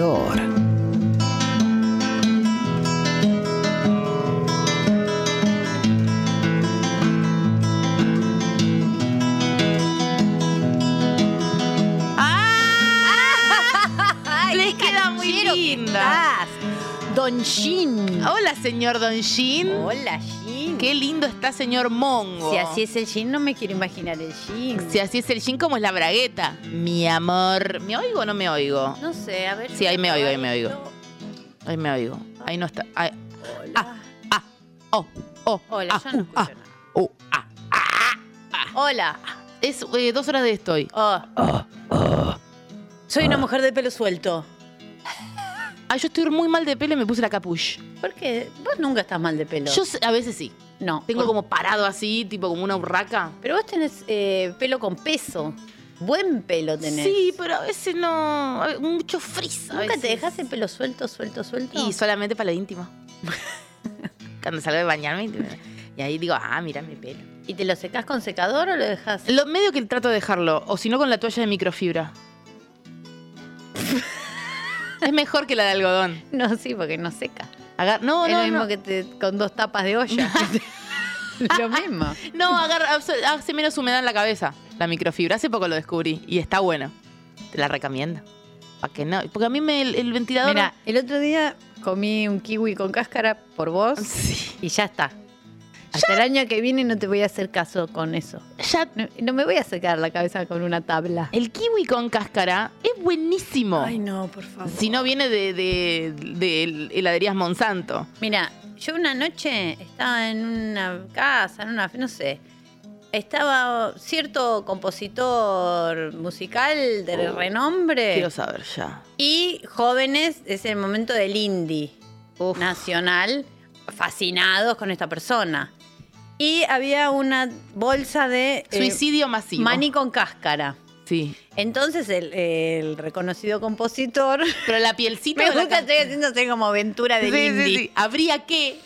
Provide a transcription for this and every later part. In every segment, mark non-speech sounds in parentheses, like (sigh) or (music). color. ¡Ah! Les queda muy linda. Don Shin. Hola, señor Don Shin. Hola, Shin. Qué lindo está, señor Mongo. Si así es el Shin, no me quiero imaginar el Shin. Si así es el Shin, como es la bragueta. Mi amor. ¿Me oigo o no me oigo? No sé, a ver. Sí, ahí me oigo, ahí me oigo. Ahí me oigo. Ahí no está. Ahí. Hola. Ah, oh, oh. Hola, ah, yo no uh, ah, escucho nada. oh, ah. Hola. Es eh, dos horas de esto hoy. Oh. Soy una mujer de pelo suelto. Ah, yo estoy muy mal de pelo y me puse la capuch. ¿Por qué? Vos nunca estás mal de pelo. Yo sé- a veces sí. no. Tengo como parado así, tipo como una urraca. Pero vos tenés eh, pelo con peso. Buen pelo tenés. Sí, pero a veces no. a- Mucho frizz. a ¿Nunca te veces. dejas el pelo suelto, suelto, suelto? Y solamente para lo íntimo. (laughs) Cuando salgo de bañarme y ahí digo, ah, mira mi pelo. ¿Y te lo secás con secador o lo dejas? Lo medio que trato de dejarlo, o si no con la toalla de microfibra. es mejor que la de algodón. (laughs) No, sí, porque no seca. Agar- no, es no, lo mismo no. que te, con dos tapas de (laughs) olla. lo mismo. (laughs) No, agarra- absor- hace menos humedad en la cabeza la microfibra. Hace poco lo descubrí y está buena. Te la recomiendo. Para que no. Porque a mí me, el, el ventilador. Mira, el otro día comí un kiwi con cáscara por vos (laughs) Sí. y ya está. Hasta el año que viene no te voy a hacer caso con eso. Ya, No, no me voy a secar la cabeza con una tabla. el kiwi con cáscara es buenísimo. no, por favor. Si no viene de, de- de heladerías Monsanto. Mira, yo una noche estaba en una casa, en una, no sé, estaba cierto compositor musical de renombre Quiero saber ya. y jóvenes, es el momento del indie nacional, fascinados con esta persona. Y había una bolsa de eh, Suicidio masivo. maní con cáscara. Sí. Entonces el, el reconocido compositor... Pero la (laughs) pielcita. Me de la gusta, cáscara- estoy haciendo así como aventura del Sí, indie. sí, sí. Habría que.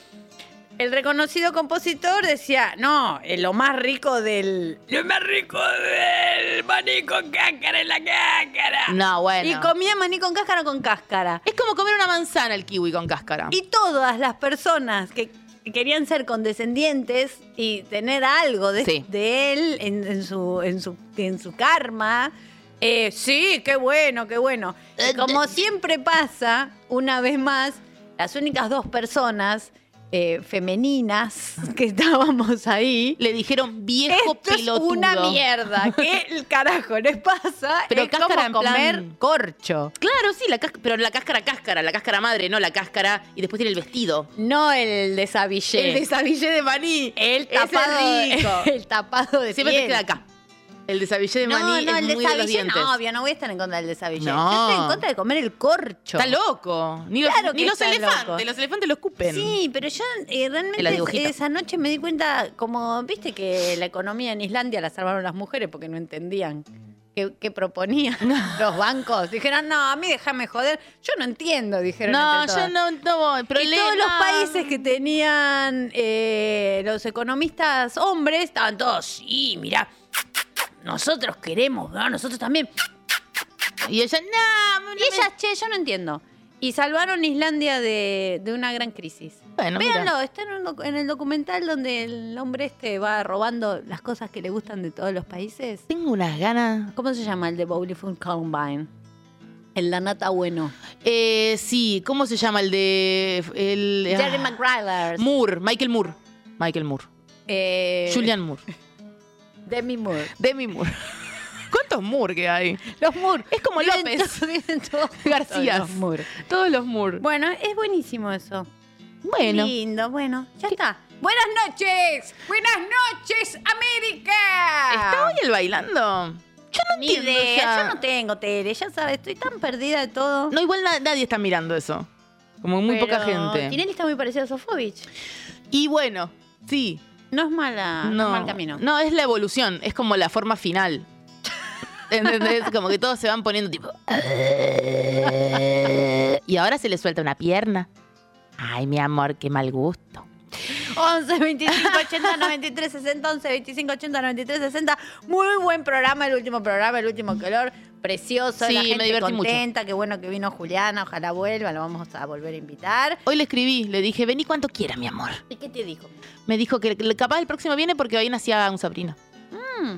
El reconocido compositor decía, no, eh, lo más rico del... Lo más rico del maní con cáscara en la cáscara. No, bueno. Ah, Y comía maní con cáscara con cáscara. Es como comer una manzana el kiwi con cáscara. Y todas las personas que querían ser condescendientes y tener algo de, Sí. de él en, en su, en, su, en su karma, eh, sí, qué bueno, qué bueno. Y Eh, como siempre pasa, una vez más, las únicas dos personas eh, femeninas (laughs) que estábamos ahí... Le dijeron viejo Esto es pelotudo. una (laughs) mierda. ¿Qué el carajo les pasa? Pero es como cáscara en comer plan- corcho. Claro, sí, la cáscara, pero la cáscara cáscara, la cáscara madre, no la cáscara. Y después tiene el vestido. No el desabillé. desabillé de maní. El Ese tapado, (laughs) rico. (laughs) el tapado de Siempre te piel. queda acá. El desabillé de No, maní no, es el muy de los desabillé dientes. no, obvio, no voy a estar en contra del desabillé. No. Yo estoy en contra de comer el corcho. Está loco. Ni los, Claro ni que los está elefantes. loco. Los elefantes lo escupen. Sí, pero yo eh, realmente La dibujita. esa noche me di cuenta, como viste que la economía en Islandia la salvaron las mujeres porque no entendían qué, qué (laughs) proponían los bancos. Dijeron, no, a mí déjame joder, yo no entiendo, dijeron. No, entre yo todas. no, no voy. Y Problema. todos los países que tenían eh, los economistas hombres estaban todos, sí, mirá, nosotros queremos, ¿no? nosotros también. Y ella, no, no Y ellas, che, yo no entiendo. Y salvaron Islandia de, de una gran crisis. me- Bueno, mira. Véanlo, está en, un docu- en el documental donde el hombre este va robando las cosas que le gustan de todos los países. Tengo unas ganas. ¿Cómo se llama el de Bowlingful Columbine? El La Nata Bueno. Eh, sí, ¿cómo se llama el de. El, ah, Jerry McGuire. Moore, Michael Moore. Michael Moore. Eh, (laughs) Julian Moore. Demi Moore. Demi Moore. ¿Cuántos Moore que hay? Los Moore. Es como Viven (laughs) López. to- viven todos (laughs) García. los Moore. Todos los Moore. Bueno, es buenísimo eso. Bueno. Lindo, bueno, ya está. Buenas noches. Buenas noches, América. ¿Está hoy el bailando? Yo no Ni entiendo. idea, ya. yo no tengo tele, ya sabes, estoy tan perdida de todo. No, igual na- nadie está mirando eso. Como muy poca Pero gente. Tinelli está muy parecido a Sofovich. Y bueno, sí. No es mala, no, es Ah, mal camino. No, es la evolución, es como la (laughs) forma final. ¿Entendés? Como que todos se van poniendo tipo. "Ah". Y ahora se le suelta una pierna. Ay, mi amor, qué mal gusto. 11, 25, 80, 93, 60, 11, 25, 80, 93, 60. Muy buen programa, el último programa, el último color. precioso, la Sí, gente me divertí mucho. contenta, qué bueno que vino Juliana, ojalá vuelva, la vamos a volver a invitar. Hoy le escribí, le dije, vení cuanto quiera, mi amor. ¿Y qué te dijo? Me dijo que que capaz el próximo viene porque hoy nacía un sobrino. Mm.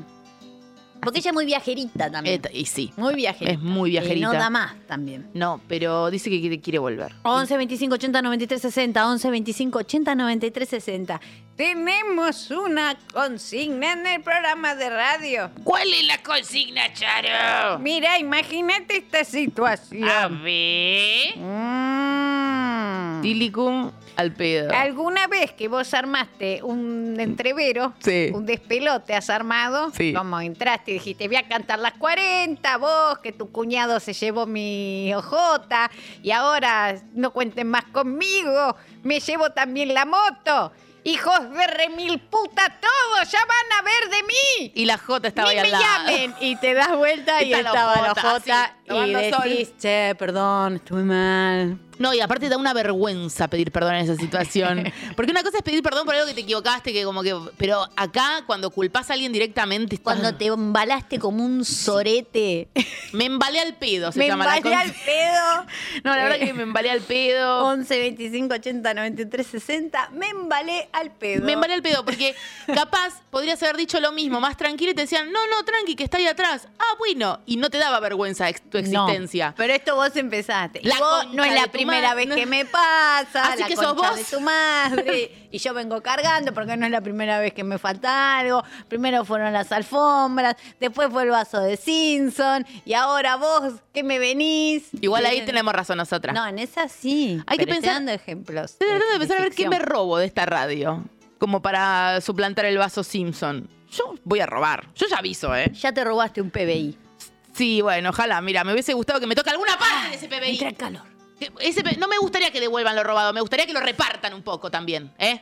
Porque ella es muy viajerita también. Eh, y sí, muy viajerita. es muy Y no viajerita. da más también. No, pero dice que quiere- quiere volver. 11 25 80 93 60, 11 25 80 93 60. Tenemos una consigna en el programa de radio. ¿Cuál es la consigna, Charo? Mira, imagínate esta A situación. ver. Mm. Tilicum al pedo. ¿Alguna vez que vos armaste un entrevero, Sí. un despelote has armado? Sí. Como entraste y dijiste, voy a cantar las 40, vos, que tu cuñado se llevó mi ojota y ahora no cuenten más conmigo, me llevo también la moto. Hijos de remil puta, todos ya van a ver de mí. Y la J estaba Ni ahí al me lado. llamen. Y te das vuelta y Está la estaba la ojota, ojota así, y tomando sol. decís, che, perdón, estuve mal. No, y aparte da una vergüenza pedir perdón en esa (laughs) situación. Porque una cosa es pedir perdón por algo que te equivocaste, que como que. Pero acá, cuando culpás a alguien directamente, estás- Cuando te embalaste como un (laughs) sorete. Me embalé al pedo, se me llama la embalé al consigna. pedo. (laughs) No, la verdad Eh, que me embalé al pedo. 11, 25, 80, 93, 60. Me embalé al pedo. (laughs) Me embalé al pedo, porque capaz podrías haber dicho lo mismo, más tranquilo, y te decían, no, no, tranqui, que está ahí atrás. Ah, bueno. Y no te daba vergüenza ex- No, tu existencia. pero esto vos empezaste. Y La vos concha no es de la tu primera madre. vez que me pasa. Así la que sos concha vos. de tu (laughs) madre. Y yo vengo cargando porque no es la primera vez que me falta algo. Primero fueron las alfombras, después fue el vaso de Simpson. Y ahora vos, que me venís. Igual ahí tenemos tenemos razón nosotras. No, en esa sí. Hay que pero estoy pensar- dando ejemplos. Estoy tratando de pensar a ver qué ficción. me robo de esta radio. Como para suplantar el vaso Simpson. Yo voy a robar. Yo ya aviso, ¿eh? Ya te robaste un PBI. Sí, bueno, ojalá. Mira, me hubiese gustado que me toque alguna parte de ese PBI. Entra en calor. Que ese P- no me gustaría que devuelvan lo robado. Me gustaría que lo repartan un poco también, ¿eh?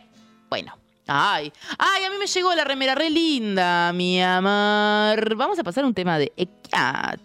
Bueno. Ay, ay, a mí me llegó la remera re linda, mi amor. Vamos a pasar un tema de Ecat.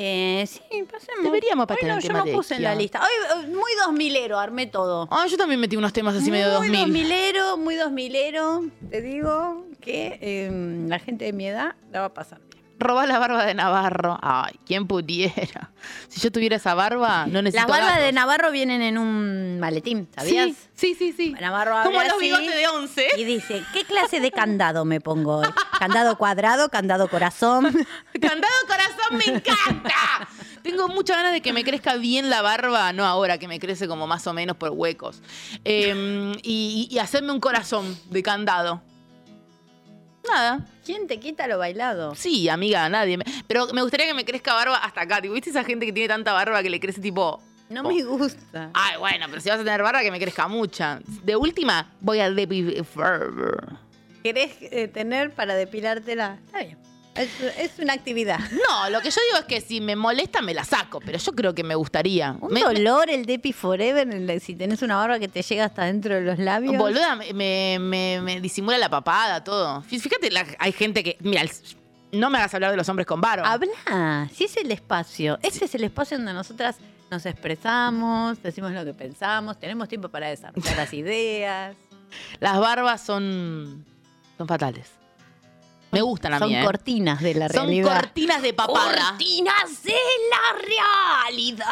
Eh, sí, pasemos. Deberíamos Hoy pasar no, el yo tema no de puse en la Kia. lista. Hoy, eh, muy dos milero, armé todo. Ay, yo también metí unos temas así medio muy 2000. dos milero, muy dos milero. Te digo que eh, la gente de mi edad la va a pasar bien. Robar la barba de Navarro. Ay, quién pudiera. Si yo tuviera esa barba, no Las necesitaría. barbas de Navarro vienen en un maletín, ¿sabías? Sí, sí, sí. Navarro abre Como los así bigotes de once. Y dice, ¿qué clase de candado me pongo hoy? ¿Candado cuadrado, candado (laughs) corazón? Candado corazón, me encanta. Tengo muchas ganas de que me crezca bien la barba, no ahora, que me crece como más o menos por huecos. Eh, y, y hacerme un corazón de candado. Nada. ¿Quién te quita lo bailado? Sí, amiga, nadie. me- Pero me gustaría que me crezca barba hasta acá. Tipo, ¿Viste esa gente que tiene tanta barba que le crece tipo. No me Oh. gusta. Ay, bueno, pero si vas a tener barba, que me crezca mucha. De última, voy a Debbie Ferber. ¿Querés eh, tener para depilártela? Está bien. Es, es una actividad. No, lo que yo digo es que si me molesta, me la saco. Pero yo creo que me gustaría. Un Me- me- dolor el Depi Forever en la- si tenés una barba que te llega hasta dentro de los labios. Boluda, me, me- me- me disimula la papada, todo. Fí- Fíjate, la- hay gente que. Mira, el- no me hagas hablar de los hombres con varo. Habla, si es el espacio. Este es el espacio donde nosotras nos expresamos, decimos lo que pensamos, tenemos tiempo para desarrollar (laughs) las ideas. Las barbas son. son fatales. Me gustan a Son mí. ¿eh? cortinas de la Son realidad. cortinas de papada. ¡Cortinas de la realidad!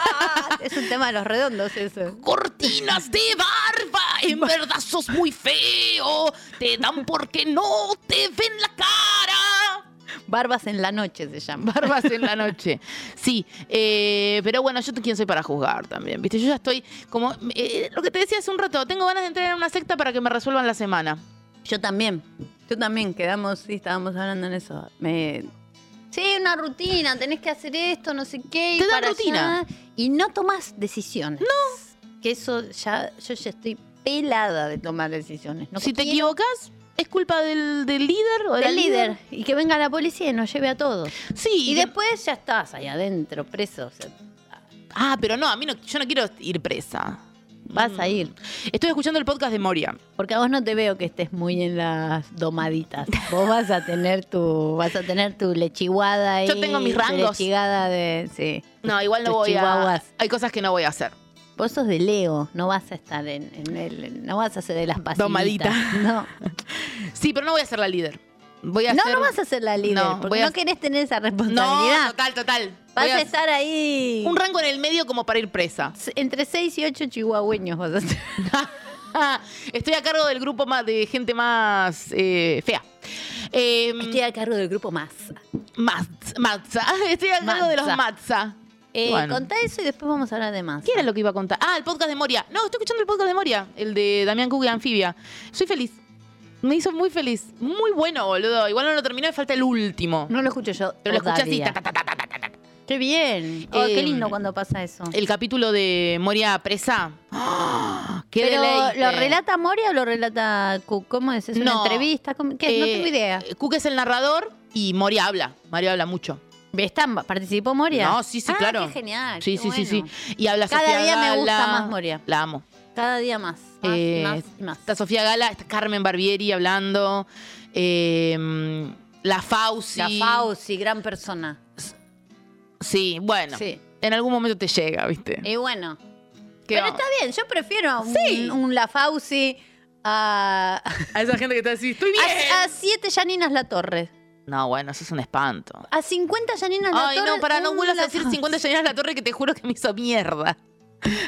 (laughs) es un tema de los redondos eso. Cortinas de barba, en verdad sos muy feo. Te dan porque no te ven la cara. Barbas en la noche se llama. (laughs) Barbas en la noche. Sí, eh, pero bueno, yo t- quién soy para juzgar también, ¿viste? Yo ya estoy como... eh, lo que te decía hace un rato, tengo ganas de entrar en una secta para que me resuelvan la semana. Yo también. Yo también quedamos, sí, estábamos hablando en eso. Me... Sí, una rutina, tenés que hacer esto, no sé qué. y Te dan para rutina. allá. y no tomás decisiones. No. Que eso ya, yo ya estoy pelada de tomar decisiones. No si te quiero equivocas, es culpa del, del líder o de la del líder. Y que venga la policía y nos lleve a todos. Sí, Y, y de- después ya estás ahí adentro, preso. o sea, Ah, pero no, a mí no, yo no quiero ir presa. vas Mm. a ir. Estoy escuchando el podcast de Moria. Porque a vos no te veo que estés muy en las domaditas. Vos vas a tener tu, vas a tener tu lechiguada ahí. Yo tengo mis tu rangos. Lechigada de, sí. No, igual no Tus voy a... chihuahuas. Hay cosas que no voy a hacer. Vos sos de Leo, no vas a estar en, en el, no vas a ser de las pasivitas. Domadita. No. Sí, pero no voy a ser la líder. Voy a no, ser- no vas a ser la líder, No, porque voy a- no querés tener esa responsabilidad. No, total, total. vas Voy a a- estar ahí. Un rango en el medio como para ir presa. S- Entre 6 y 8 chihuahueños vas a (laughs) ser. (laughs) Estoy a cargo del grupo más de gente más eh, fea. Eh, Estoy a cargo del grupo Massa. maz- Matza. (laughs) Estoy a cargo de los Matza. Matza. Eh, Bueno. Contá eso y después vamos a hablar de Massa. ¿Qué era lo que iba a contar? Ah, el podcast de Moria. No, estoy escuchando el podcast de Moria, el de Damián Cook y Anfibia. Soy feliz. Me hizo muy feliz. Muy bueno, boludo. Igual no lo terminé, me falta el último. No lo escucho yo. Pero lo escuché así. todavía. ta, ta, ta, ta, ta, ta, ta. Qué bien. Oh, qué Em, lindo cuando pasa eso. El capítulo de Moria presa. (gasps) ¡Ah! ¡Qué Pero, deleite! ¿lo relata Moria o lo relata Cook? ¿Cómo es? ¿Es una No. entrevista? ¿Cómo- qué? no Eh, tengo idea. Cook es el narrador y Moria habla. Moria habla mucho. ¿Está- ¿Participó Moria? No, sí, sí, Ah, claro. Qué genial. Sí, qué sí, sí, sí. bueno. Y habla Cada Sofía día me gusta Gala. más Moria. La amo. Cada día más. Más, Eh, y más y más. Está Sofía Gala, está Carmen Barbieri hablando. eh, la Fauci. La Fauci, gran persona. Sí, bueno. Sí. En algún momento te llega, ¿viste? Y bueno. ¿Qué Pero onda? está bien, yo prefiero a un, Sí. un La Fauci a, A esa gente que está así, estoy a, a siete Yaninas La Torre. No, bueno, eso es un espanto. A 50 Yaninas La Ay, Torre. no, para no un vuelvas a La decir Fauci. 50 llenas la torre que te juro que me hizo mierda. (laughs)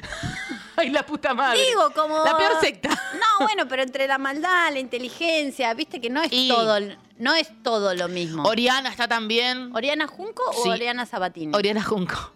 Ay, la puta madre. Digo, como. La peor secta. No, bueno, pero entre la maldad, la inteligencia, viste que no es Y- todo, no es todo lo mismo. Oriana está también. ¿Oriana Junco Sí. o Oriana Sabatini? Oriana Junco.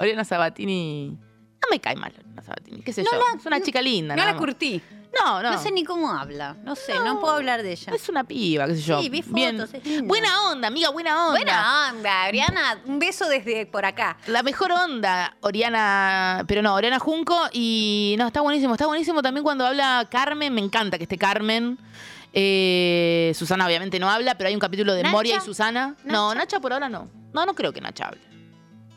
Oriana Sabatini. No me cae mal Oriana Sabatini, qué sé No yo. la- es una chica linda. no nada la más. curtí. No, no. No. sé ni cómo habla. No sé, no, puedo hablar de ella. Es una piba, qué sé yo. Sí, vi fotos, Bien. es linda. Buena onda, amiga, buena onda. Buena onda, Oriana. Un beso desde por acá. La mejor onda, Oriana, pero no, Oriana Junco y no, está buenísimo, está buenísimo también cuando habla Carmen, me encanta que esté Carmen. Eh, Susana obviamente no habla, pero hay un capítulo de ¿Nacha? Moria y Susana. No, ¿Nacha? Nacha por ahora no. No, no creo que Nacha hable.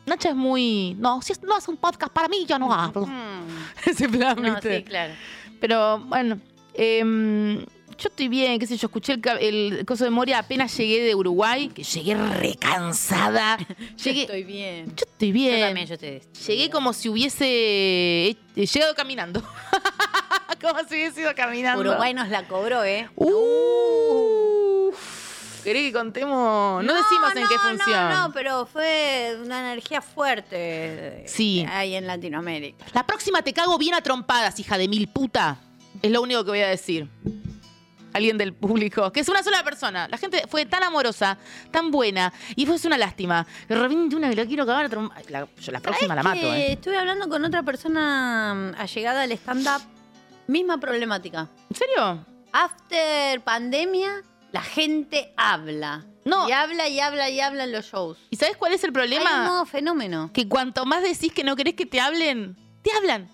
Nacha es muy... No, si es- no hace un podcast para mí, yo no hablo. Mm, (laughs) Ese plan, No, ¿viste? sí, claro. Pero bueno, em, yo estoy bien, qué sé yo, escuché el, ca- el coso de Moria apenas llegué de Uruguay, que llegué recansada. (laughs) llegué... Yo estoy bien. Yo estoy bien. Yo también, yo estoy Llegué como si hubiese eh, llegado caminando. (laughs) como si hubiese ido caminando. Uruguay nos la cobró, ¿eh? Uf. ¿Querés que contemos? No, decimos en no, qué función. No, no, pero fue una energía fuerte Sí. que hay en Latinoamérica. La próxima te cago bien a trompadas, hija de mil puta. Es lo único que voy a decir. Alguien del público, que es una sola persona. La gente fue tan amorosa, tan buena, y fue es una lástima. De repente una que la quiero cagar a trompadas. La, yo la próxima la mato, que ¿eh? Estuve hablando con otra persona mm, allegada al stand-up. Misma problemática. ¿En serio? After pandemia, la gente habla. No. Y habla y habla y habla en los shows. ¿Y sabes cuál es el Hay problema? un nuevo fenómeno. que cuanto más decís que no querés que te hablen, te hablan.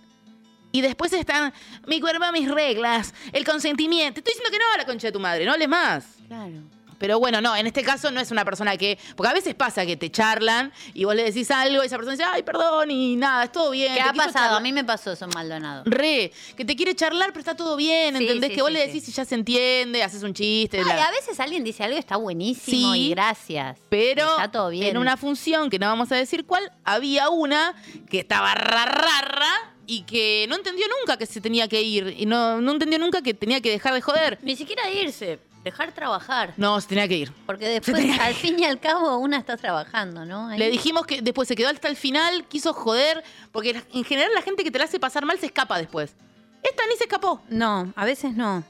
Y después están, mi cuerpo, mis reglas, el consentimiento. Te Estoy diciendo que no a la concha de tu madre, no hables más. Claro. Pero bueno, no, en este caso no es una persona que. Porque a veces pasa que te charlan y vos le decís algo y esa persona dice, ay, perdón, y nada, es todo bien. ¿Qué te ha quiso pasado? A charlar". mí me pasó eso en Maldonado. Re, que te quiere charlar, pero está todo bien, Sí, ¿entendés? sí, que vos sí, le sí. decís y ya se entiende, haces un chiste. Ay, bla. a veces alguien dice algo está buenísimo Sí. y gracias. Pero Está todo bien. en una función que no vamos a decir cuál, había una que estaba rarrarra y que no entendió nunca que se tenía que ir. Y no, no entendió nunca que tenía que dejar de joder. Ni siquiera irse, dejar trabajar. No, se tenía que ir. Porque (laughs) después, al fin y al cabo, una está trabajando, ¿no? Ahí. Le dijimos que después se quedó hasta el final, quiso joder, porque la- en general la gente que te la hace pasar mal se escapa después. Esta ni se escapó. No, a veces no.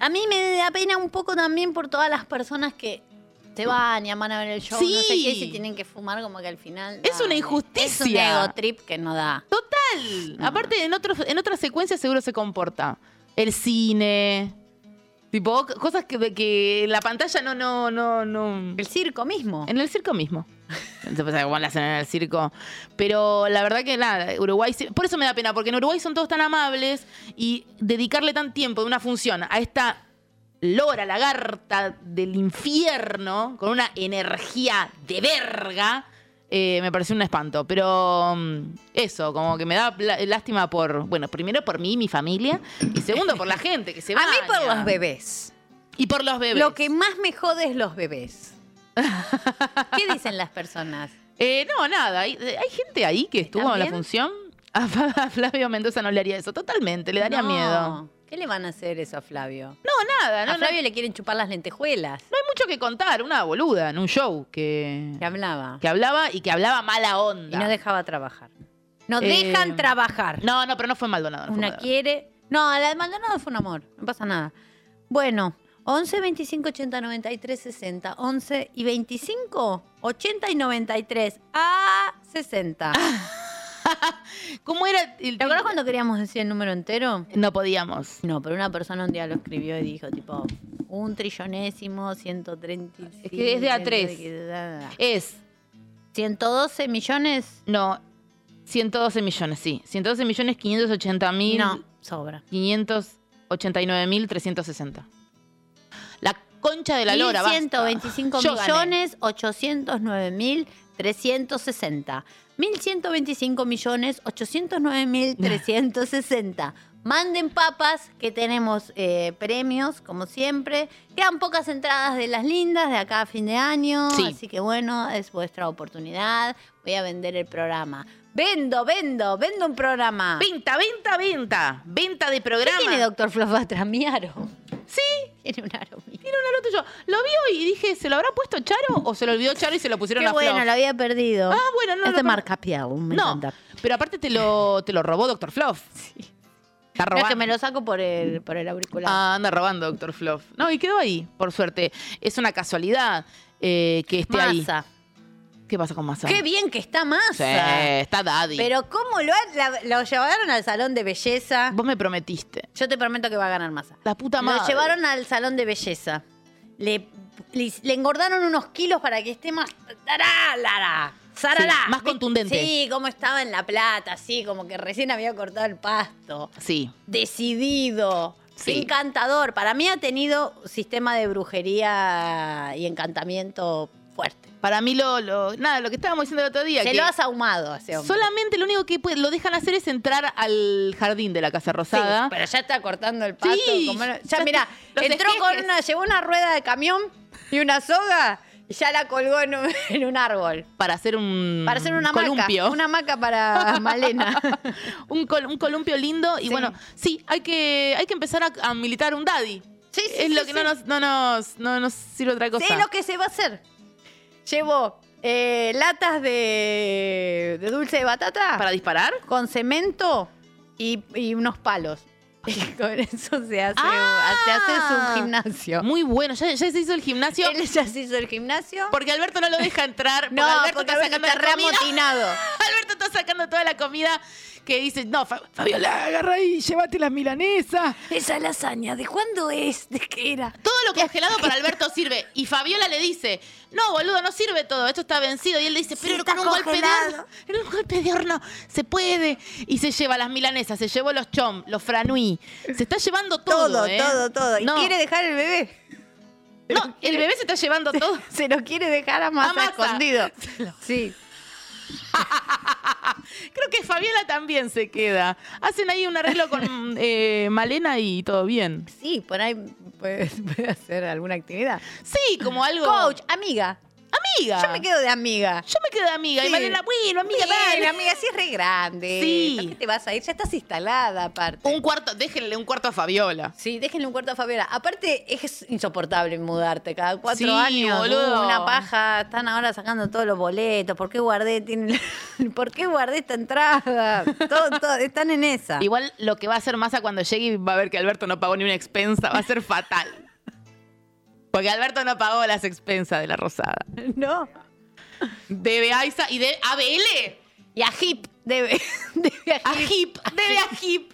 A mí me da pena un poco también por todas las personas que se van y van a ver el show, no sé Sí. qué, y si tienen que fumar como que al final. Es una dale. injusticia. Es un ego trip que no da. Total. Aparte, en, otros, en otras secuencias seguro se comporta. El cine. Tipo, c- cosas que, de que la pantalla no, no, no, no. El circo mismo. En el circo mismo. (laughs) Entonces, pues, ¿cómo la hacen en el circo? Pero la verdad que nada, Uruguay. sí- Por eso me da pena, porque en Uruguay son todos tan amables y dedicarle tan tiempo de una función a esta lora, lagarta del infierno, con una energía de verga, eh, me pareció un espanto. Pero mm, eso, como que me da la- lástima por. Bueno, primero por mí y mi familia, y segundo por la gente que se (laughs) va. A mí por los bebés. Y por los bebés. Lo que más me jode es los bebés. (laughs) ¿Qué dicen las personas? Eh, no, nada. Hay, hay gente ahí que estuvo en la (laughs) bien? función. A Fa- a Flavio Mendoza no le haría eso. Totalmente, le daría No. miedo. ¿Qué le van a hacer eso a Flavio? No, nada, no, a no, Flavio le quieren chupar las lentejuelas. no hay mucho que contar. Una boluda en un show que, Que hablaba. que hablaba y que hablaba mala Y onda. no dejaba trabajar. No Eh, dejan trabajar. no, no, pero no fue Maldonado. no fue Una Maldonado. quiere. No, la de Maldonado fue un amor. No pasa nada. Bueno, 11, 25, 80, 93, 60. 11 y 25, 80 y 93. A 60. Ah, ¿Cómo era? el- ¿Te acuerdas cuando queríamos decir el número entero? No podíamos. No, pero una persona un día lo escribió y dijo, tipo, un trillonésimo, 130. Es que es de a tres. Es, 112 millones. no, 112 millones, sí. 112 millones 580 mil. No, sobra. 589 mil 360. La concha de la lora, basta. 125 Yo gané. millones 809 mil 360. 1125 millones 809 (laughs) mil 360. Manden papas, que tenemos eh, premios, como siempre. Quedan pocas entradas de las lindas de acá a fin de año. Sí. Así que bueno, es vuestra oportunidad. Voy a vender el programa. Vendo, vendo, vendo un programa. Venta, venta, venta. Venta de Ah. ¿Qué programa. tiene Doctor Flo Batra? Mi aro. Sí, (laughs) Tiene un aro mío. tiene un aro tuyo. Lo vi hoy y dije, ¿se lo habrá puesto Charo o se lo olvidó Charo y se lo pusieron Qué a bueno, Flo? lo había perdido. Ah, bueno, no, Es de no, no. marca piel, me No, encanta. pero aparte te lo, te lo robó (laughs) Dr. Fluff. Sí. Está No, es robando. que me lo saco por el, por el auricular. Ah, anda robando Dr. Fluff. No, y quedó ahí, por suerte. Es una casualidad eh, que esté ahí. Massa. ¿Qué pasa con Massa? Qué bien que está Sí, Massa. está Daddy. Pero cómo lo, han- la- lo llevaron al salón de belleza. Vos me prometiste. Yo te prometo que va a ganar Massa. La puta madre. Lo llevaron al salón de belleza. Le, le- le engordaron unos kilos para que esté más... ¡Tará, lará! ¡Zarará! Sí, más contundente. Sí, como estaba en La Plata, así, como que recién había cortado el pasto. Sí. decidido, Sí. encantador. Para mí ha tenido sistema de brujería y encantamiento fuerte. Para mí lo, lo- nada, lo que estábamos diciendo el otro día. Se que lo has ahumado a ese este hombre. solamente lo único que puede- lo dejan hacer es entrar al jardín de la Casa Sí, Rosada. pero ya está cortando el pato. Sí, como no- ya ya, mira, está. Los entró con esquejes. una, llevó una rueda de camión y una soga y ya la colgó en un, (laughs) en un árbol. para hacer un Para hacer una Mm, columpio. maca. Una maca (laughs) para Malena. un, col- un columpio lindo. Sí. Y bueno, sí, hay que, hay que empezar a, a militar un daddy. Sí, sí, es sí, lo que sí. no, nos, no, nos, no nos sirve otra cosa. Sé lo que se va a hacer. Llevó eh, latas de, de dulce de batata. ¿Para disparar? con cemento y, y unos palos. (laughs) Y con eso se hace, Ah. se hace su gimnasio. Muy bueno, ya, ya se hizo el gimnasio. Él ya se hizo el gimnasio. Porque Alberto no lo deja entrar. Porque no, Alberto porque está ahora sacando está la comida. reamotinado. (laughs) Alberto está sacando toda la comida que dice, no, Fa- Fabiola, agarra ahí, llévate las milanesas. Esa lasaña, ¿de cuándo es? ¿De qué era? Todo lo congelado para Alberto sirve. Y Fabiola le dice, no, boludo, no sirve todo, esto está vencido. Y él le dice, pero está con un golpe de horno, congelado. en un golpe de horno, se puede. Y se lleva las milanesas, se llevó los chom, los franui. Se está llevando todo, Todo, todo, ¿eh? todo. Y No, quiere dejar el bebé. (laughs) no, el bebé se está llevando todo. Se lo quiere dejar a más A Massa. escondido. Sí. Creo que Fabiola también se queda. Hacen ahí un arreglo (laughs) con eh, Malena y todo bien. Sí, por ahí puede, (laughs) puede hacer alguna actividad. Sí, como algo... Coach, amiga. amiga. Yo me quedo de amiga. Yo me quedo de amiga. Y Sí. Malena, bueno, amiga, dale. Bien, amiga, sí es re grande. Sí. ¿Para qué te vas a ir? Ya estás instalada, aparte. Un cuarto, déjenle un cuarto a Fabiola. Sí, déjenle un cuarto a Fabiola. Aparte, es insoportable mudarte cada cuatro Sí, años. boludo. uh, Una paja. Están ahora sacando todos los boletos. ¿Por qué guardé, tienen- (laughs) ¿por qué guardé esta entrada? Todo- todo- están en esa. Igual lo que va a hacer Massa cuando llegue y va a ver que Alberto no pagó ni una expensa, va a ser (laughs) fatal. Porque Alberto no pagó las expensas de la Rosada. ¿No? De Beaiza y de ABL. Y a Hip debe, (laughs) debe a A Hip. HIP. Debe a (laughs) HIP.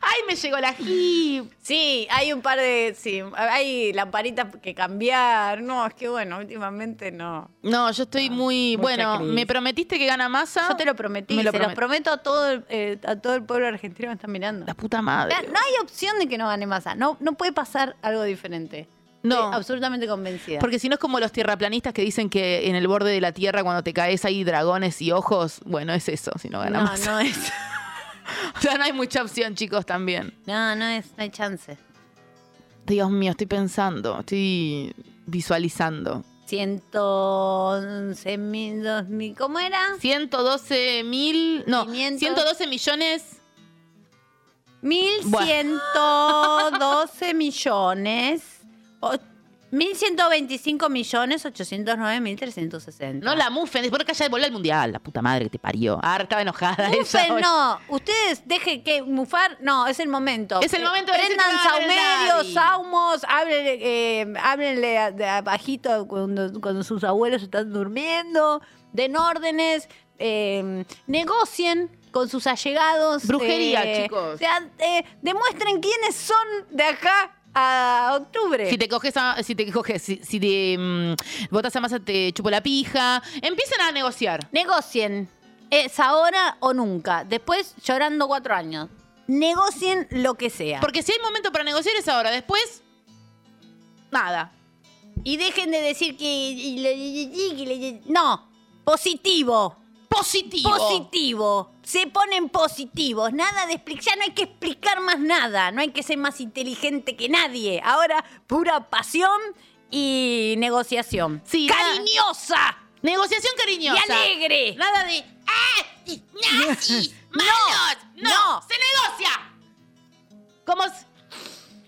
Ay, me llegó la HIP. Sí, hay un par de. Sí, hay lamparitas que cambiar. No, es que bueno, últimamente no. No, yo estoy muy. Ah, mucha bueno, crisis. me prometiste que gana Massa. Yo te lo prometí, Me lo se promet- los prometo a todo, el, eh, a todo el pueblo argentino que está mirando. La puta madre. No hay opción de que no gane masa. No, no puede pasar algo diferente. No. Estoy absolutamente convencida. Porque si no es como los tierraplanistas que dicen que en el borde de la tierra cuando te caes hay dragones y ojos. Bueno, es eso, si no gana no, Massa. no es. (laughs) O sea, no hay mucha opción, chicos, también. No, no es, no hay chance. Dios mío, estoy pensando, estoy visualizando. 111 mil, 2000, ¿cómo era? 112 mil, no, 500. 112 millones 1.112 millones. o- 1.125 millones 809 mil 360. No la mufen, después que haya volver al mundial, la puta madre que te parió. Ah, estaba enojada. ella Mufen, hoy. no. Ustedes dejen que mufar. No, es el momento. Es el Eh, momento de decir que Prendan no va a ganar nadie. saumerios, saumos, háblenle, eh, háblenle a- de abajito cuando, cuando sus abuelos están durmiendo, den órdenes, eh, negocien con sus allegados. Brujería, chicos. sean, eh, demuestren quiénes son de acá a octubre. Si te coges a- si te coges, si, si te mm, botas a masa te chupo la pija. Empiecen a negociar. Negocien. Es ahora o nunca. Después llorando cuatro años. Negocien lo que sea. Porque si hay momento para negociar es ahora, después nada. Y dejen de decir que. y le- y- y- y- y- No, positivo. Positivo. Positivo. Se ponen positivos. Nada de explicar. Ya no hay que explicar más nada. No hay que ser más inteligente que nadie. Ahora, pura pasión y negociación. Sí, nada- Cariñosa Negociación cariñosa. y alegre. Nada de ¡Ah! (laughs) ¡Nazis! ¡Malos! No, No. ¡Se negocia! Como s-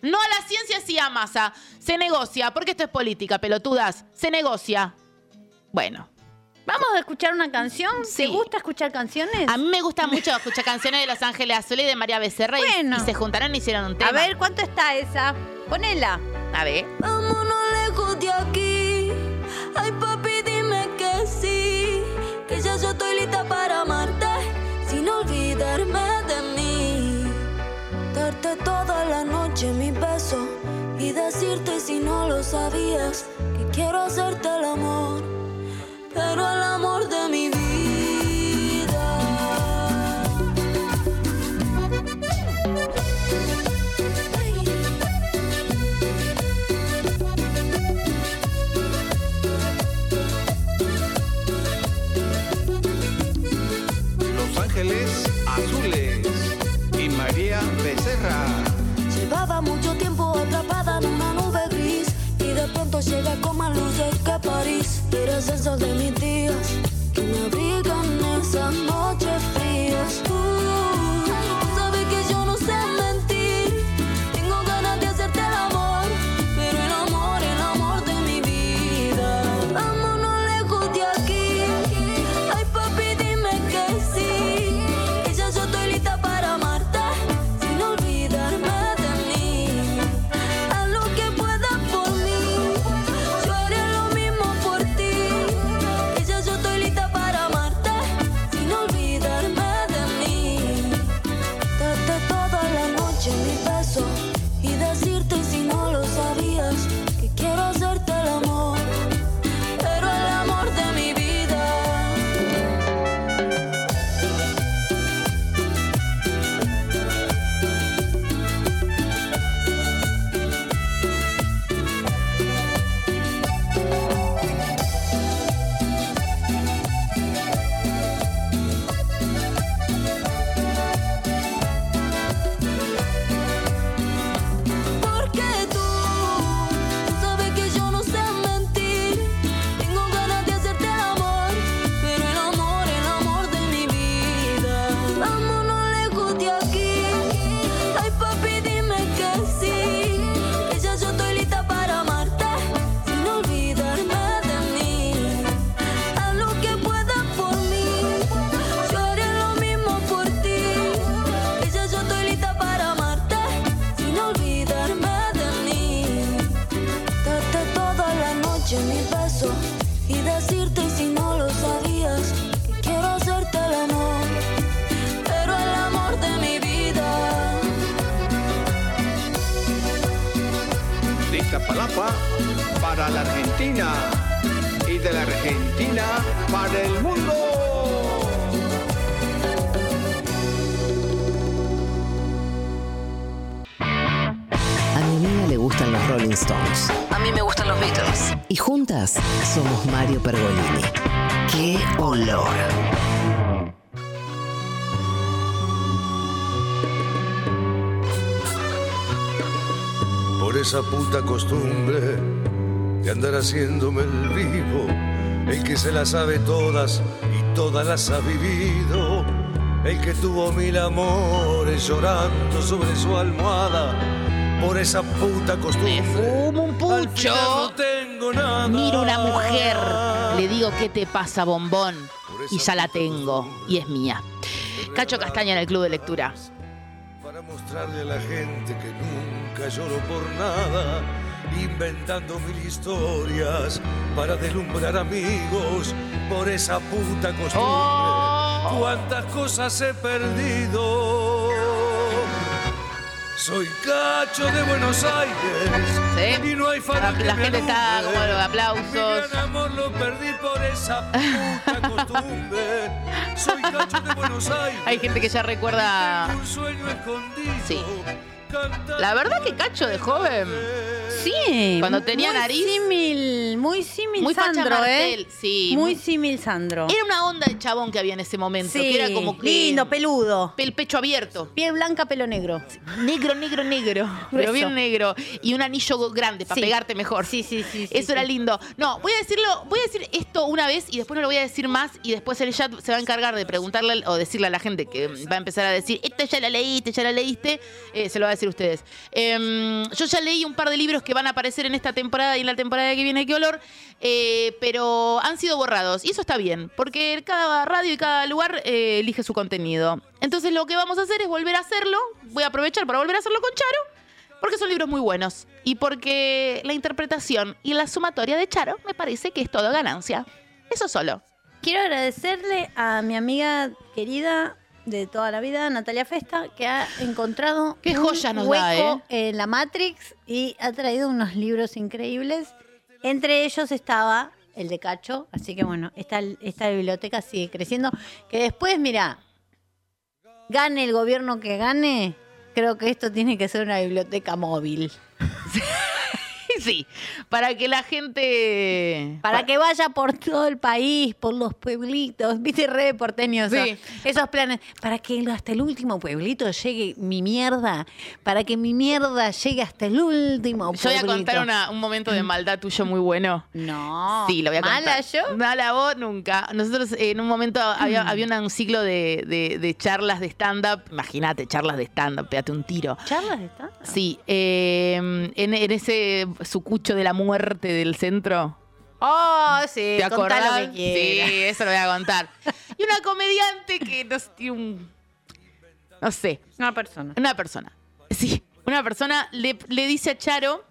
no a la ciencia sí a masa. Se negocia, porque esto es política, pelotudas. Se negocia. Bueno, Vamos a escuchar una canción. Sí. ¿Te gusta escuchar canciones? a mí me gusta mucho escuchar canciones de Los Ángeles Azules y de María Becerra y- Bueno. y, se juntaron y hicieron un tema. A ver, ¿cuánto está esa? Ponela. a ver. Vámonos lejos de aquí. Ay, papi, dime que sí. Que ya yo estoy lista para amarte. Sin olvidarme de mí. Darte toda la noche mi beso. Y decirte si no lo sabías. Que quiero hacerte el amor. Pero el amor de mi vida. Ay. Los Ángeles Azules y María Becerra. Llevaba mucho tiempo atrapada en una nube gris y de pronto llega con más luces que París. Eres el sol de mis días que me abrigan esas noches frías. Tú, tú sabes que yo no sé mentir. Tengo ganas de hacerte el amor, pero el amor, el amor de mi vida. Vámonos lejos de aquí. Ay, papi, dime que sí. Que ya yo estoy lista para amarte, sin olvidarme de mí. A lo que pueda por mí, yo haré lo mismo por ti. Que ya yo estoy lista para amarte, sin olvidarme de mí. Darte toda la noche mi beso y decirte si no lo sabías que quiero hacerte el amor, pero el amor de mi vida. Porque tú, tú sabes que yo no sé mentir. Tengo ganas de hacerte el amor, pero el amor, el amor de mi vida. Vámonos lejos de aquí. Ay, papi, dime que sí. Que ya yo estoy lista para amarte, sin olvidarme de mí. A lo que pueda por mí, yo haré lo mismo por ti. Que ya yo estoy lista para amarte, sin olvidarme de mí. Darte toda la noche mi beso y decirte si no lo sabías que quiero hacerte el amor, pero el amor de mi vida. De Iztapalapa para la Argentina. Y de la Argentina para el mundo. A mi niña le gustan los Rolling Stones. A mí me gustan los Beatles. Y juntas somos Mario Pergolini. ¡Qué olor! por esa puta costumbre de andar haciéndome el vivo, el que se las sabe todas y todas las ha vivido, el que tuvo mil amores llorando sobre su almohada por esa puta costumbre. Me fumo un Al pucho. final no tengo nada. Miro una mujer, le digo, ¿qué te pasa, bombón? Y ya la tengo, y es mía. Cacho Castaña en el Club de Lectura. Para mostrarle a la gente que nunca lloro por nada, inventando mil historias para deslumbrar amigos por esa puta costumbre. Oh. ¿Cuántas cosas he perdido? Soy cacho de Buenos Aires Sí. y no hay La, fan que la me gente está alumbre. como los Mi aplausos. gran amor lo perdí por (laughs) esa puta costumbre. Soy cacho de Buenos Aires. Hay gente que ya recuerda. Un sueño escondido. Sí. Cantando La verdad que Cacho de joven. Sí. Cuando tenía muy nariz. Símil, muy símil Muy Pacha Sandro, Martel, ¿eh? sí. Muy símil Sandro. Era una onda de chabón que había en ese momento. Sí, Que era como que- lindo, peludo. el pecho abierto. Piel blanca, pelo negro. Negro, negro, negro. Pero Grueso. bien negro. Y un anillo grande para Sí. pegarte mejor. Sí, sí, sí, sí, Eso era sí. lindo. No, voy a decirlo, voy a decir esto una vez y después no lo voy a decir más. Y después el chat se va a encargar de preguntarle al- o decirle a la gente que mm, va a empezar a decir, esta ya la leíste, ya la leíste. Eh, se lo va a decir ustedes. Em, yo ya leí un par de libros que van a aparecer en esta temporada y en la temporada que viene, qué olor. Eh, pero han sido borrados. Y eso está bien, porque cada radio y cada lugar eh, elige su contenido. Entonces lo que vamos a hacer es volver a hacerlo. Voy a aprovechar para volver a hacerlo con Charo, porque son libros muy buenos. Y porque la interpretación y la sumatoria de Charo me parece que es todo ganancia. Eso solo. (laughs) Quiero agradecerle a mi amiga querida de toda la vida, Natalia Festa, que ha encontrado Qué joya un nos hueco da, ¿eh? en la Matrix y ha traído unos libros increíbles. Entre ellos estaba el de Cacho, así que bueno, esta, esta biblioteca sigue creciendo. Que después, mira, gane el gobierno que gane, creo que esto tiene que ser una biblioteca móvil. Sí, para que la gente... Para que vaya por todo el país, por los pueblitos, viste re porteño eso. Sí. esos planes. Para que el- hasta el último pueblito llegue mi mierda, para que mi mierda llegue hasta el último pueblito. Yo voy a contar una- un momento de maldad tuyo muy bueno. No. Sí, lo voy a contar. ¿Mala yo? Mm. Mala vos, nunca. Nosotros eh, en un momento había, había una- un ciclo de, de- de charlas de stand-up. Imagínate, charlas de stand-up, pegate un tiro. ¿Charlas está? Sí, eh, en, en ese sucucho de la muerte del centro. Oh, sí. ¿Te acordás? Contá lo que quieras. Sí, eso lo voy a contar. Y una comediante que nos tiene un... No sé, Una persona. una persona. Sí, una persona le, le dice a Charo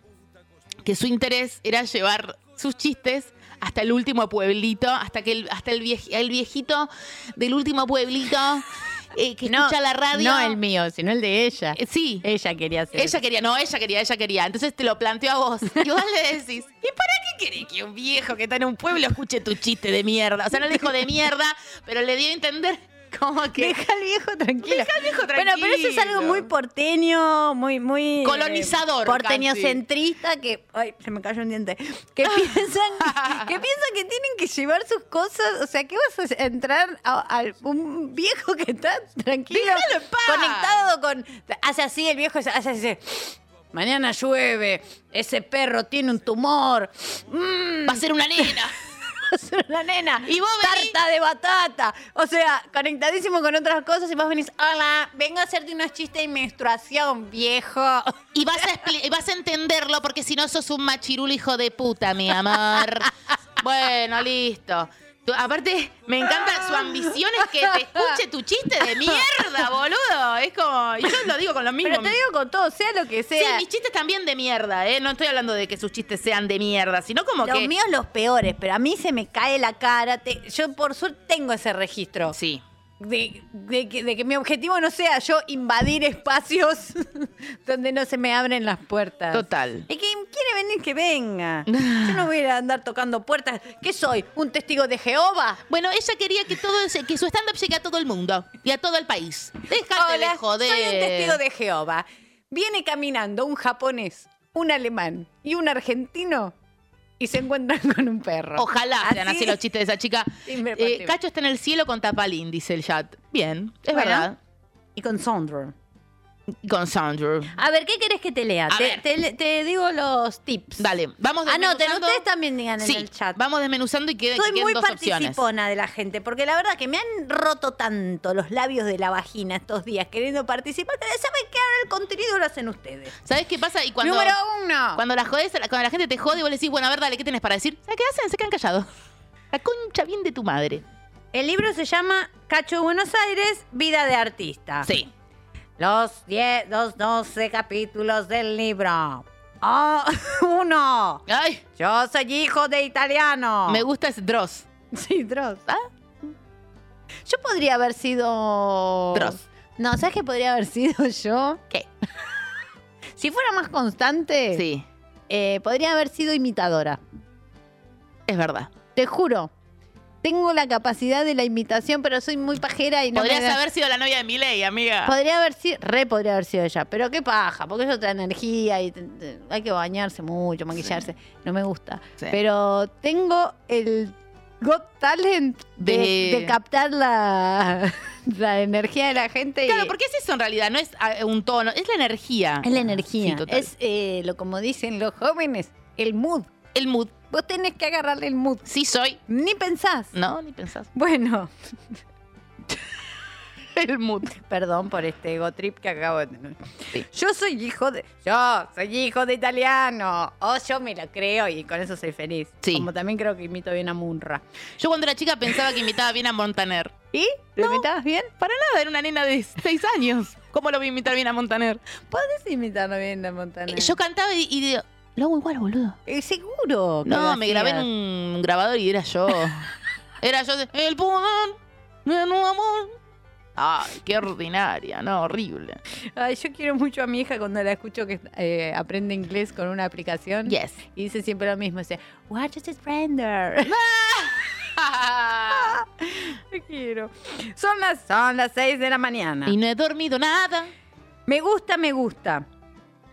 que su interés era llevar sus chistes hasta el último pueblito, hasta que el, hasta el, viej- el viejito del último pueblito eh, que escucha la radio. No el mío, sino el de ella. Eh, Sí. Ella quería hacer Ella quería, no, ella quería, ella quería. Entonces te lo planteo a vos. (laughs) Y vos le decís, ¿y para qué querés que un viejo que está en un pueblo escuche tu chiste de mierda? O sea, no le dijo de mierda, pero le dio a entender como que. Deja al viejo tranquilo. Deja al viejo Bueno, pero eso es algo tranquilo. muy porteño, muy, muy. eh, Colonizador, Porteñocentrista que. Ay, se me cayó un diente. Que (laughs) piensan, que piensan que tienen que llevar sus cosas. O sea, que vas a entrar a, a un viejo que está tranquilo. Déjalo en paz. Conectado con. Hace así, el viejo hace así. Mañana llueve, ese perro tiene un tumor. Mm, Va a ser una nena. es una nena. Y vos venís- Tarta de batata. O sea, conectadísimo con otras cosas y vos venís, hola, vengo a hacerte unos chistes de menstruación, viejo. Y vas a, expli- y vas a entenderlo porque si no sos un machirulo hijo de puta, mi amor. Bueno, listo. Tú- aparte, me encanta su ambición es que te escuche tu chiste de mierda, boludo. Es como. y Yo lo digo con lo mismo. Pero te digo con todo, sea lo que Sí, sea. mis chistes también de mierda, ¿eh? No estoy hablando de que sus chistes sean de mierda, sino como Los que. míos los peores, pero a mí se me cae la cara. te- yo por suerte tengo ese registro. Sí. De, de que, de que mi objetivo no sea yo invadir espacios (laughs) donde no se me abren las puertas. Total. Y quien quiere venir, que (laughs) venga. Yo no voy a ir a andar tocando puertas. ¿Qué soy? ¿Un testigo de Jehová? Bueno, ella quería que todo ese- que su stand-up llegue a todo el mundo y a todo el país. Déjate Hola, de joder. Soy un testigo de Jehová. Viene caminando un japonés, un alemán y un argentino y se encuentran (laughs) con un perro. Ojalá sean así Así- los chistes de esa chica. Sí, me Eh, parece. Cacho está en el cielo con tapalín, dice el chat. Bien, es Bueno. verdad. Y con Sandro. Con Sandro. A ver, ¿qué querés que te lea? A Te, ver. te- te digo los tips. Ah, Dale, vamos Anoten, desmenuzando. ustedes también digan en Sí, el chat. Vamos desmenuzando y queden, Soy queden muy dos opciones. participona de la gente, porque la verdad que me han roto tanto los labios de la vagina estos días queriendo participar. que ¿Saben qué? Ahora el contenido lo hacen ustedes. ¿Sabes qué pasa? Y cuando, Número uno. cuando la jodés- cuando la gente te jode y vos le decís, bueno, a ver, dale, ¿qué tenés para decir? ¿Sabes qué hacen? Se quedan callados. La concha bien de tu madre. El libro se llama Cacho de Buenos Aires, Vida de Artista. Sí. Los 10, los 12 capítulos del libro. Oh, (laughs) uno. Ay, Yo soy hijo de italiano. me gusta ese Dross. Sí, Dross. Yo podría haber sido. Dross. No, ¿sabes qué podría haber sido yo? ¿Qué? (laughs) Si fuera más constante, Sí, eh, podría haber sido imitadora. es verdad. Te juro. Tengo la capacidad de la imitación, pero soy muy pajera y no. Podrías me da- haber sido la novia de Miley, amiga. Podría haber sido. Re podría haber sido ella. Pero qué paja, porque es otra energía y te- te- hay que bañarse mucho, maquillarse. No me gusta. Sí. Pero tengo el Got Talent de, De- de captar la, (laughs) la energía de la gente. y- Claro, porque es eso en realidad, no es ah, un tono, es la energía. Es la energía. Sí, total. es eh, lo como dicen los jóvenes, el mood. el mood. Vos tenés que agarrarle el mood. Sí soy. Ni pensás. No, ni pensás. (laughs) Bueno, El mood. perdón por este ego trip que acabo de tener. Sí. Yo soy hijo de. Yo soy hijo de italiano. O yo me lo creo y con eso soy feliz. Sí. Como también creo que imito bien a Munra. Yo cuando era chica pensaba que imitaba bien a Montaner. ¿Y? ¿Lo imitabas bien? Para nada, era una nena de 6 años. ¿Cómo lo voy a imitar bien a Montaner? Podés imitarlo bien a Montaner. Eh, Yo cantaba y, y digo, lo hago igual, boludo. Eh, seguro. que No, lo me grabé en hacías. un grabador y era (laughs) yo. Era yo de, el pudor de un amor. Ay, qué ordinaria, no, horrible. Ay, yo quiero mucho a mi hija cuando la escucho que eh, aprende inglés con una aplicación. Yes. Y dice siempre lo mismo, dice, watch this render. Te quiero. Son las, son las 6 de la mañana. (laughs) y no he dormido nada. Me gusta, me gusta.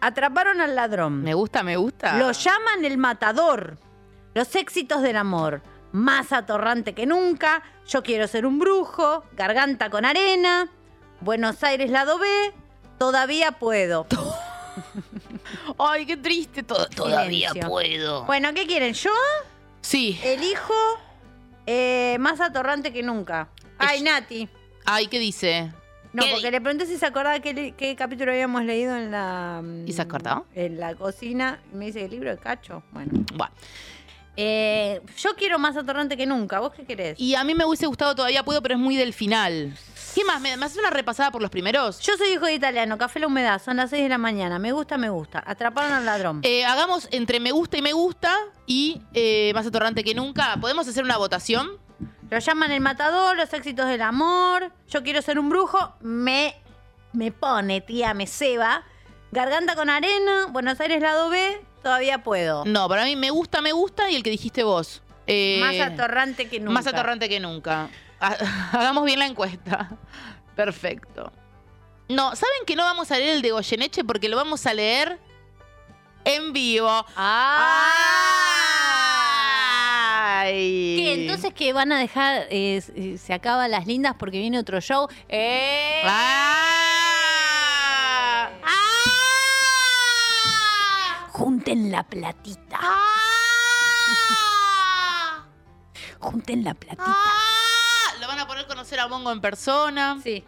Atraparon al ladrón. Me gusta, me gusta. Lo llaman el matador. Los éxitos del amor. Más atorrante que nunca. Yo quiero ser un brujo. Garganta con arena. Buenos Aires lado B. Todavía puedo. Ay, qué triste todo. Todavía Silencio. puedo. Bueno, ¿qué quieren? Yo Sí. elijo eh, más atorrante que nunca. Ay, Nati. Ay, ¿qué dice? No, ¿Qué? porque le pregunté si se acordaba qué, li- qué capítulo habíamos leído en la. mm, ¿Y se acordó? En la cocina. Me dice el libro de Cacho. Bueno. Bueno. Eh, yo quiero más atorrante que nunca. ¿Vos qué querés? Y a mí me hubiese gustado todavía puedo, pero es muy del final. ¿Qué más? ¿Me, me haces una repasada por los primeros? Yo soy hijo de italiano, café la humedad, son las 6 de la mañana. Me gusta, me gusta. Atraparon al ladrón. Eh, hagamos entre me gusta y me gusta y eh, más atorrante que nunca. ¿Podemos hacer una votación? Lo llaman el matador, los éxitos del amor. Yo quiero ser un brujo. Me, me pone, tía, me ceba. Garganta con arena, Buenos Aires lado B, todavía puedo. No, para mí me gusta, me gusta y el que dijiste vos. Eh, más atorrante que nunca. Más atorrante que nunca. Ha- (laughs) Hagamos bien la encuesta. (laughs) Perfecto. No, ¿saben que no vamos a leer el de Goyeneche? Porque lo vamos a leer en vivo. ¡Ah! Ay. ¿Qué? Entonces que van a dejar, eh, se acaban las lindas porque viene otro show. ¡Eh! ¡Ah! Junten la platita. Junten la platita. ¡Ah! Lo van a poder conocer a Mongo en persona. Sí.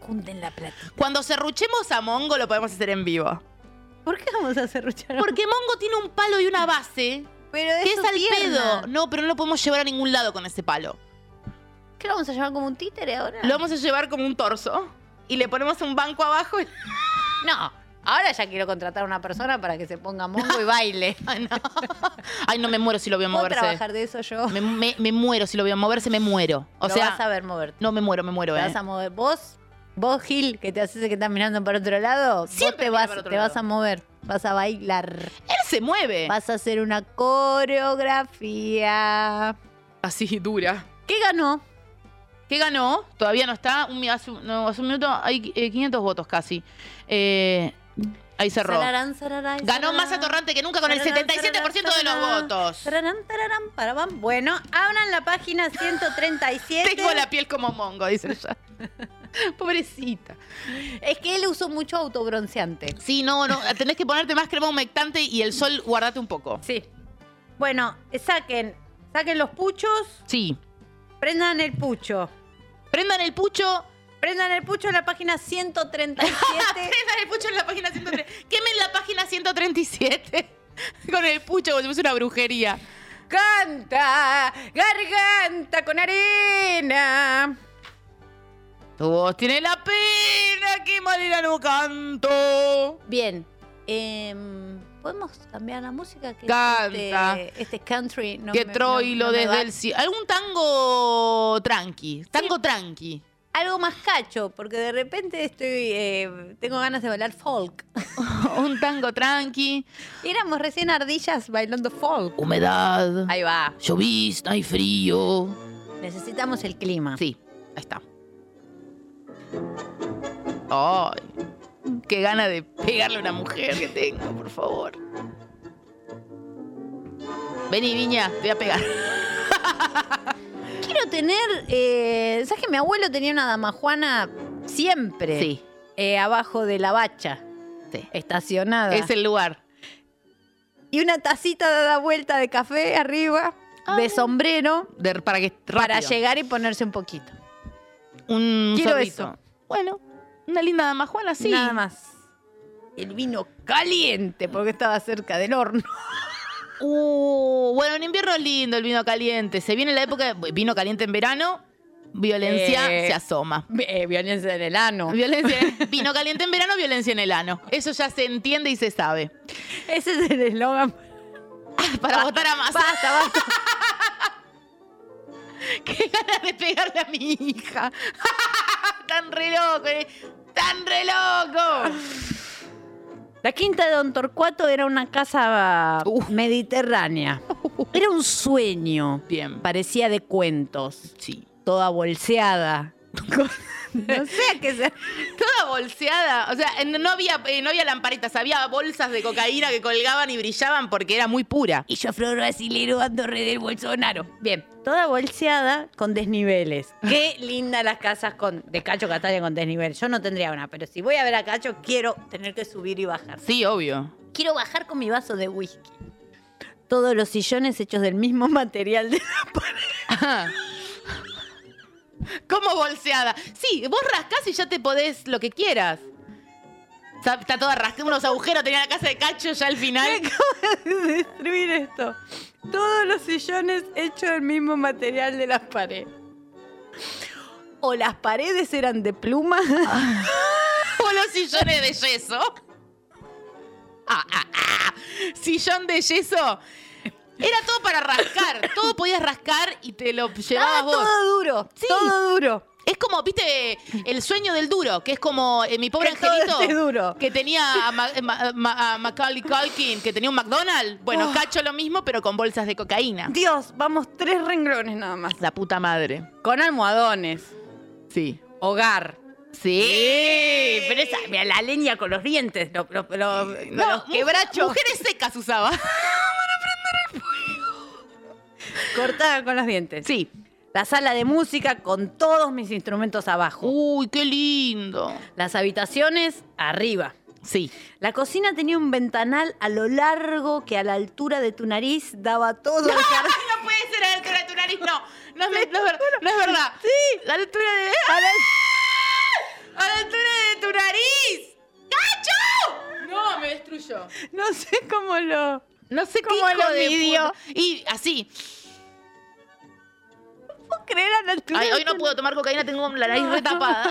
Junten la platita. Cuando cerruchemos a Mongo lo podemos hacer en vivo. ¿Por qué vamos a cerruchar? Porque Mongo tiene un palo y una base Pero que es su al pierna. pedo. No, pero no lo podemos llevar a ningún lado con ese palo. ¿Qué lo vamos a llevar como un títere ahora? Lo vamos a llevar como un torso. Y le ponemos un banco abajo y... No. Ahora ya quiero contratar a una persona para que se ponga mongo (laughs) y baile. (laughs) Ay, no. Ay, no, me muero si lo veo ¿Puedo moverse. trabajar de eso yo? Me, me- me muero si lo veo moverse, me muero. O Lo sea, vas a ver moverte. no me muero, me muero, Te eh. vas a mover. Vos, vos Gil, que te haces que estás mirando para otro lado, vos Siempre te miro vas, para otro te lado. vas a mover. Vas a bailar. Él se mueve. Vas a hacer una coreografía. Así, dura. ¿Qué ganó? ¿Qué ganó? Todavía no está. Un, mi- hace, un- no, hace un minuto hay eh, 500 votos casi. Eh, ahí cerró. Sararán, sararán, Ganó sararán. más atorrante que nunca con el Tararán, 77% de los tararán, votos. tararán, tararán, parabán. Bueno, abran la página 137. (laughs) Tengo la piel como mongo, dice ella. Pobrecita. Es que él usó mucho autobronceante. Sí, no, no. Tenés que ponerte más crema humectante y el sol guardate un poco. Sí. Bueno, eh, saquen, saquen los puchos, Sí. prendan el pucho. Prendan el pucho. Prendan el pucho en la página (laughs) 137. Prendan el pucho en la página 137. Quemen la página 137. (laughs) Con el pucho, como si fuese una brujería. Canta, garganta con arena. Tu voz tiene la pena que Marina no canto. Bien. em, ¿Podemos cambiar la música? Que Canta. Este, este country no que me- no- Troilo no me desde va. el cielo. Algún tango tranqui. Tango tranqui. (laughs) Algo más cacho, porque de repente estoy eh, tengo ganas de bailar folk. (laughs) Un tango tranqui. Éramos recién ardillas bailando folk. Humedad. Ahí va. Llovizna y frío. Necesitamos el clima. Sí, ahí está. Ay, qué gana de pegarle a una mujer que tengo, por favor. Vení, viña, te voy a pegar. Quiero tener. eh, ¿Sabes que mi abuelo tenía una damajuana siempre? Sí. eh, abajo de la bacha, Sí. estacionada. Es el lugar. Y una tacita dada vuelta de café arriba, de sombrero, de- para que para rápido. llegar y ponerse un poquito. Un Quiero sorbito. eso. Bueno, una linda damajuana, sí. Nada más. El vino caliente, porque estaba cerca del horno. Uh, bueno, en invierno es lindo el vino caliente. Se viene la época de vino caliente en verano, violencia Eh. se asoma. (laughs) Eh, violencia en el ano. (laughs) Violencia, vino caliente en verano, violencia en el ano. Eso ya se entiende y se sabe. Ese es el eslogan. Para votar a Massa, Basta, basta. (laughs) qué ganas de pegarle a mi (laughs) hija. tan re loco, eh. tan re loco. La quinta de Don Torcuato era una casa Uh. mediterránea. Era un sueño. Bien. Parecía de cuentos. Sí. Toda (laughs) bolseada. no sé a qué se... Toda bolseada. O sea, en- no había, eh, no había lamparitas, había bolsas de cocaína que colgaban y brillaban porque era muy pura. Y yo, Flor Brasilero, ando re del Bolsonaro. Bien, toda bolseada con desniveles. Qué lindas las casas con, de Cacho Catania con desnivel. Yo no tendría una, pero si voy a ver a Cacho, quiero tener que subir y bajar. Sí, obvio. Quiero bajar con mi vaso de whisky. Todos los sillones hechos del mismo material de (laughs) la pared. (laughs) Como bolseada. Sí, vos rascás y ya te podés lo que quieras. Está, está toda rascada, unos agujeros, tenía la casa de cacho ya al final. (laughs) Acabo de destruir esto. Todos los sillones hechos del mismo material de las paredes. O las paredes eran de pluma. O los sillones de yeso. Ah, ah, ah. Sillón de yeso. Era todo para rascar. Todo podías rascar y te lo llevabas Estaba vos. Ah, todo duro. Sí. Todo duro. Es como, viste, el sueño del duro, que es como eh, mi pobre Que todo angelito. esté duro. Que tenía a, Ma- eh, Ma- Ma- a Macaulay Culkin, que tenía un McDonald's. Bueno, cacho lo mismo, pero con bolsas de cocaína. Dios, vamos tres renglones nada más. La puta madre. Con almohadones. Sí. Hogar. Sí. Pero esa, mira, la leña con los dientes, los, los, los- No, los mu- quebrachos. Mujeres secas usaba. Cortada con los dientes. Sí. La sala de música con todos mis instrumentos abajo. Uy, qué lindo. Las habitaciones arriba. Sí. La cocina tenía un ventanal a lo largo que a la altura de tu nariz daba todo el jardín. No puede ser a la altura de tu nariz, no. No es, ver- no es ver- no es verdad. Sí. La altura (laughs) de. ¡Ah! ¡A la altura de tu nariz! ¡Cacho! No, me destruyó. No sé cómo lo. No sé ¿Cómo hijo lo de midió? puta. Y así. ¿Puedo creer a la altura? Ay, de hoy tu no puedo tomar cocaína, tengo la nariz retapada.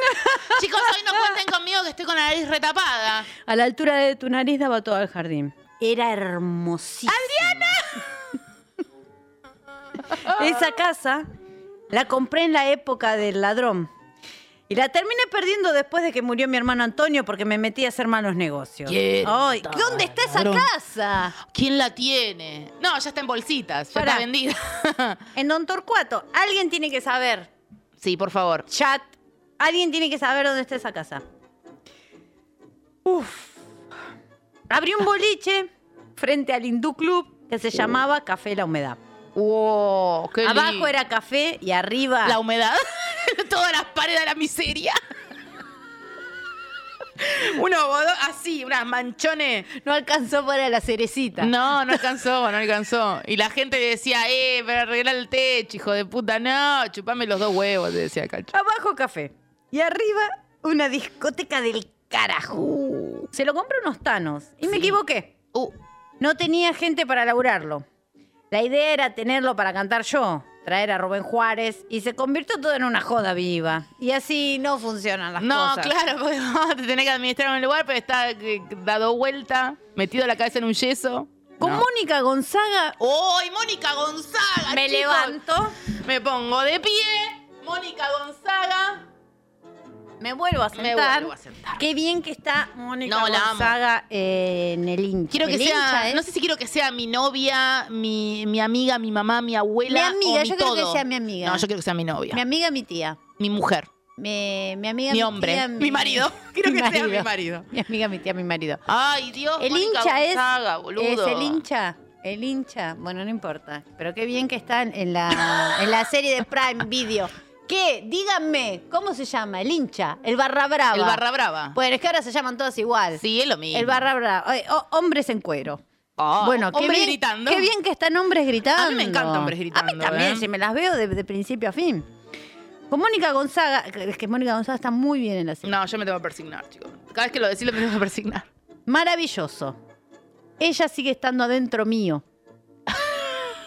(laughs) Chicos, hoy no cuenten conmigo que estoy con la nariz retapada. A la altura de tu nariz daba todo el jardín. Era hermosísimo. ¡Adriana! (laughs) Esa casa la compré en la época del ladrón. Y la terminé perdiendo después de que murió mi hermano Antonio porque me metí a hacer malos negocios. Ay, ¿Dónde está esa casa? ¿Quién la tiene? No, ya está en bolsitas, ya Pará. está vendida. (laughs) En Don Torcuato. Alguien tiene que saber. sí, por favor. Chat. Alguien tiene que saber dónde está esa casa. Uf. Abrió un boliche frente al Hindú Club que se llamaba Café La Humedad. Wow, qué Abajo lindo. era café y arriba la humedad. (laughs) todas las paredes a la miseria. (laughs) Unos bodo- así, unas manchones. No alcanzó para la cerecita. No, no alcanzó, no alcanzó. Y la gente decía, eh, para arreglar el techo, hijo de puta, no, chupame los dos huevos, le decía Cacho. Abajo café. Y arriba una discoteca del carajo. Se lo compré unos tanos. Y me equivoqué. Uh, No tenía gente para laburarlo. La idea era tenerlo para cantar yo, traer a Rubén Juárez y se convirtió todo en una joda viva. Y así no funcionan las no, cosas. claro, (laughs) porque vos te tenés que administrar un lugar, pero está eh, dado vuelta, metido la cabeza en un yeso. Con No. Mónica Gonzaga ¡Ay, Mónica Gonzaga! me chicos! levanto, Me pongo de pie, Mónica Gonzaga. me vuelvo a Me sentar. vuelvo a sentar. Qué bien que está Mónica No, la amo. Gonzaga en el hincha. Quiero que El hincha ¿eh? sea, es- no sé si quiero que sea mi novia, mi, mi amiga, mi mamá, mi abuela. Mi amiga, o mi yo quiero que todo. sea mi amiga. No, yo quiero que sea mi novia. mi amiga, mi tía. mi mujer, Mi, mi amiga, mi hombre, tía, mi (laughs) marido. Quiero que sea mi marido. Mi amiga, mi tía, mi marido. Ay, Dios, El Mónica hincha es, Gonzaga, boludo. es el hincha. El hincha, bueno, no importa. Pero qué bien que está en- en la, en la serie de Prime Video. ¿Qué? Díganme, ¿cómo se llama? El hincha, el barra brava. El barra brava. Bueno, es que ahora se llaman todos igual. sí, es lo mismo. El barra brava. Ay, oh, hombres en cuero. Ah, bueno, qué hombres bien, gritando. qué bien que están hombres gritando. A mí me encanta hombres gritando, A mí también, ¿eh? si me las veo de, de principio a fin. Con Mónica Gonzaga, es que Mónica Gonzaga está muy bien en la serie. No, yo me tengo que persignar, chicos. Cada vez que lo decís, lo tengo (laughs) que persignar. Maravilloso. Ella sigue estando adentro mío.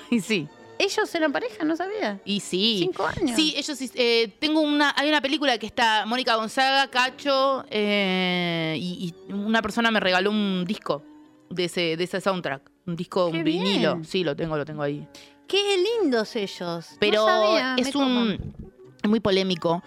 Y sí. Ellos eran pareja, no sabía. Y sí. Cinco años. Sí, ellos. eh, tengo una. Hay una película que está Mónica Gonzaga, Cacho, eh, y, y una persona me regaló un disco de ese, de ese soundtrack. Un disco, Qué un vinilo. bien. Sí, lo tengo, lo tengo ahí. Qué lindos ellos. No Pero sabía, me es como. un. Es muy polémico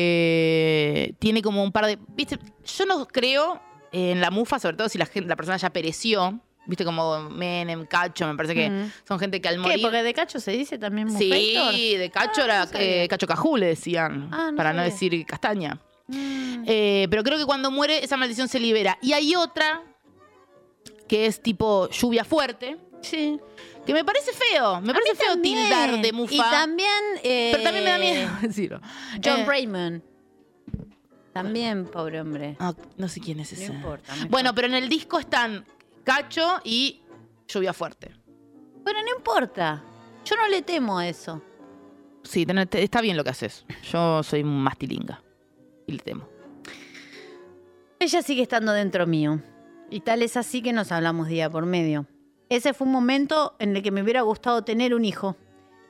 porque tiene como un par de. Viste, yo no creo en la mufa, sobre todo si la, gente, la persona ya pereció. Viste, como Menem, Cacho, me parece que Mm. son gente que al ¿Qué? morir. Porque de cacho se dice también Sí, Eh, mufector. de cacho Ah, era no sabía. eh, cacho cajú, le decían, Ah, no para no sabía. decir castaña. Mm. Eh, pero creo que cuando muere esa maldición se libera. Y hay otra que es tipo lluvia fuerte, Sí. que me parece feo, me A mí parece feo también. tildar de mufa. Y también. eh, pero también me da miedo (laughs) decirlo. John Eh, Raymond. También, pobre hombre. ah, no sé quién es No ese. importa. mejor. bueno, pero en el disco están cacho y lluvia fuerte. Bueno, no importa. Yo no le temo a eso. Sí, tenés- te- está bien lo que haces. Yo soy más tilinga y le temo. (laughs) Ella sigue estando dentro mío. Y tal es así que nos hablamos día por medio. Ese fue un momento en el que me hubiera gustado tener un hijo.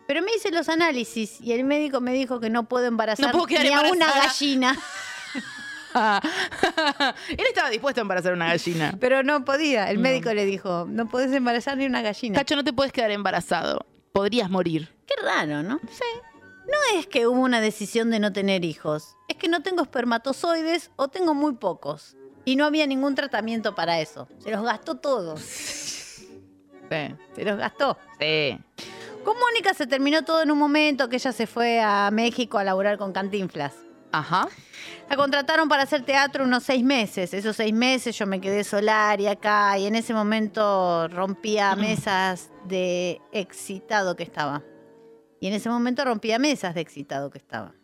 Pero me hice los análisis y el médico me dijo que no puedo embarazar No puedo quedar ni a una embarazada. gallina. Él estaba dispuesto a embarazar una gallina. (laughs) (laughs) Pero no podía. El médico le dijo, no podés embarazar ni una gallina. Cacho, no te puedes quedar embarazado. Podrías morir. Qué raro, ¿no? Sí. No es que hubo una decisión de no tener hijos. Es que no tengo espermatozoides o tengo muy pocos. Y no había ningún tratamiento para eso. Se los gastó todos. Sí. Se los gastó. Sí. Con Mónica se terminó todo en un momento que ella se fue a México a laburar con Cantinflas. Ajá. La contrataron para hacer teatro unos seis meses. Esos seis meses yo me quedé solaria acá y en ese momento rompía Mm. mesas de excitado que estaba. Y en ese momento rompía mesas de excitado que estaba.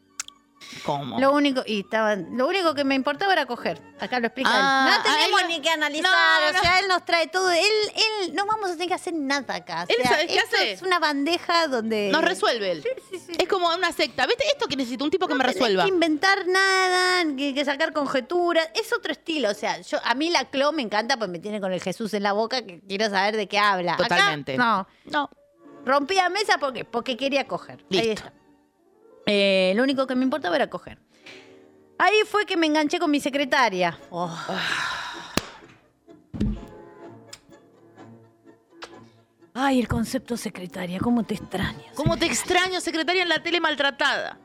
¿Cómo? Lo único, y estaban, lo único que me importaba era coger. Acá lo explica él. Ah, No tenemos ah, él- ni que analizar. No, o no. sea, él nos trae todo. Él, él, no vamos a tener que hacer nada acá. O Él sea, sabe qué esto hace. Es una bandeja donde. Nos resuelve él. Sí, sí. Es como una secta. ¿Viste esto que necesito? Un tipo que me No tenés resuelva. que inventar nada, que, que sacar conjeturas. Es otro estilo. O sea, yo, a mí la Clo me encanta porque me tiene con el Jesús en la boca que quiero saber de qué habla. Acá, Totalmente. no. No. Rompía mesa porque, porque quería coger. Ahí Listo. está. Eh, lo único que me importaba era coger. Ahí fue que me enganché con mi secretaria. Oh. Ay, el concepto secretaria, cómo te extrañas. ¿Cómo te extraño, secretaria en la tele maltratada?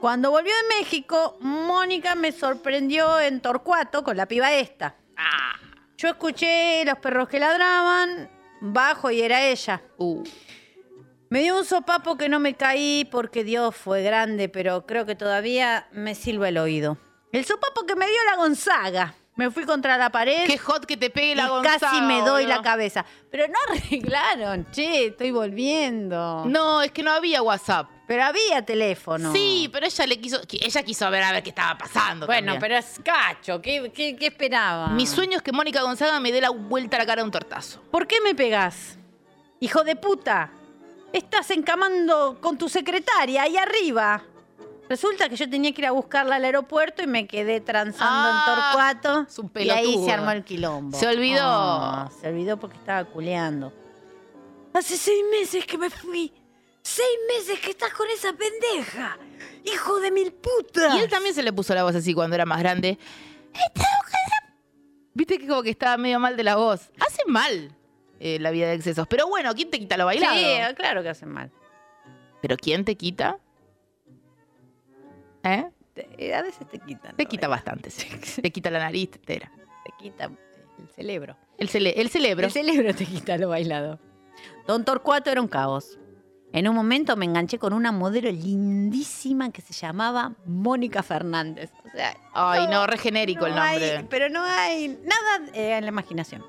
Cuando volvió de México, Mónica me sorprendió en Torcuato con la piba esta. Ah. Yo escuché los perros que ladraban, bajo y era ella. Uh. Me dio un sopapo que no me caí porque Dios fue grande, pero creo que todavía me silba el oído. El sopapo que me dio la Gonzaga. me fui contra la pared. Qué hot que te pegue y la Gonzalo. casi me doy la boludo. cabeza. Pero no (laughs) arreglaron, che, estoy volviendo. No, es que no había WhatsApp. Pero había teléfono. Sí, pero ella le quiso, que- ella quiso ver a ver qué estaba pasando. Bueno, también. pero es cacho, ¿qué, qué, qué esperaba? mi sueño es que Mónica Gonzaga me dé la vuelta a la cara a un tortazo. ¿Por qué me pegás? Hijo de puta. Estás encamando con tu secretaria ahí arriba. Resulta que yo tenía que ir a buscarla al aeropuerto y me quedé transando Ah, en Torcuato. es un y ahí se pelotudo. armó el quilombo. Se olvidó. Ah, se olvidó porque estaba culeando. Hace seis meses que me fui. Seis meses que estás con esa pendeja. Hijo de mil putas. Y él también se le puso la voz así cuando era más grande. Esta mujer- Viste que como que estaba medio mal de la voz. Hace mal eh, la vida de excesos. Pero bueno, ¿quién te quita lo bailado? Sí, claro que hace mal. Pero ¿quién te quita? ¿Eh? Te- A veces te quitan. Te ¿no? quita bastante. sí. Te quita la nariz, te entera. (laughs) Te quita el cerebro. El, cele- el cerebro. El cerebro te quita lo bailado. Don Torcuato era un caos. En un momento me enganché con una modelo lindísima que se llamaba Mónica Fernández. O sea, Ay, no, re genérico el no hay- nombre. pero no hay nada eh, en la imaginación.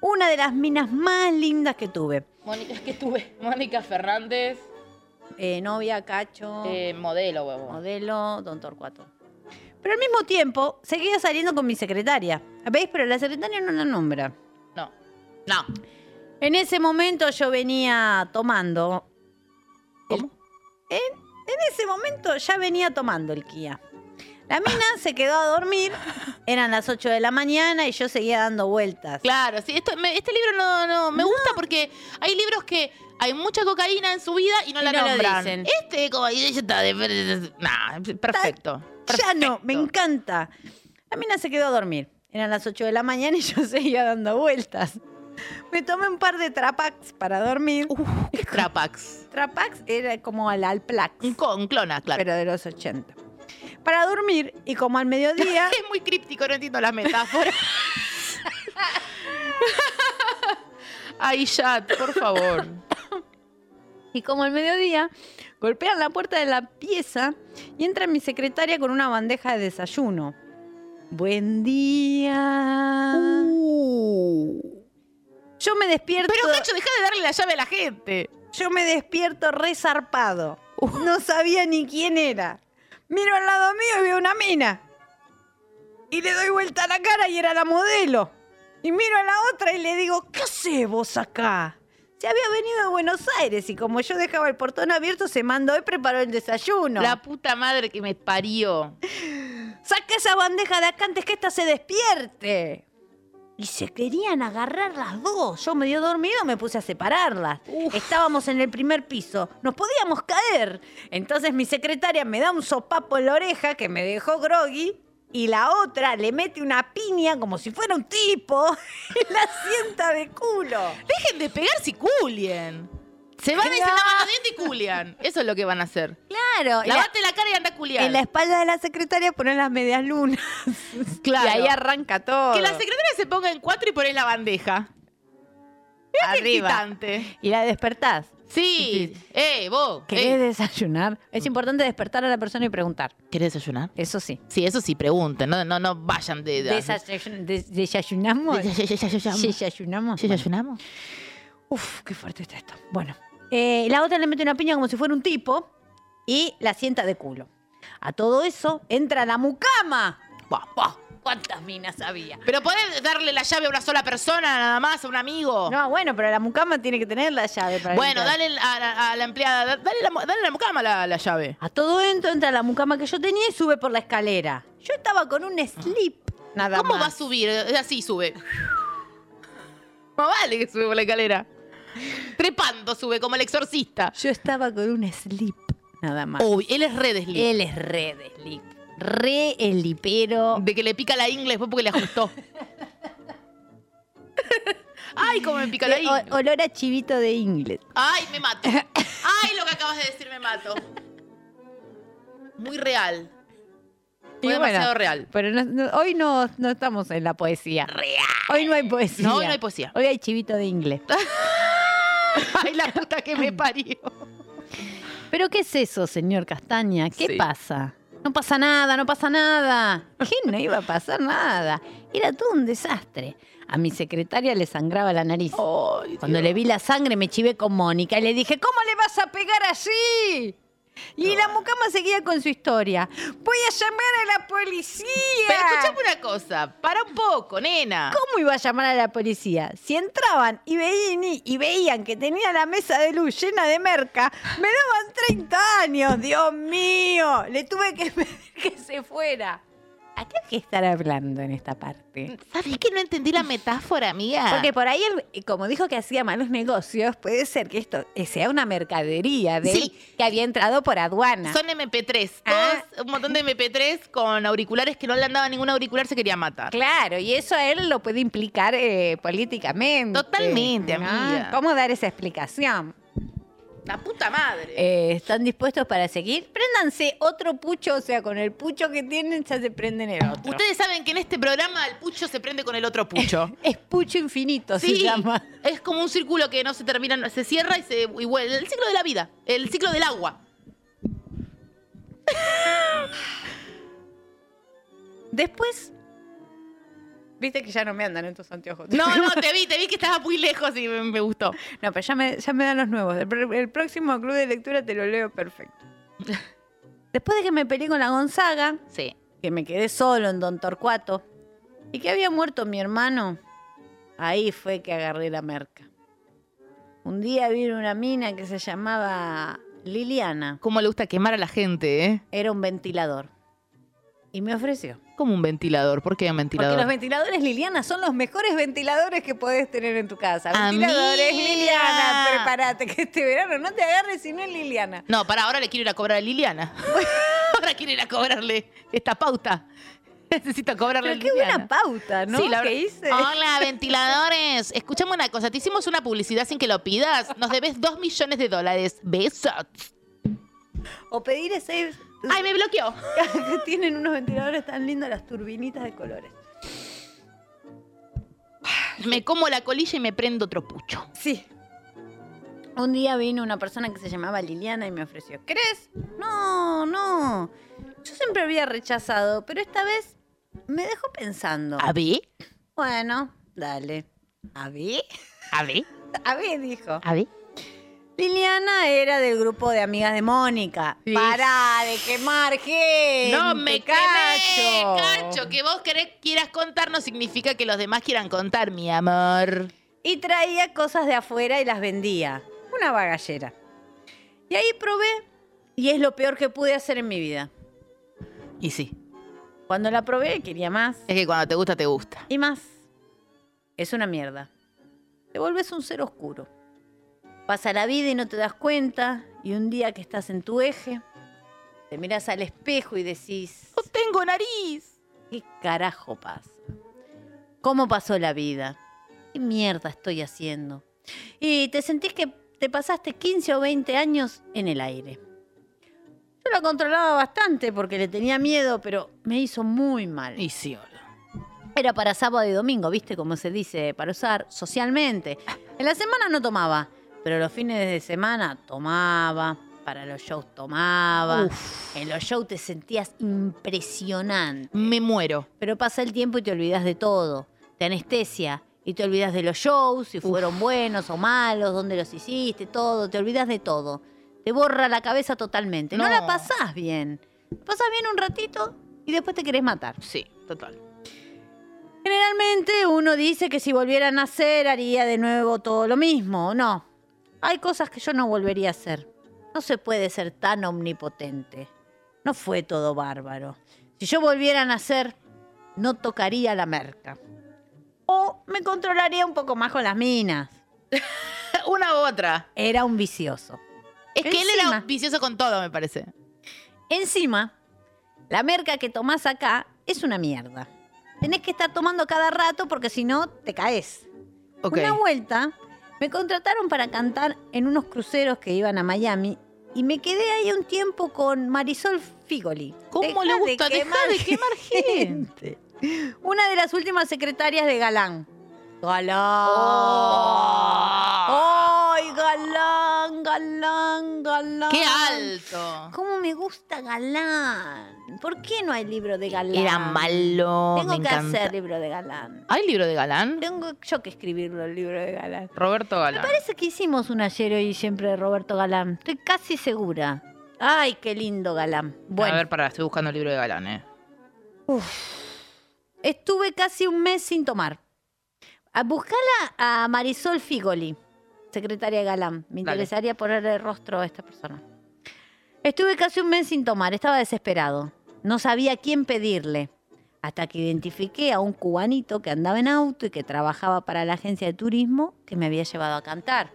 Una de las minas más lindas que tuve. Mónica, ¿qué tuve? (laughs) Mónica Fernández, eh, Eh, novia, cacho, modelo, huevo. modelo, Don Torcuato. Pero al mismo tiempo seguía saliendo con mi secretaria. ¿Veis? Pero la secretaria no la nombra. No. No. En ese momento yo venía tomando. ¿Cómo? El- en, en ese momento ya venía tomando el Kia. La mina se quedó a (laughs) dormir, eran las 8 de la mañana y yo seguía dando vueltas. Claro, sí, esto, me- este libro no, no me gusta porque hay libros que hay mucha cocaína en su vida y no Y la no lo nombran. dicen. Este como y ella está de- nah, perfecto. Ya no, me encanta. La mina se quedó a dormir. Eran las 8 de la mañana y yo (laughs) seguía dando vueltas. Me tomé un par de trapax para dormir. Uf, Trapax. Trapax era como al alplax, Un, co- un clona, claro. pero de los 80. Para dormir y como al (laughs) mediodía... es muy críptico, no entiendo las metáforas. (laughs) Ay, chat, por (laughs) favor. Y como al mediodía, golpean la puerta de la pieza y entra mi secretaria con una bandeja de desayuno. Buen día. Yo me despierto. Pero, Cacho, deja de darle la llave a la gente. Yo me despierto resarpado. No sabía ni quién era. Miro al lado mío y veo una mina. Y le doy vuelta a la cara y era la modelo. Y miro a la otra y le digo, ¿qué haces vos acá? Se había venido de Buenos Aires y como yo dejaba el portón abierto, se mandó y preparó el desayuno. La puta madre que me parió. Saca esa bandeja de acá antes que esta se despierte. Y se querían agarrar las dos. Yo medio dormido me puse a separarlas. Estábamos en el primer piso. Nos podíamos caer. Entonces mi secretaria me da un sopapo en la oreja que me dejó groggy. Y la otra le mete una piña como si fuera un tipo. (laughs) Y la sienta de culo. Dejen de pegar si culien. Se van y se Claro. lavan los dientes y culian. Eso es lo que van a hacer. Claro. y la- Lavate la cara y anda a culiar. en la espalda de la secretaria ponen las medias lunas. Claro. Y ahí arranca todo. que la secretaria se ponga en cuatro y ponés la bandeja. Qué Arriba. excitante. Y la despertás. Sí. Eh, vos. ¿Querés eh. desayunar? Es importante despertar a la persona y preguntar. ¿Querés desayunar? Eso sí. Sí, eso sí, pregunten. No, no, no vayan de... de- Desayun- des- ¿Desayunamos? ¿Desayunamos? ¿Desayunamos? ¿Desayunamos? Uf, qué fuerte está esto. Bueno. Eh, la otra le mete una piña como si fuera un tipo y la sienta de culo. A todo eso entra la mucama. Buah, buah. ¿Cuántas minas había? Pero podés darle la llave a una sola persona nada más, a un amigo. No, bueno, pero la mucama tiene que tener la llave para Oh. bueno, entrar. dale a, la- a la empleada, da- dale la, mo- dale la mucama la, la llave. A todo esto entra la mucama que yo tenía y sube por la escalera. Yo estaba con un slip. Nada ¿Cómo más. va a subir? Eh, Así sube. No vale que sube por la escalera. Trepando sube, como el exorcista. Yo estaba con un slip. Nada más. Uy, él es re deslizante. Él es re de slip. Re el lipero. De que le pica la ingle después porque le (laughs) ajustó. Ay, cómo me pica la De Eh, o- ingle. olor a chivito de inglés. Ay, (laughs) me mato. Ay, lo que acabas de decir me mato. Muy real. Fue demasiado real. (laughs) Pero no- no- hoy no, no estamos en la poesía. Real. Hoy no hay poesía. No, hoy no hay poesía. Hoy hay chivito de inglés. Ay, la puta que me parió. ¿Pero qué es eso, señor Castaña? ¿Qué Sí. pasa? No pasa nada, no pasa nada. ¿Qué no iba a pasar nada? Era todo un desastre. A mi secretaria le sangraba la nariz. Cuando le vi la sangre me chivé con Mónica y le dije, ¿cómo le vas a pegar así? Y la mucama seguía con su historia. Voy a llamar a la policía. Pero escuchame una cosa, para un poco, nena. ¿Cómo iba a llamar a la policía? Si entraban y veían, y veían que tenía la mesa de luz llena de merca, me daban 30 años, Dios mío. Le tuve que pedir que se fuera. ¿A qué hay que estar hablando en esta parte? ¿Sabes que no entendí la metáfora, amiga? Porque por ahí, él, como dijo que hacía malos negocios, puede ser que esto eh, sea una mercadería de él Sí. que había entrado por aduana. Son MP3, Ah. todos, un montón de MP3 con auriculares que no le andaba ningún auricular, se quería matar. Claro, y eso a él lo puede implicar eh, políticamente. Totalmente, amiga. ¿Cómo dar esa explicación? La puta madre. Eh, ¿Están dispuestos para seguir? Préndanse otro pucho, o sea, con el pucho que tienen ya se prenden el otro. Ustedes saben que en este programa el pucho se prende con el otro (laughs) pucho. Es pucho infinito, se llama. es como un círculo que no se termina, no- se cierra y se y vuelve. El ciclo de la vida, el ciclo del agua. Después. Viste que ya no me andan estos anteojos. (laughs) (laughs) No, no, te vi, te vi que estabas muy lejos y me, me gustó. No, pero ya me, ya me dan los nuevos. El, pr- el próximo club de lectura te lo leo perfecto. (laughs) Después de que me peleé con la Gonzaga, Sí. que me quedé solo en Don Torcuato y que había muerto mi hermano, ahí fue que agarré la merca. Un día vino una mina que se llamaba Liliana, Cómo le gusta quemar a la gente, ¿eh? era un ventilador, y me ofreció. Como un ventilador. ¿Por qué Porque los un ventilador? ventiladores Liliana son los mejores ventiladores que podés tener en tu casa. Amiga. Ventiladores Liliana, prepárate que este verano no te agarres sino en Liliana. No, para ahora le quiero ir a cobrar a Liliana. (laughs) ahora quiero ir a cobrarle esta pauta. (laughs) Necesito cobrarle Pero a qué Liliana. buena pauta, ¿no? Sí, la que verdad- Ah. hice. Hola, ventiladores. Escuchame una cosa. Te hicimos una publicidad sin que lo pidas. Nos debes dos millones de dólares. Besos. O pedir ese... Ay, me bloqueó. (laughs) que tienen unos ventiladores tan lindos, las turbinitas de colores. Me como la colilla y me prendo otro pucho. Sí. Un día vino una persona que se llamaba Liliana y me ofreció, ¿crees? No, no. Yo siempre había rechazado, pero esta vez me dejó pensando. A ver, Bueno, dale. ¿A ver? a ver, (laughs) A ver, dijo. a ver. Liliana era del grupo de amigas de Mónica. Sí. Pará de quemar gente. No me cacho. cacho. cacho. Que vos querés, quieras contar no significa que los demás quieran contar, mi amor. y traía cosas de afuera y las vendía. Una bagallera. Y ahí probé y es lo peor que pude hacer en mi vida. Y sí. Cuando la probé quería más Es que cuando te gusta, te gusta. y más. Es una mierda. Te volvés un ser oscuro. Pasa la vida y no te das cuenta y un día que estás en tu eje, te miras al espejo y decís, No tengo nariz. ¿Qué carajo pasa? ¿Cómo pasó la vida? ¿Qué mierda estoy haciendo? Y te sentís que te pasaste 15 o 20 años en el aire. Yo lo controlaba bastante porque le tenía miedo, pero me hizo muy mal. Y sí, hola. Era para sábado y domingo, ¿viste? Como se dice, para usar socialmente. En la semana no tomaba, pero los fines de semana tomaba, para los shows tomaba. En los shows te sentías impresionante. Me muero. Pero pasa el tiempo y te olvidas de todo. Te anestesia y te olvidas de los shows, si fueron buenos o malos, dónde los hiciste, todo. Te olvidas de todo. Te borra la cabeza totalmente. No, No. la pasás bien. La Pasás bien un ratito y después te querés matar. Sí, total. Generalmente uno dice que si volviera a nacer haría de nuevo todo lo mismo, ¿o no? Hay cosas que yo no volvería a hacer. No se puede ser tan omnipotente. No fue todo bárbaro. Si yo volviera a nacer, no tocaría la merca. O me controlaría un poco más con las minas. (laughs) Una u otra. Era un vicioso. Es que él era Encima. vicioso con todo, me parece. Encima, la merca que tomás acá es una mierda. Tenés que estar tomando cada rato porque si no, te caes. Ok. Una vuelta me contrataron para cantar en unos cruceros que iban a Miami y me quedé ahí un tiempo con Marisol Figoli. ¿Cómo le gusta? Deja de quemar gente. Una de las últimas secretarias de Galán. Galán. Oh. ¡Ay, Galán, Galán! Galán, Galán. Oh. ¡Qué alto! ¿Cómo me gusta Galán? ¿Por qué no hay libro de Galán? Era malo. Tengo me que encanta. hacer libro de Galán. ¿Hay libro de Galán? Tengo yo que escribirlo, el libro de Galán. Roberto Galán. Parece que hicimos un ayer hoy y siempre de Roberto Galán. Estoy casi segura. Ay, qué lindo Galán. A Bueno, ver, pará, estoy buscando el libro de Galán, ¿eh? estuve casi un mes sin tomar. A- Buscala a Marisol Figoli, secretaria de Galán. Me Dale. interesaría ponerle el rostro a esta persona. Estuve casi un mes sin tomar, estaba desesperado. No sabía a quién pedirle. Hasta que identifiqué a un cubanito que andaba en auto y que trabajaba para la agencia de turismo que me había llevado a cantar.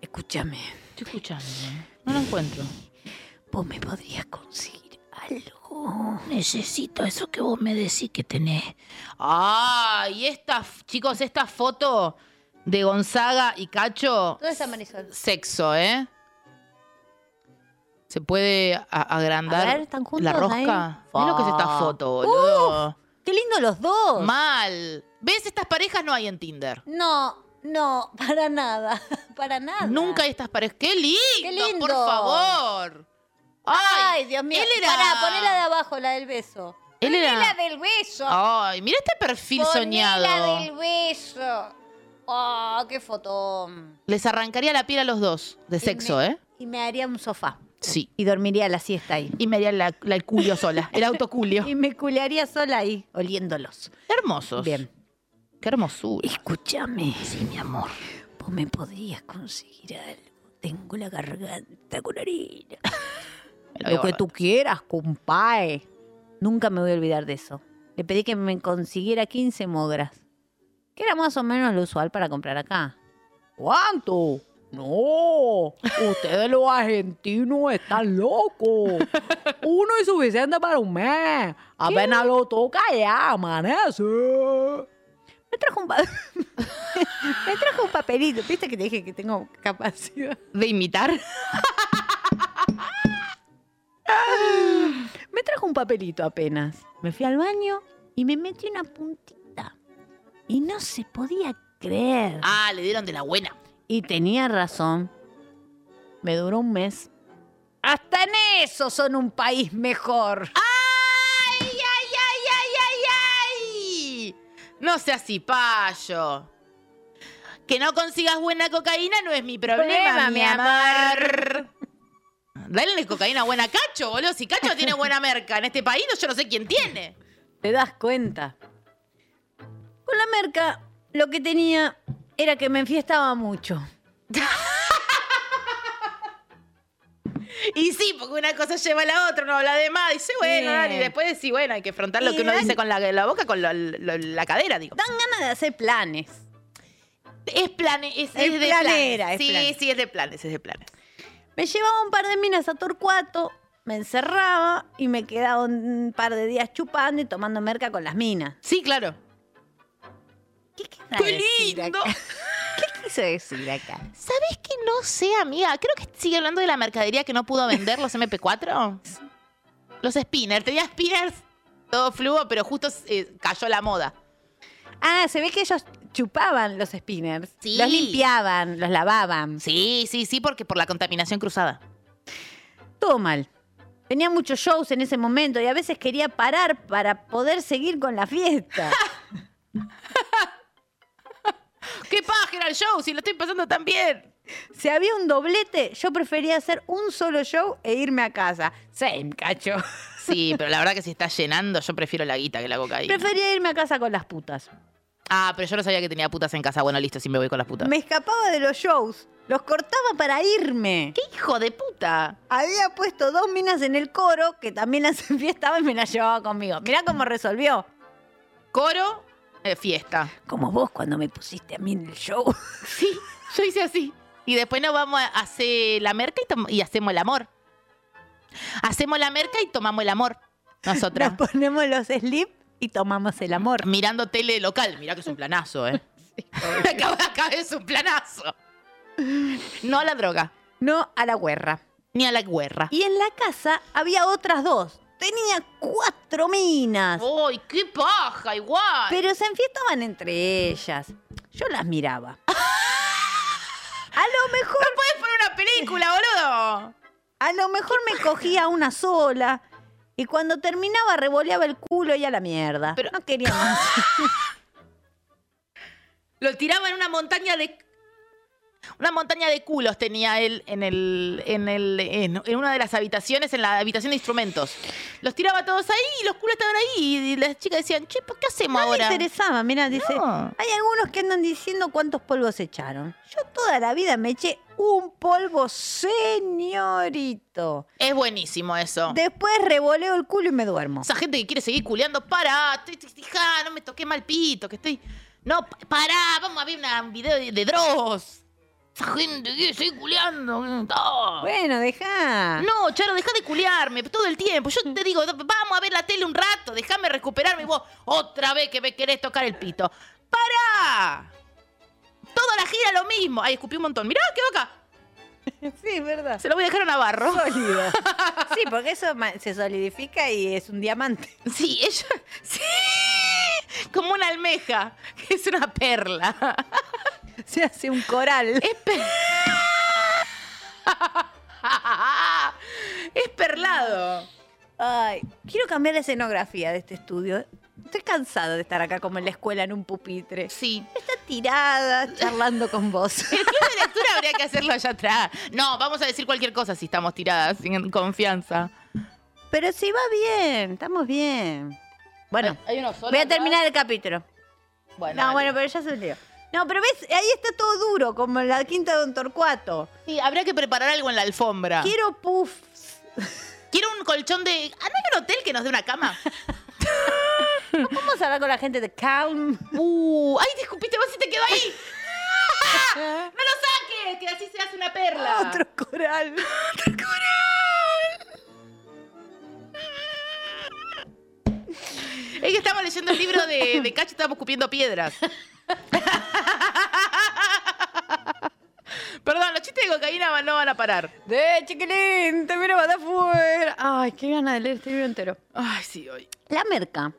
Escúchame. Estoy escuchando. No lo encuentro. ¿Vos me podrías conseguir algo? Necesito eso que vos me decís que tenés. Ah, y esta, f- chicos, esta foto de Gonzaga y Cacho, ¿Dónde está Marisol? sexo, ¿eh? ¿Se puede a- agrandar A ver, ¿están juntos la rosca? ahí? Mirá lo que es esta Fa. foto, boludo. ¡Qué lindo los dos! Mal. ¿Ves? Estas parejas no hay en Tinder. no, no, para nada. (laughs) Para nada. Nunca hay estas parejas. ¡Qué lindo! ¡Qué lindo! ¡Por favor! Ay, Dios mío. Él era... Pará, poné la de abajo, la del beso. Él Poné era- la del beso. Ay, mira este perfil Poné soñado. la del beso. ¡Oh, qué fotón! Les arrancaría la piel a los dos de sexo, ¿eh? Y me haría un sofá. Sí. Y dormiría la siesta ahí. Y me haría la, la- el culio sola, el autoculio. (laughs) Y me culearía sola ahí, oliéndolos. Hermosos. Bien. Qué hermosura. Escúchame. Sí, mi amor. Vos me podrías conseguir algo. Tengo la garganta con harina. Me la voy Lo a que guardar. tú quieras, compadre. Nunca me voy a olvidar de eso. Le pedí que me consiguiera 15 mogras. Que era más o menos lo usual para comprar acá. ¿Cuánto? No, ustedes los argentinos están locos. Uno es suficiente para un mes. Apenas lo toca ya, amanece. Me trajo un, pa- (laughs) me trajo un papelito. ¿Viste que te dije que tengo capacidad? ¿De imitar? Me trajo un papelito apenas. Me fui al baño y me metí una puntita. Y no se podía creer. Ah, le dieron de la buena. Y tenía razón. Me duró un mes. Hasta en eso son un país mejor. ¡Ay, ay, ay, ay, ay, ay! No seas cipayo. Que no consigas buena cocaína no es mi problema, Problema, mi mi amor. Dale cocaína buena a Cacho, boludo. Si Cacho no tiene buena merca en este país, no, yo no sé quién tiene. ¿Te das cuenta? Con la merca, lo que tenía era que me enfiestaba mucho. Y sí, porque una cosa lleva a la otra, uno habla de más, dice, bueno, Sí. dale, y después decís, bueno, hay que afrontar lo Y que uno dan- dice con la, la boca, con la, la- la cadera, digo. Dan ganas de hacer planes. Es, plane, es, Es es de planera, planes. es sí, planes. sí, es de planes, es de planes. Me llevaba un par de minas a Torcuato, me encerraba y me quedaba un par de días chupando y tomando merca con las minas. Sí, claro. ¿Qué querrá ¡Qué decir lindo! acá? (laughs) ¿Qué quiso decir acá? ¿Sabes que no sé, amiga? Creo que sigue hablando de la mercadería que no pudo vender los MP4. Los spinners. Tenía spinners todo flujo, pero justo eh, cayó la moda. Ah, se ve que ellos chupaban los spinners. Sí. Los limpiaban, los lavaban. Sí, sí, sí, porque por la contaminación cruzada. Todo mal. Tenía muchos shows en ese momento y a veces quería parar para poder seguir con la (laughs) fiesta. ¡Qué página el show! Si lo estoy pasando tan bien. Si había un doblete, yo prefería hacer un solo show e irme a casa. Same, cacho. Sí, pero la verdad que si está llenando, yo prefiero la guita que la cocaína. Prefería irme a casa con las putas. Ah, pero yo no sabía que tenía putas en casa. Bueno, listo, sí me voy con las putas. Me escapaba de los shows. Los cortaba para irme. ¡Qué hijo de puta! Había puesto dos minas en el coro que también las (laughs) enfiestaba y me las llevaba conmigo. Mirá cómo resolvió. Coro, eh, fiesta. Como vos cuando me pusiste a mí en el show. Sí, yo hice así. Y después nos vamos a hacer la merca y, tom- y hacemos el amor. Hacemos la merca y tomamos el amor. Nosotras. Nos ponemos los slip y tomamos el amor. Mirando tele local. Mirá que es un planazo, ¿eh? (laughs) acá, acá es un planazo. No a la droga, No a la guerra. ni a la guerra. Y en la casa había otras dos. Tenía cuatro minas. ¡Uy, qué paja! Igual. Pero se enfiestaban entre ellas. Yo las miraba. A lo mejor, ¡No puedes poner una película, boludo! a lo mejor me cogía una sola. Y cuando terminaba revoleaba el culo y a la mierda. Pero Pero- no quería más. Lo tiraba en una montaña de. Una montaña de culos tenía él en el. en el. en, en una de las habitaciones, en la habitación de instrumentos. Los tiraba todos ahí y los culos estaban ahí. Y las chicas decían, che, ¿por qué hacemos No me ahora? interesaba, mira, dice, No. hay algunos que andan diciendo cuántos polvos echaron. Yo toda la vida me eché un polvo, señorito. Es buenísimo eso. Después revoleo el culo y me duermo. Esa gente que quiere seguir culeando, para, estoy, estoy- ja, no me toqué mal pito, que estoy. No, pa- pará, vamos a ver una- un video de, de Dross. Esa gente que quiere seguir culeando. mm, ah. Bueno, deja. No, Charo, deja de culiarme todo el tiempo. Yo te digo, vamos a ver la tele un rato, déjame recuperarme. Y vos, otra vez que me querés tocar el pito. ¡Pará! Toda la gira lo mismo. Ay, escupí un montón. Mirá, quedó acá. (laughs) Sí, es verdad. Se lo voy a dejar a Navarro. Sólido. Sí, porque eso ma- se solidifica y es un diamante. (laughs) Sí, ella. ¡Sí! Como una almeja, que es una perla. Se hace un coral. Es, per- es perlado. Ay, quiero cambiar la escenografía de este estudio. Estoy cansada de estar acá como en la escuela en un pupitre. Sí. Está tirada, charlando con vos. El club de lectura habría que hacerlo allá atrás. No, vamos a decir cualquier cosa si estamos tiradas sin confianza. Pero sí va bien, estamos bien. Bueno, Hay uno solo voy a atrás. terminar el capítulo. Bueno, no, dale. bueno, pero ya se leo. No, pero ves, ahí está todo duro, como en la quinta de Don Torcuato. Sí, habría que preparar algo en la alfombra. Quiero, Quiero puffs. un colchón de. Ah, ¿no hay un hotel que nos dé una (laughs) cama? Vamos a hablar con la gente de Calm. Uh, ay, te escupiste vos y te quedó (laughs) ahí. ¡No lo saques! Que así se hace una perla. Otro coral. Es que estamos leyendo el libro de, de Cacho y estábamos escupiendo (laughs) piedras. Perdón, los chistes de cocaína van- no van a parar. De chiquilín, te miro para afuera. Ay, qué gana de leer este libro entero. Ay, sí, hoy. La merca.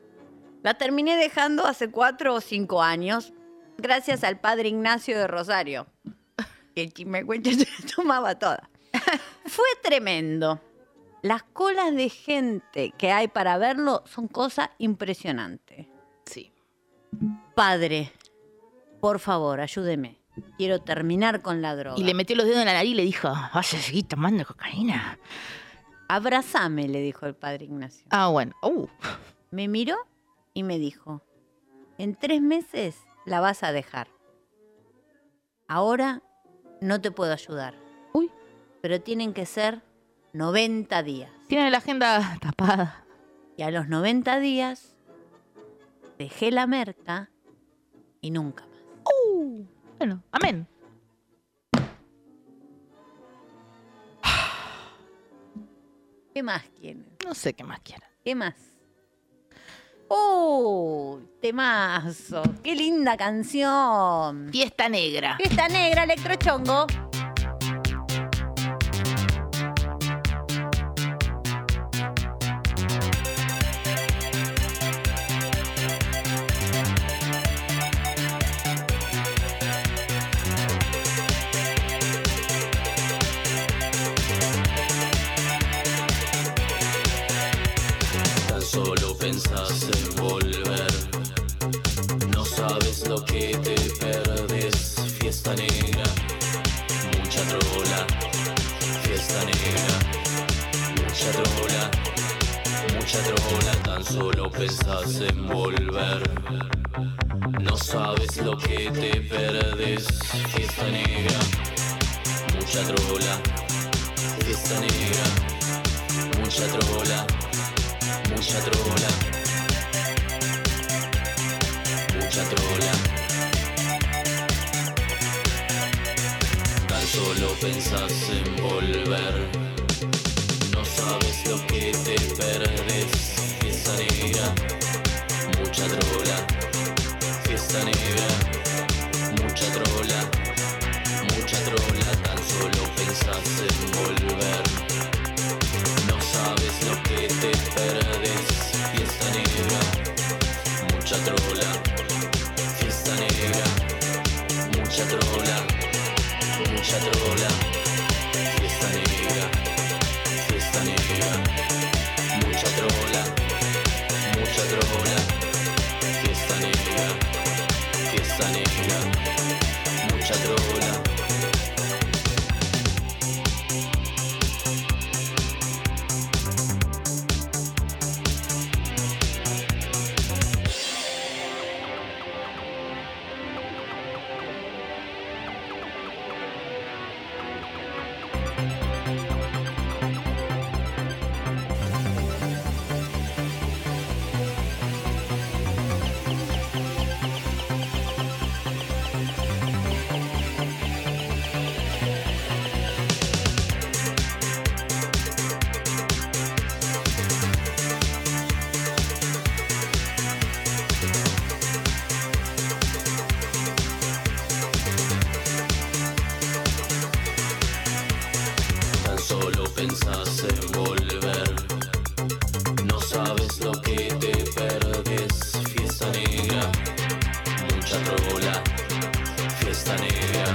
La terminé dejando hace cuatro o cinco años, gracias al padre Ignacio de Rosario. que El chimecuenche se (laughs) tomaba toda. Fue tremendo. Las colas de gente que hay para verlo son cosa impresionante. Sí. Padre, por favor, ayúdeme. Quiero terminar con la droga. Y le metió los dedos en la nariz y le dijo, ¿vas a seguir tomando cocaína? Abrazame, le dijo el padre Ignacio. Ah, bueno. Uh. Me miró y me dijo, en tres meses la vas a dejar. Ahora no te puedo ayudar. Uy. Pero tienen que ser 90 días. Tiene la agenda tapada. Y a los 90 días dejé la merca y nunca más. Uh. Bueno, amén. ¿Qué más quieren? No sé qué más quiera. ¿Qué más? ¡Oh! Temazo. ¡Qué linda canción! Fiesta negra. Fiesta negra, electrochongo. Tan solo pensás en volver. No sabes lo que te perdes. Fiesta negra, mucha trola. Fiesta negra, mucha trola. Mucha trola, tan solo pensás en volver. No sabes lo que te perdes. Fiesta negra, mucha trola. Fiesta negra, mucha trola mucha trola, mucha trola. Tan solo pensás en volver, no sabes lo que te perdes. Fiesta negra, mucha trola, fiesta negra, mucha trola, mucha trola. Tan solo pensás en volver. No sabes lo que te perdes, fiesta negra, mucha trola, fiesta negra, mucha trola, mucha mucha trola, fiesta negra, fiesta negra, mucha trola, mucha trola, fiesta negra, fiesta negra, mucha trola. Tan solo pensás en volver. No sabes lo que te perdes. Fiesta negra, mucha trola. Fiesta negra,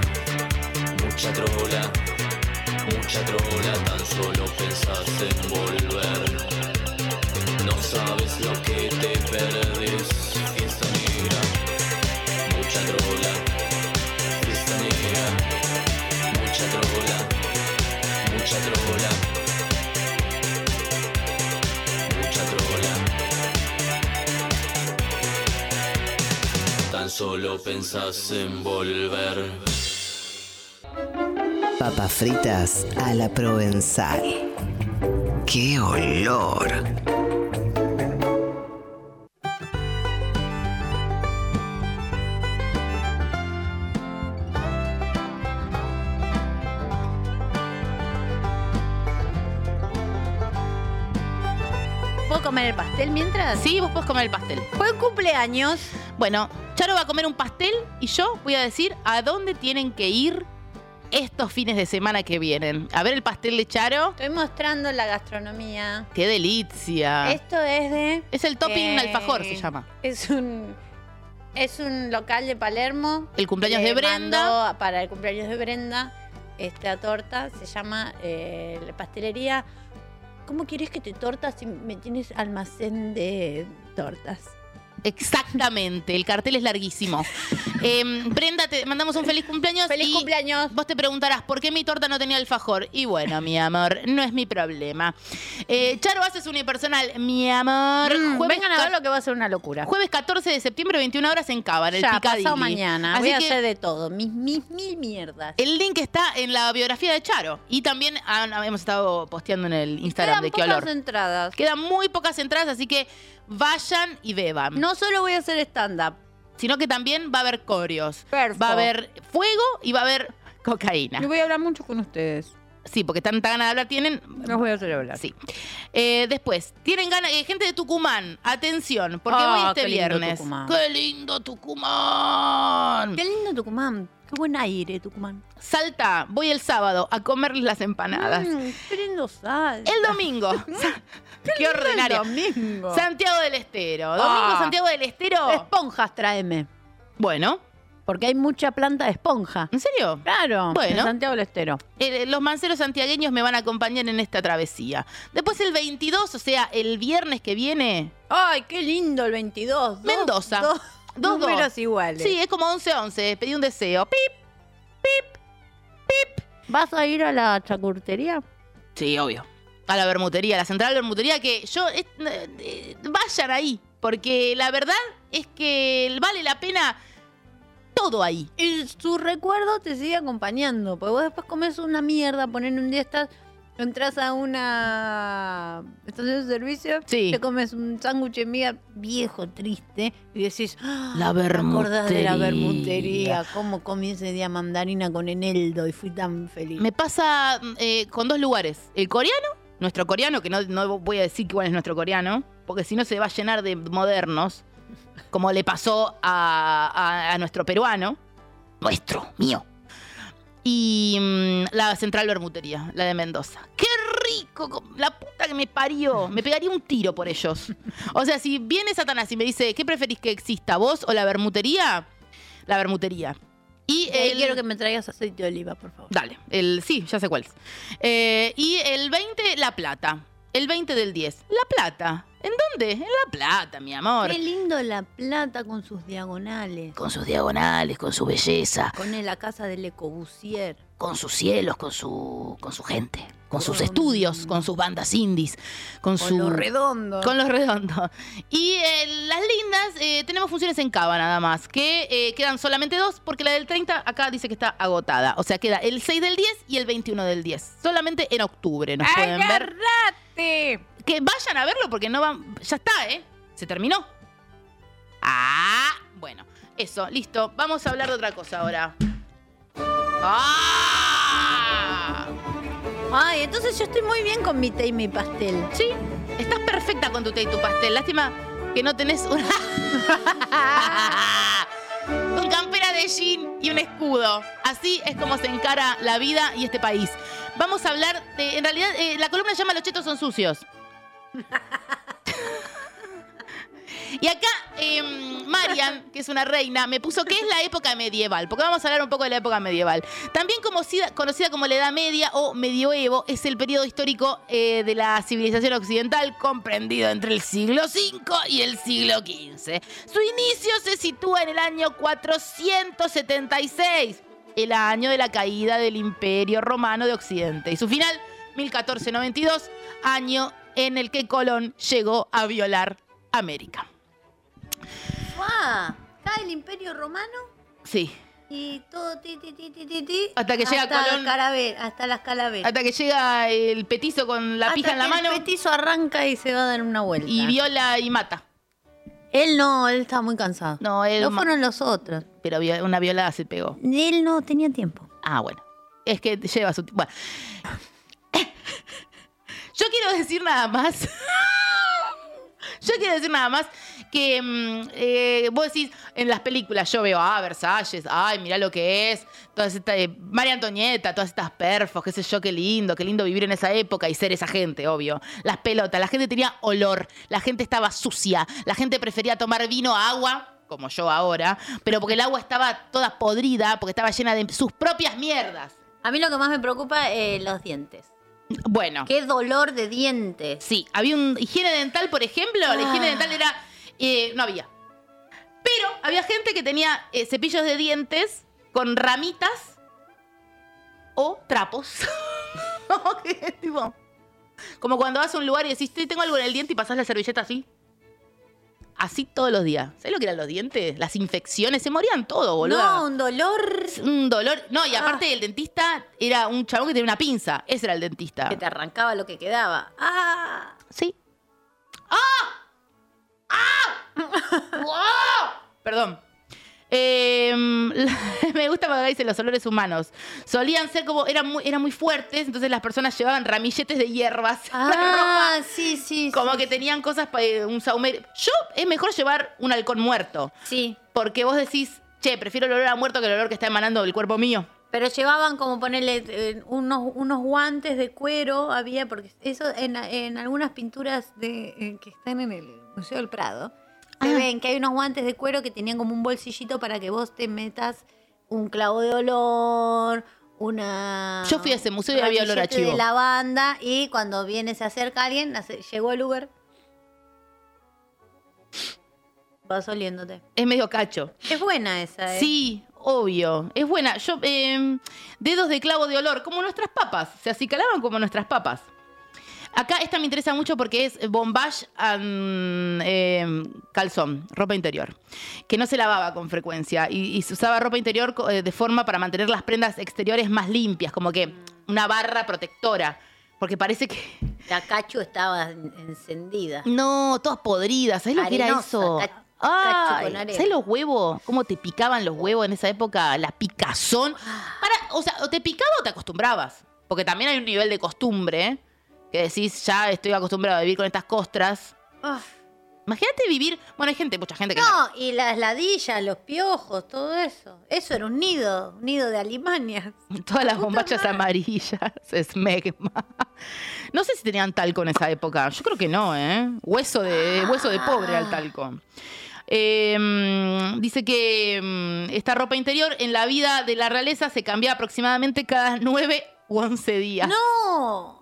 mucha trola. Mucha trola, tan solo pensás en volver. No sabes lo que te perdes. Fiesta negra, mucha trola. Fiesta negra, mucha trola. Mucha trola, mucha trola. Tan solo pensás en volver. Papas fritas a la provenzal. ¡Qué olor! ¿Puedo comer el pastel mientras? Sí, vos podés comer el pastel. Fue un cumpleaños. Bueno, Charo va a comer un pastel y yo voy a decir a dónde tienen que ir estos fines de semana que vienen. A ver el pastel de Charo. Estoy mostrando la gastronomía. ¡Qué delicia! Es, Esto es de. el topping eh, alfajor, se llama. Es un. Es un local de Palermo. El cumpleaños que de Brenda. mandó para el cumpleaños de Brenda esta torta. Se llama eh, la pastelería. ¿Cómo quieres que te tortas si me tienes almacén de tortas? Exactamente, el cartel es (laughs) larguísimo. Em, Brenda, te mandamos un feliz cumpleaños. ¡Feliz y cumpleaños! Vos te preguntarás, ¿por qué mi torta no tenía alfajor? Y bueno, mi amor, no es mi problema. Eh, Charo, haces unipersonal, mi amor. Mm, Jueves vengan a ver ca- lo que va a ser una locura. Jueves 14 de septiembre, 21 horas en Cava, en el ya, Picadilly. pasado mañana. Así Voy a que hacer de todo. Mis, mis mil mierdas. el link está en la biografía de Charo. Y también han- habíamos estado posteando en el Instagram Quedan de qué pocas olor. entradas. Quedan muy pocas entradas, así que vayan y beban. No solo voy a hacer stand-up. Sino que también va a haber corios. Perfo. Va a haber fuego y va a haber cocaína. Yo voy a hablar mucho con ustedes. Sí, porque tanta ganas de hablar tienen. Los voy a hacer hablar. Sí. Eh, después, tienen ganas. eh, gente de Tucumán, atención, porque Ah, voy este qué lindo viernes. Tucumán. ¡Qué lindo Tucumán! Qué lindo Tucumán. Qué buen aire, Tucumán. Salta, voy el sábado a comerles las empanadas. Mm, qué lindo sal. El (laughs) domingo. Qué ordinario. domingo. Santiago del Estero. Domingo, Ah. Santiago (laughs) del Estero. Esponjas tráeme. Bueno, Porque hay mucha planta de esponja. ¿en serio? Claro. Bueno. en Santiago del Estero. Eh, los manceros santiagueños me van a acompañar en esta travesía. Después el 22, o sea, el viernes que viene, Ay, qué lindo el 22. Dos- Mendoza. Dos, Dos, dos. números iguales. Sí, es como 11-11. Pedí un deseo. Pip. ¿Vas a ir a la chacurtería? Sí, obvio. A la bermutería, a la central bermutería, que yo. eh, eh, vayan ahí. Porque la verdad es que vale la pena todo ahí. Y su recuerdo te sigue acompañando. Porque vos después comes una mierda, ponen un día estás. Entras a una estación de servicio, Sí. te comes un sándwich de miga viejo, triste, y decís, "Ah, La ¿te acordás de la bermutería?" bermutería, cómo comí ese día mandarina con eneldo y fui tan feliz. Me pasa mm, eh, con dos lugares. El coreano, nuestro coreano, que no, no voy a decir cuál es nuestro coreano, porque si no se va a llenar de modernos, como le pasó a, a- a nuestro peruano. Nuestro, mío. Y mm, la central bermutería, la de Mendoza. ¡Qué rico! com- La puta que me parió. Me pegaría un tiro por ellos. O sea, si viene Satanás y me dice, ¿qué preferís que exista, vos o la bermutería? La bermutería. Y Y ahí el- quiero que me traigas aceite de oliva, por favor. Dale, el, sí, ya sé cuál es. Eh, y el 20, La Plata. El 20 del 10, La Plata. ¿En dónde? En La Plata, mi amor. Qué lindo La Plata con sus diagonales. Con sus diagonales, con su belleza, Con la casa del Ecobusier. con sus cielos, con su, con su gente, con sus estudios, con sus bandas indies, con, Con su... lo redondo. Con los redondos. Y eh, las lindas, eh, tenemos funciones en Cava nada más, que eh, quedan solamente dos, porque la del 30 acá dice que está agotada. O sea, queda el 6 del 10 y el 21 del 10. Solamente en octubre nos pueden ver. ¡Agarrate! Que vayan a verlo porque no van. Ya está, ¿eh? Se terminó. Ah, bueno. Eso, listo. Vamos a hablar de otra cosa ahora. ¡Ah! Ay, entonces yo estoy muy bien con mi té y mi pastel. Sí, estás perfecta con tu té y tu pastel. Lástima que no tenés una. (laughs) Con campera de jean y un escudo. Así es como se encara la vida y este país. Vamos a hablar de. En realidad, eh, la columna se llama Los chetos son sucios. Y acá, em, Marian, que es una reina, me puso que es la época medieval, porque vamos a hablar un poco de la época medieval. También como sida- conocida como la Edad Media o Medioevo, es el periodo histórico eh, de la civilización occidental, comprendido entre el siglo V y el siglo XV. Su inicio se sitúa en el año 476, el año de la caída del Imperio Romano de Occidente, y su final, 1492, año en el que Colón llegó a violar América. ¡Fua! Cae el Imperio Romano Sí. y todo ti, ti, ti, ti, ti, ti. Hasta que llega hasta Colón. calaver- hasta las calaveras. Hasta que llega el petizo con la Eh. Hasta pija en la que mano El petizo arranca y se va a dar una vuelta. y viola y mata. Él no, él estaba muy cansado. No, él No ma- fueron los otros. Pero vio- una violada se pegó. Él no tenía tiempo. Ah, bueno. Es que lleva su... ti- Bueno. (coughs) Yo quiero decir nada más. Yo quiero decir nada más que mm, eh, vos decís, en las películas yo veo, ah, Versalles, ay, mirá lo que es, todas estas, eh, María Antonieta, todas estas perfos, qué sé yo, qué lindo, qué lindo vivir en esa época y ser esa gente, obvio. Las pelotas, la gente tenía olor, la gente estaba sucia, la gente prefería tomar vino, a agua, como yo ahora, pero porque el agua estaba toda podrida, porque estaba llena de sus propias mierdas. A mí lo que más me preocupa eh, los dientes. Bueno. Qué dolor de dientes. Sí, había un higiene dental, por ejemplo. La higiene dental era. eh, no había. Pero había gente que tenía eh, cepillos de dientes con ramitas o trapos. (laughs) Que tipo, como cuando vas a un lugar y decís, "Sí, tengo algo en el diente y pasás la servilleta así. Así todos los días. ¿Sabés lo que eran los dientes? Las infecciones, se morían todo, boludo no, un dolor un dolor. No, y aparte el dentista era un chabón que tenía una pinza. Ese era el dentista. que te arrancaba lo que quedaba. (laughs) Ah, Sí. ¡Ah! ¡Ah! ¡Wow! (laughs) Perdón. Em, (laughs) me gusta cuando dice los olores humanos. Solían ser como, eran muy, eran muy fuertes, entonces las personas llevaban ramilletes de hierbas. (laughs) en la ropa. ah sí, sí, sí. Como que tenían cosas para un saumerio. Yo es mejor llevar un halcón muerto. Sí, Porque vos decís, che, prefiero el olor a muerto que el olor que está emanando del cuerpo mío. pero llevaban como ponerle eh, unos, unos guantes de cuero, había, porque eso en, en algunas pinturas de, eh, que están en el Museo del Prado, se Ah. ven que hay unos guantes de cuero que tenían como un bolsillito para que vos te metas un clavo de olor, una... Yo fui a ese museo y había olor a ramillete de chivo. lavanda y cuando viene, se acerca alguien, hace- llegó el Uber. Vas oliéndote. Es medio cacho. Es buena esa, ¿eh? Sí, obvio. Es buena. Yo, eh, dedos de clavo de olor, como nuestras papas. Se acicalaban como nuestras papas. Acá esta me interesa mucho porque es bombage and eh, calzón, ropa interior, que no se lavaba con frecuencia y, y se usaba ropa interior co- eh, de forma para mantener las prendas exteriores más limpias, como que una barra protectora, porque parece que... La cacho estaba en- encendida. No, todas podridas, ¿sabes lo que era Arenosa, eso? ca- cacho Ay, con arena. ¿Sabes los huevos? ¿Cómo te picaban los huevos en esa época? La picazón. Para, o sea, o te picaba o te acostumbrabas. Porque también hay un nivel de costumbre ¿eh? que decís, ya estoy acostumbrado a vivir con estas costras. Ah. Imagínate vivir. Bueno, hay gente, mucha gente que. No, y las ladillas, los piojos, todo eso. Eso era un nido, un nido de alimañas. (laughs) Todas las bombachas amarillas, esmegma. No sé si tenían talco en esa época. Yo creo que no, ¿eh? Hueso de, hueso de pobre al talco. Eh, mm, dice que mm, esta ropa interior en la vida de la realeza se cambia aproximadamente cada 9 u 11 días. No.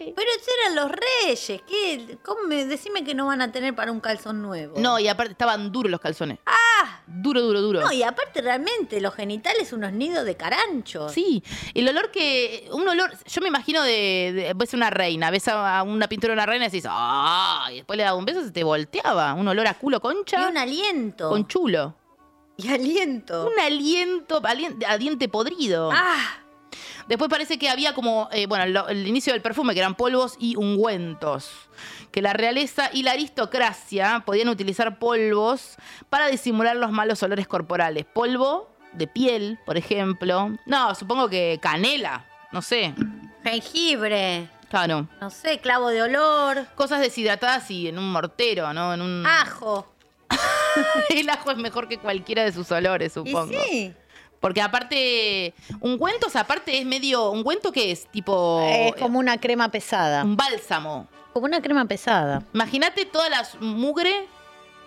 Pero esos eran los reyes. ¿Qué? ¿Cómo me- Decime que no van a tener para un calzón nuevo. No, y aparte estaban duros los calzones. Ah, Duro, duro, duro. no, y aparte realmente los genitales unos nidos de carancho. Sí, el olor que. Un olor. Yo me imagino de. de- ves una reina, ves a a una pintura de una reina y decís. ¡Ah! Y después le daba un beso y se te volteaba. Un olor a culo Y concha. un aliento. con chulo. y aliento. Un aliento alien- a diente podrido. Ah, Después parece que había como, eh, bueno, lo- el inicio del perfume, que eran polvos y ungüentos. Que la realeza y la aristocracia podían utilizar polvos para disimular los malos olores corporales. Polvo de piel, por ejemplo. No, supongo que canela, no sé. jengibre. Claro. No sé, clavo de olor. Cosas deshidratadas y en un mortero, ¿no? En un... Ajo. (laughs) El ajo es mejor que cualquiera de sus olores, supongo. Y sí. Porque aparte, ungüentos aparte es medio... ¿Ungüento qué es? Tipo... Es como una crema pesada. Un bálsamo. Como una crema pesada. Imagínate todas las mugre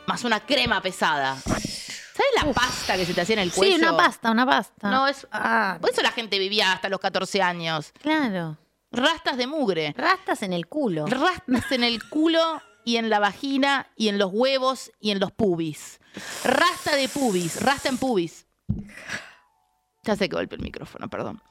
más una crema pesada. ¿Sabes la pasta que se te hacía en el cuello? Sí, una pasta, una pasta. No, es. Ah, Por eso la gente vivía hasta los 14 años. claro. Rastas de mugre. Rastas en el culo. Rastas en el culo y en la vagina y en los huevos y en los pubis. Rasta de pubis, rasta en pubis. Ya sé que golpeé el micrófono, perdón.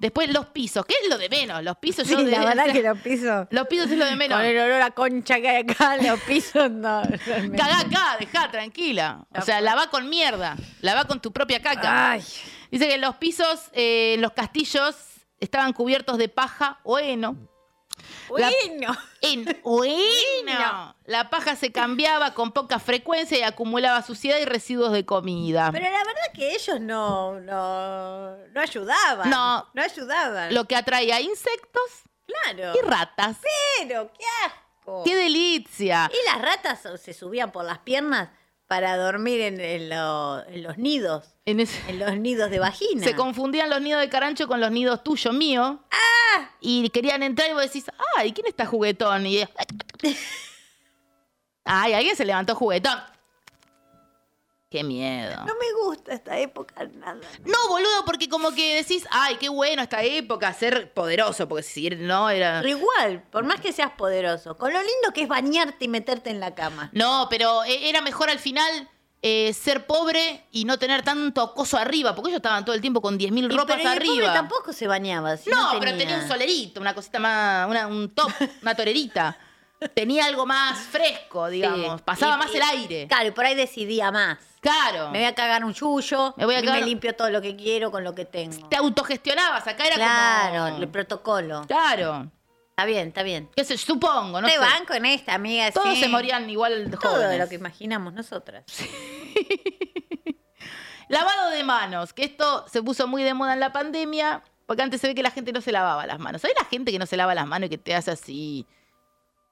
Después los pisos, ¿qué es lo de menos? Los pisos yo de- los pisos. los pisos es lo de menos. Con el olor a concha que hay acá, los pisos no. realmente. Cagá acá, dejá, tranquila. O sea, la va con mierda, la va con tu propia caca. Ay. Dice que los pisos, eh, en los castillos, estaban cubiertos de paja o heno. La- Bueno. (laughs) En o heno. La paja se cambiaba con poca frecuencia y acumulaba suciedad y residuos de comida. Pero la verdad que ellos no, no, no ayudaban. No. No ayudaban. Lo que atraía insectos claro. y ratas. Pero, qué asco. ¡Qué delicia! Y las ratas se subían por las piernas para dormir en, en lo- en los nidos. En ese- En los nidos de vagina. Se confundían los nidos de carancho con los nidos tuyos, mío. Y querían entrar y vos decís, ay, ¿quién está juguetón? (laughs) Y ay, alguien se levantó juguetón. Qué miedo. No me gusta esta época nada. No, boludo, porque como que decís, ay, qué bueno esta época, ser poderoso, porque si no era... Pero igual, por más que seas poderoso, con lo lindo que es bañarte y meterte en la cama. No, pero eh, era mejor al final eh, ser pobre y no tener tanto acoso arriba, porque ellos estaban todo el tiempo con 10.000 Y ropas pero el arriba. pobre tampoco se bañaba. si no, pero tenía un solerito, una cosita más, una- (laughs) un top, una torerita. Tenía algo más fresco, digamos. Sí. Pasaba Y- más y- el aire. Claro, y por ahí decidía más. Claro. Me voy a cagar un yuyo, Me voy a y cagar- me limpio todo lo que quiero con lo que tengo. Te autogestionabas. Acá era Claro, como... el protocolo. Claro. Está bien, está bien. Qué sé, supongo, no Te sé. banco en esta, amiga. Todos sí. se morían igual de Todo jóvenes. lo que imaginamos nosotras. Lavado de manos, que esto se puso muy de moda en la pandemia, porque antes se ve que la gente no se lavaba las manos. ¿Sabes la gente que no se lava las manos y que te hace así?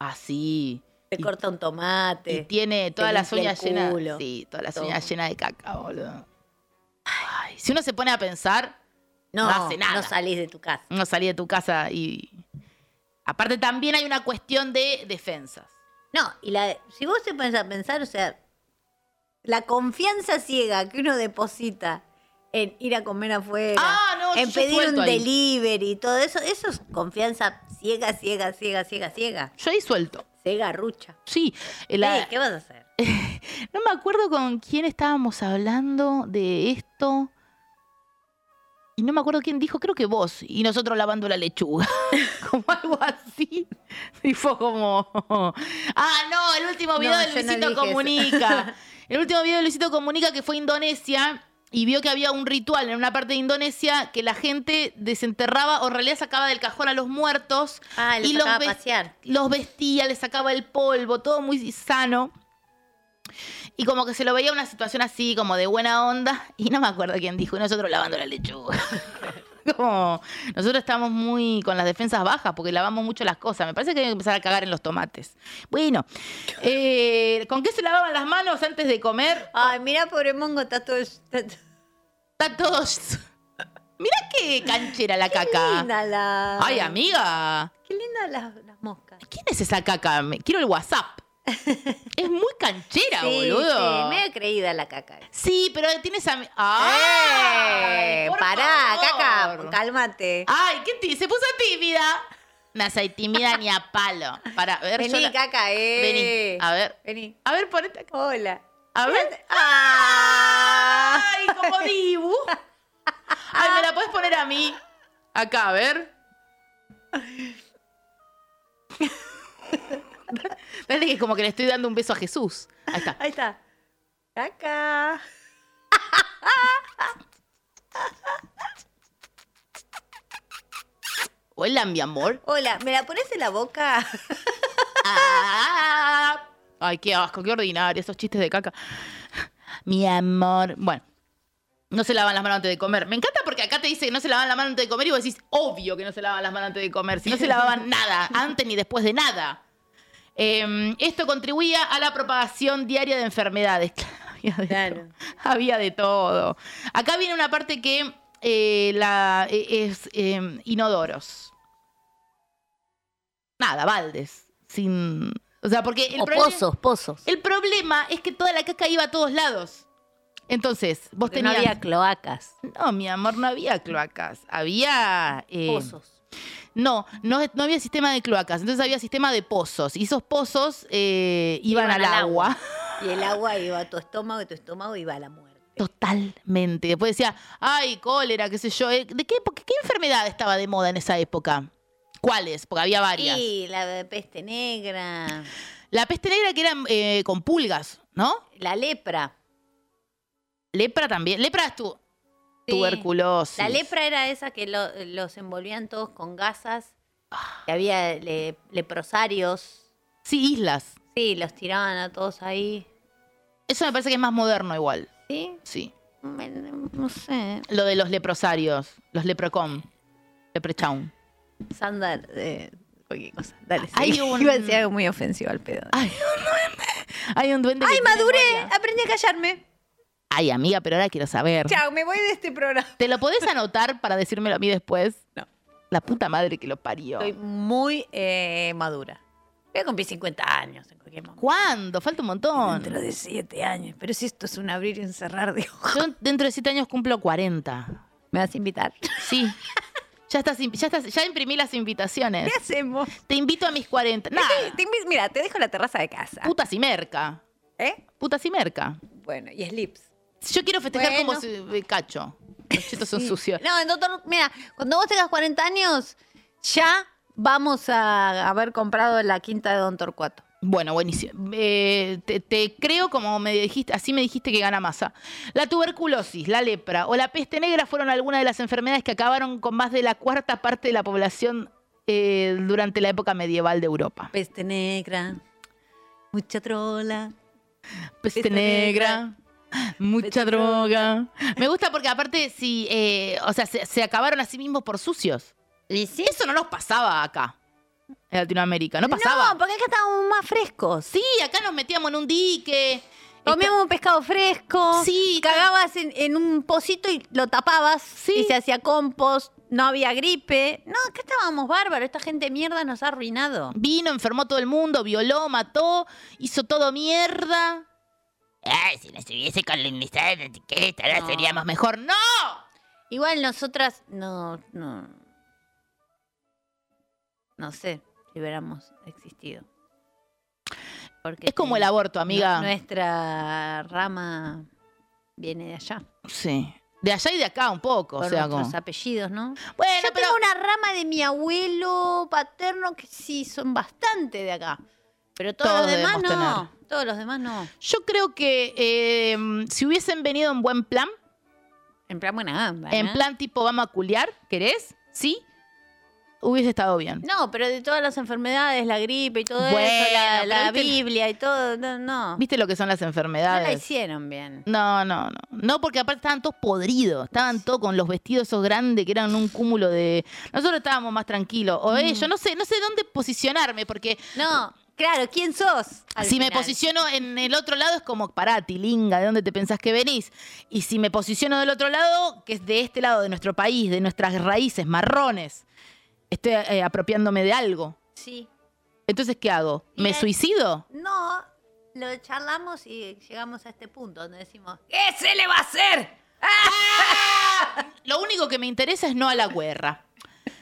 Así. Te Y- corta un tomate. Y tiene todas las limpia uñas el llenas. culo. Sí, todas las Todo. uñas llenas de caca, boludo. Ay, si uno se pone a pensar, no, no hace nada. no salís de tu casa. no salí de tu casa y. Aparte, también hay una cuestión de defensas. No, y la, si vos te pones a pensar, o sea, la confianza ciega que uno deposita en ir a comer afuera, Ah, no, yo en ya pedir suelto un ahí. delivery y todo eso, eso es confianza ciega, ciega, ciega, ciega, ciega. Yo ahí suelto. Ciega, rucha. Sí. la- Eh, ¿Qué vas a hacer? No me acuerdo con quién estábamos hablando de esto. Y no me acuerdo quién dijo, creo que vos. Y nosotros lavando la lechuga. (laughs) como algo así. Y fue como. Ah, no, el último video No, de yo no Luisito dije eso. (laughs) Comunica. El último video de Luisito Comunica que fue a Indonesia. Y vio que había un ritual en una parte de Indonesia que la gente desenterraba o en realidad sacaba del cajón a los muertos Ah, y los los sacaba a ves- pasear. los vestía, les sacaba el polvo, todo muy sano. Y como que se lo veía una situación así, como de buena onda. Y no me acuerdo quién dijo, y nosotros lavando la lechuga. (laughs) como, nosotros estamos muy con las defensas bajas porque lavamos mucho las cosas. Me parece que hay que empezar a cagar en los tomates. Bueno, eh, ¿con qué se lavaban las manos antes de comer? Ay, mira, pobre Mongo, está todo... Está (laughs) Está todos... (laughs) Mirá qué canchera la caca. linda la... Ay, amiga. Qué linda las las moscas. (laughs) ¿Quién es esa caca? Me- Quiero el WhatsApp. Es muy canchera, Sí, boludo. sí, medio creída la caca. Sí, pero tienes a... ¡Eh! Pará, caca, cálmate. Ay, ¿qué ti- se puso tímida. No soy tímida ni a palo. Para a ver, yo Vení, la- caca, eh. Vení, a ver. Vení. A ver, ponete acá. Hola. A ver. ¡Ah! Ay, como Dibu. Ay, me la puedes poner a mí. Acá, a ver. Dale que es como que le estoy dando un beso a Jesús. Ahí está. Ahí está. Caca. Hola, mi amor. Hola, ¿me la pones en la boca? Ah. (laughs) Ay, qué asco, qué ordinario, esos chistes de caca. Mi amor. Bueno, no se lavan las manos antes de comer. Me encanta porque acá te dice que no se lavan las manos antes de comer y vos decís, obvio que no se lavan las manos antes de comer. Si no se lavaban nada, antes ni después de nada. Eh, esto contribuía a la propagación diaria de enfermedades. (laughs) Había de, Claro. todo. Había de todo. Acá viene una parte que eh, la, eh, es eh, inodoros. Nada, baldes. Sin. O sea, porque el o problema. pozos, pozos. El problema es que toda la caca iba a todos lados. Entonces, vos Porque tenías. No había cloacas. No, mi amor, no había cloacas. Había. eh, Pozos. No, no, no había sistema de cloacas. Entonces había sistema de pozos. Y esos pozos eh, iban, al, agua. Y el agua iba a tu estómago y tu estómago iba a la muerte. Totalmente. Después decía, ay, cólera, qué sé yo. Eh, ¿De qué, época- qué enfermedad estaba de moda en esa época? ¿Cuáles? Porque había varias. Y la peste negra, La peste negra que era eh, con pulgas, ¿no? la lepra. Lepra también. Lepra es tu Sí. tuberculosis. La lepra era esa que lo- los envolvían todos con gasas. Ah. Que había le- leprosarios. Sí, islas. Sí, los tiraban a todos ahí. Eso me parece que es más moderno igual. Sí, Sí. me- no sé. Lo de los leprosarios, los leprecom, leprechaun. Sandar, eh, cualquier cosa. Dale, Hay seguí. (laughs) un- Iba a decir algo muy ofensivo al pedo. Ay, un duende. Hay un duende. que ¡Ay, tiene maduré! memoria. Aprendí a callarme. Ay, amiga, pero ahora quiero saber. Chao, me voy de este programa. ¿Te lo podés anotar para decírmelo a mí después? No. La puta madre que lo parió. Estoy muy eh, madura. Voy a cumplir 50 años en cualquier momento. ¿Cuándo? Falta un montón. Dentro de 7 años. Pero si esto es un abrir y un cerrar de ojos. Yo dentro de siete años cumplo 40. ¿Me vas a (laughs) invitar? ¿Qué Sí. Ya estás, in- ya estás, ya imprimí las invitaciones. hacemos? Te invito a mis 40. Nada. Te invi- mira, te dejo la terraza de casa. Puta cimerca. ¿Eh? Puta cimerca. Bueno, y slips. Yo quiero festejar Bueno. como si- eh, cacho. Los chetos son sucios. No, el doctor, mira, cuando vos tengas 40 años, ya vamos a haber comprado la quinta de Don Torcuato. Bueno, buenísimo. Eh, te, te creo como me dijiste, así me dijiste que gana masa. La tuberculosis, la lepra o la peste negra fueron algunas de las enfermedades que acabaron con más de la cuarta parte de la población eh, durante la época medieval de Europa. Peste negra, mucha trola. Peste, Peste negra. Mucha Peste droga. Me gusta porque aparte, si, eh, o sea, se, se acabaron a sí mismos por sucios. ¿Y sí? Eso no nos pasaba acá, en Latinoamérica. No pasaba. No, porque acá estábamos más frescos. Sí, acá nos metíamos en un dique. Comíamos un pescado fresco. Este Sí, Cagabas en, en un pocito y lo tapabas. Sí. Y se hacía compost. No había gripe. No, acá estábamos bárbaros. Esta gente mierda nos ha arruinado. Vino, enfermó a todo el mundo, violó, mató, hizo todo mierda. Ay, si nos hubiese colonizado la etiqueta, ahora No. seríamos Más mejor, ¡no! Igual nosotras no, no. No sé si hubiéramos existido. Porque Es como el aborto, amiga. nu- nuestra rama viene de allá. Sí. De allá y de acá un poco, por o sea, nuestros como... apellidos, ¿no? Bueno, Yo pero... tengo una rama de mi abuelo paterno que sí son bastante de acá. Pero todos, Todos los demás debemos no. Todos los demás no. Yo creo que eh, si hubiesen venido en buen plan, En plan buena gamba. en ¿no? plan tipo vamos a culiar, ¿querés? ¿Sí? Hubiese estado bien. No, pero de todas las enfermedades, la gripe y todo eso, la, Bueno, la pero viste- Biblia y todo, no, no. ¿Viste lo que son las No la enfermedades? hicieron bien. No, no, no. No, porque aparte estaban todos podridos. Estaban todos con los vestidos esos grandes que eran un cúmulo de. Nosotros estábamos más tranquilos. O Mm. ellos, no sé, no sé dónde posicionarme, porque No, claro, ¿quién sos? Al si me final. posiciono en el otro lado es como, pará, tilinga, ¿de dónde te pensás que venís? Y si me posiciono del otro lado, que es de este lado de nuestro país, de nuestras raíces marrones, estoy eh, apropiándome de algo. Sí. Entonces, ¿qué hago? ¿Me Bien. suicido? No, lo charlamos y llegamos a este punto donde decimos, ¿Qué se le va a hacer? Lo único que me interesa es no a la guerra.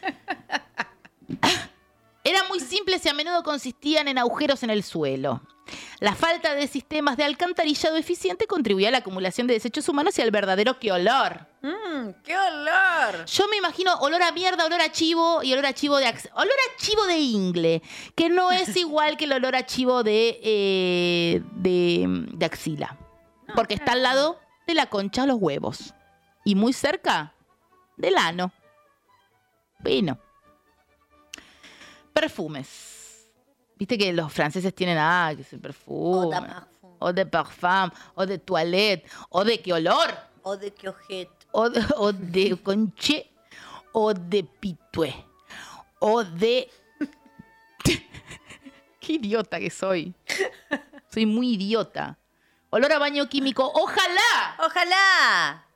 (laughs) Eran muy simples y a menudo consistían en agujeros en el suelo. La falta de sistemas de alcantarillado eficiente contribuía a la acumulación de desechos humanos y al verdadero que olor. Mm, ¡Qué olor! Yo me imagino olor a mierda, olor a chivo y olor a chivo de ax- olor a chivo de ingle, que (laughs) no es igual que el olor a chivo de eh, de, de axila, porque está al lado de la concha de los huevos y muy cerca del ano. Bueno. Perfumes. Viste que los franceses tienen ah, que es el o perfume. da parfum, O de parfum, o de toilette, o de qué olor o de que objeto. o de, o de conche, o de pitué, o de... (laughs) Qué idiota que soy. Soy muy idiota. Olor a baño químico, ojalá. Ojalá.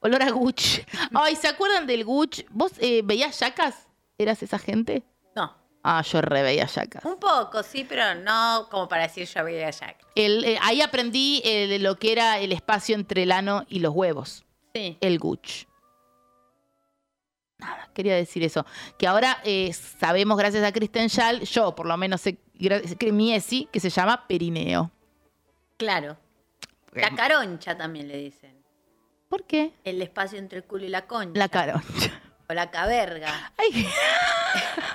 Olor a Gucci. Ay, ¿se acuerdan del Gucci? ¿Vos eh, veías yacas? ¿Eras esa gente? No, Ah, yo re veía yacas. un poco, sí, pero no como para decir yo voy a Jack. El, eh, ahí aprendí eh, lo que era el espacio entre el ano y los huevos. Sí. el Gucci. Nada, quería decir eso. Que ahora eh, sabemos, gracias a Kristen Schall, yo por lo menos sé, gra- que mi ESI, que se llama Perineo. Claro. La caroncha también le dicen. ¿Por qué? El espacio entre el culo y la concha. La caroncha. (laughs) O la caverga. Ay. (laughs)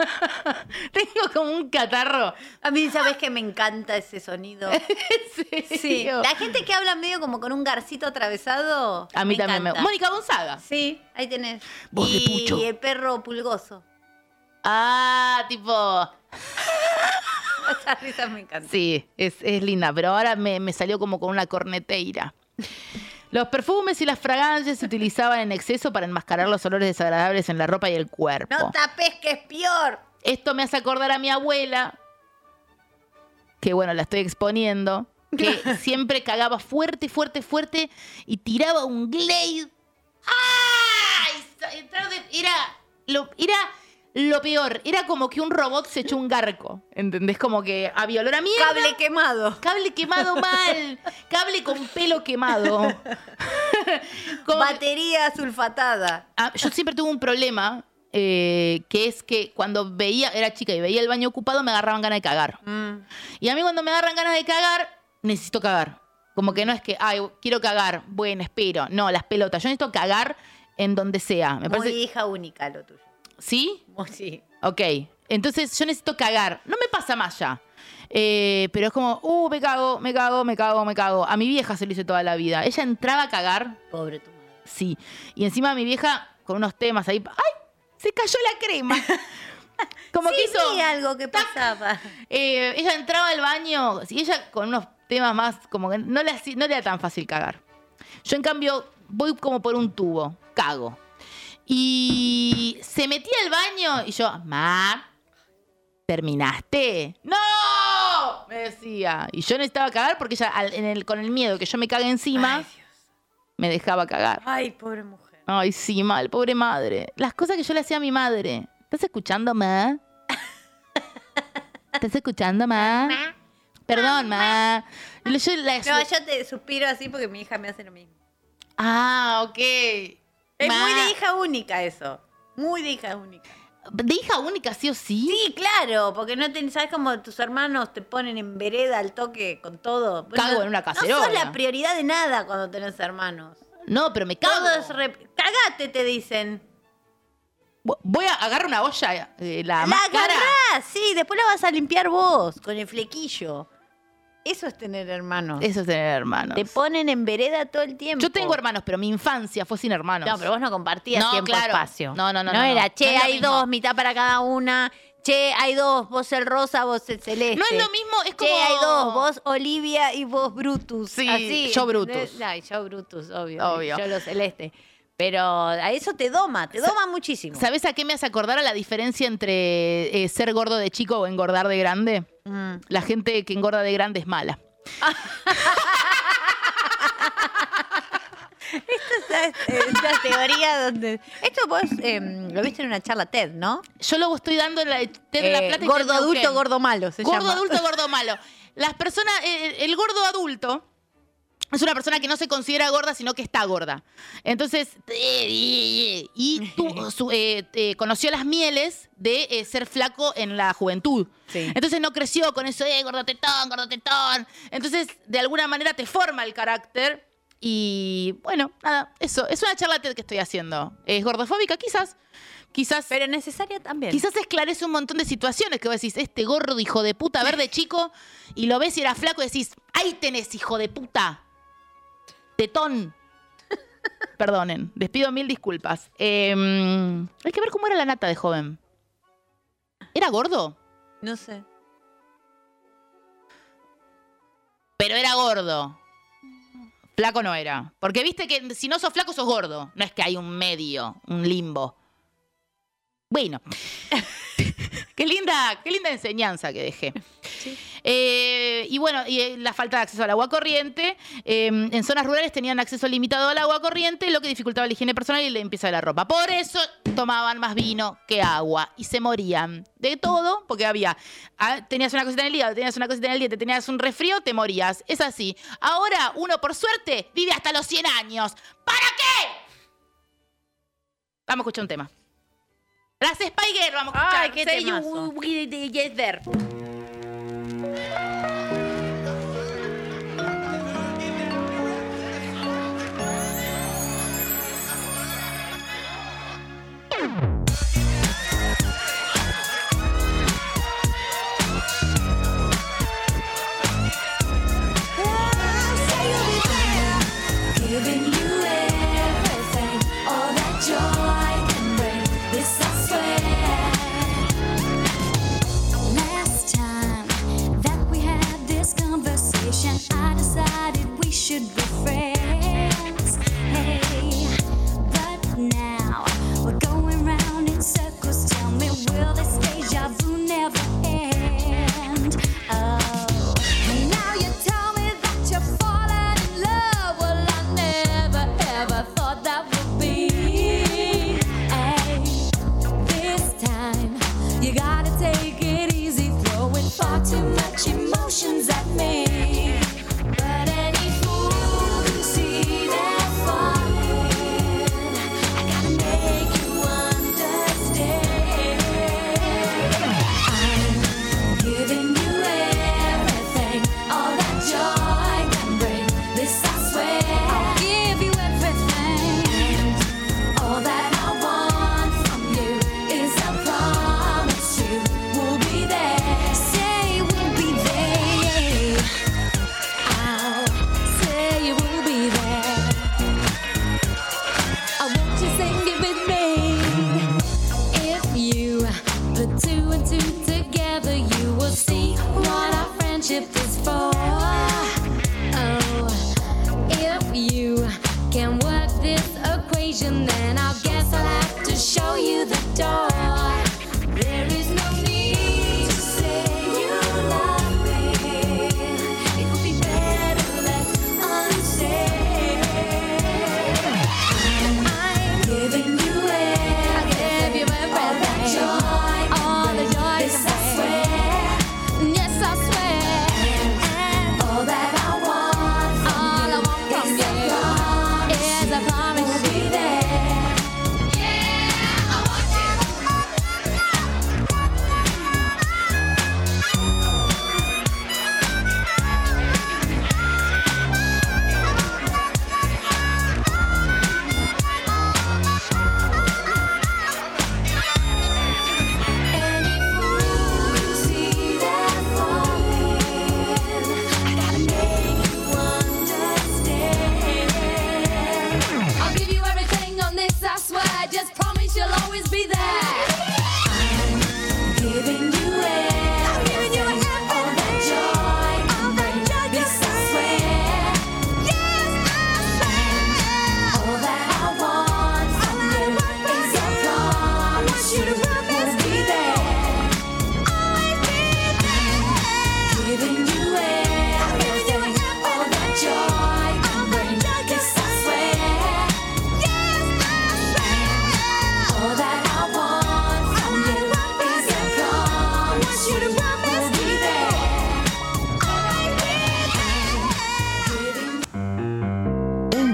Tengo como un catarro. (laughs) A mí, ¿sabes que me encanta ese sonido? Sí. serio? La gente que habla medio como con un garcito atravesado. A mí también encanta. me Mónica Gonzaga. Sí, ahí tenés. Voz de y pucho. el perro pulgoso. (laughs) Ah, tipo. Esa risa me encanta. Sí, es, es linda, pero ahora me, me salió como con una corneteira. Los perfumes y las fragancias se utilizaban en exceso para enmascarar los olores desagradables en la ropa y el cuerpo. No tapes que es peor. Esto me hace acordar a mi abuela, que bueno, la estoy exponiendo, que siempre cagaba fuerte, fuerte, fuerte y tiraba un glade. ¡Ay! Sa- entrar de- Era lo, era lo peor. Era como que un robot se echó un garco. ¿Entendés? Como que había olor a mierda. Cable quemado. Cable quemado mal. Cable con pelo quemado. Con- Batería sulfatada. Ah, yo siempre tuve un problema eh, que es que cuando veía, era chica y veía el baño ocupado, me agarraban ganas de cagar. Mm. Y a mí cuando me agarran ganas de cagar, necesito cagar. Como que no es que, ay, quiero cagar, bueno, espero. No, las pelotas. Yo necesito cagar en donde sea. Me Muy parece. hija única lo tuyo. ¿Sí? Muy sí. Ok. Entonces yo necesito cagar. No me pasa más ya. Eh, pero es como, uh, me cago, me cago, me cago, me cago. A mi vieja se lo hice toda la vida. Ella entraba a cagar Pobre tu madre. Sí. Y encima mi vieja, con unos temas ahí. ¡Ay! Se cayó (laughs) la crema. Como que Sí, hizo. vi algo que pasaba. eh, ella entraba al baño. Y ella con unos temas más, como que no le, hacía- no le era tan fácil cagar. Yo, en cambio, voy como por un tubo, cago. Y se metía al baño y yo, Ma, ¿terminaste? ¡No! Me decía. Y yo necesitaba cagar porque ella, al- en el- con el miedo que yo me cague encima, me dejaba cagar. Ay, pobre mujer. Ay, sí, mal, pobre madre. Las cosas que yo le hacía a mi madre. ¿Estás escuchando, ma? (laughs) ¿Estás escuchando, ma? Perdón, ma. Yo- yo la- No, yo te suspiro así porque mi hija me hace lo mismo. Ah, ok. Es Ma. muy de hija única eso. Muy de hija única. ¿De hija única, sí o sí? Sí, claro, porque no te, sabes cómo tus hermanos te ponen en vereda al toque con todo. Vos Cago no- en una No cacerola. sos la prioridad de nada cuando tenés hermanos. No, pero me cago. Todos rep- cagate, te dicen. Vo- Voy a agarrar una olla, eh, la, la máscara. agarrás, sí, después la vas a limpiar vos con el flequillo. Eso es tener hermanos. Eso es tener hermanos. Te ponen en vereda todo el tiempo. Yo tengo hermanos, pero mi infancia fue sin hermanos. No, pero vos no compartías No, tiempo claro. espacio. No, no, no, No no, era, no. che, No es lo hay mismo. dos, mitad para cada una. Che, hay dos, vos el rosa, vos el celeste. No es lo mismo, es como... este, Che, hay dos, vos Olivia y vos Brutus. Sí, Así, yo ¿entendés? Brutus. No, y yo Brutus, obvio. Obvio. Yo lo celeste. Pero a eso te doma, te doma muchísimo. ¿Sabes a qué me hace acordar a la diferencia entre eh, ser gordo de chico o engordar de grande? Mm. La gente que engorda de grande es mala. Esta es (laughs) eh, una teoría donde... Esto vos eh, lo viste en una charla TED, ¿no? Yo lo estoy dando en la de Ted de la Eh, Plata y Ted gordo Neuquén. adulto, gordo malo se Gordo (laughs) llama. adulto, gordo malo. Las personas, eh, el gordo adulto es una persona que no se considera gorda, sino que está gorda. Entonces, eh, y (laughs) tu- su- eh, eh, conoció las mieles de eh, ser flaco en la juventud. Entonces no creció con eso, eh, gordotetón, gordotetón. Entonces, de alguna manera te forma el carácter. Y bueno, nada, eso. Es una charla TED que estoy haciendo. ¿Es gordofóbica? Quizás. Quizás. Pero necesaria también. Quizás esclarece un montón de situaciones que vos decís, este gordo hijo de puta, verde chico, y lo ves y era flaco y decís, ahí tenés hijo de puta. Tetón. Perdonen, les pido mil disculpas. Eh, hay que ver cómo era la nata de joven. ¿Era gordo? No sé. Pero era gordo. Flaco no era. Porque viste que si no sos flaco, sos gordo. No es que hay un medio, un limbo. Bueno. (laughs) qué linda, qué linda enseñanza que dejé. Eh, y bueno, y eh, la falta de acceso al agua corriente. Eh, en zonas rurales tenían acceso limitado al agua corriente, lo que dificultaba la higiene personal y la limpieza de la ropa. Por eso tomaban más vino que agua y se morían de todo, porque había, ah, tenías una cosita en el hígado, tenías una cosita en el diente, tenías un resfrío, te morías. Es así. Ahora uno, por suerte, vive hasta los 100 años. ¿Para qué? Vamos a escuchar un tema. Las Spy Girl, vamos a escuchar. Ay, qué Say you temazo. will be there. Giving you everything, all that joy can bring. This I swear. Last time that we had this conversation, I decided we should be friends. Hey, but now we're going round in circles. Tell me, will this deja vu never end? Oh, and now you tell me that you're falling in love. Well, I never ever thought that would be. Hey, this time you gotta take it easy, throwing far too much emotions at me. But any fool can see Oh,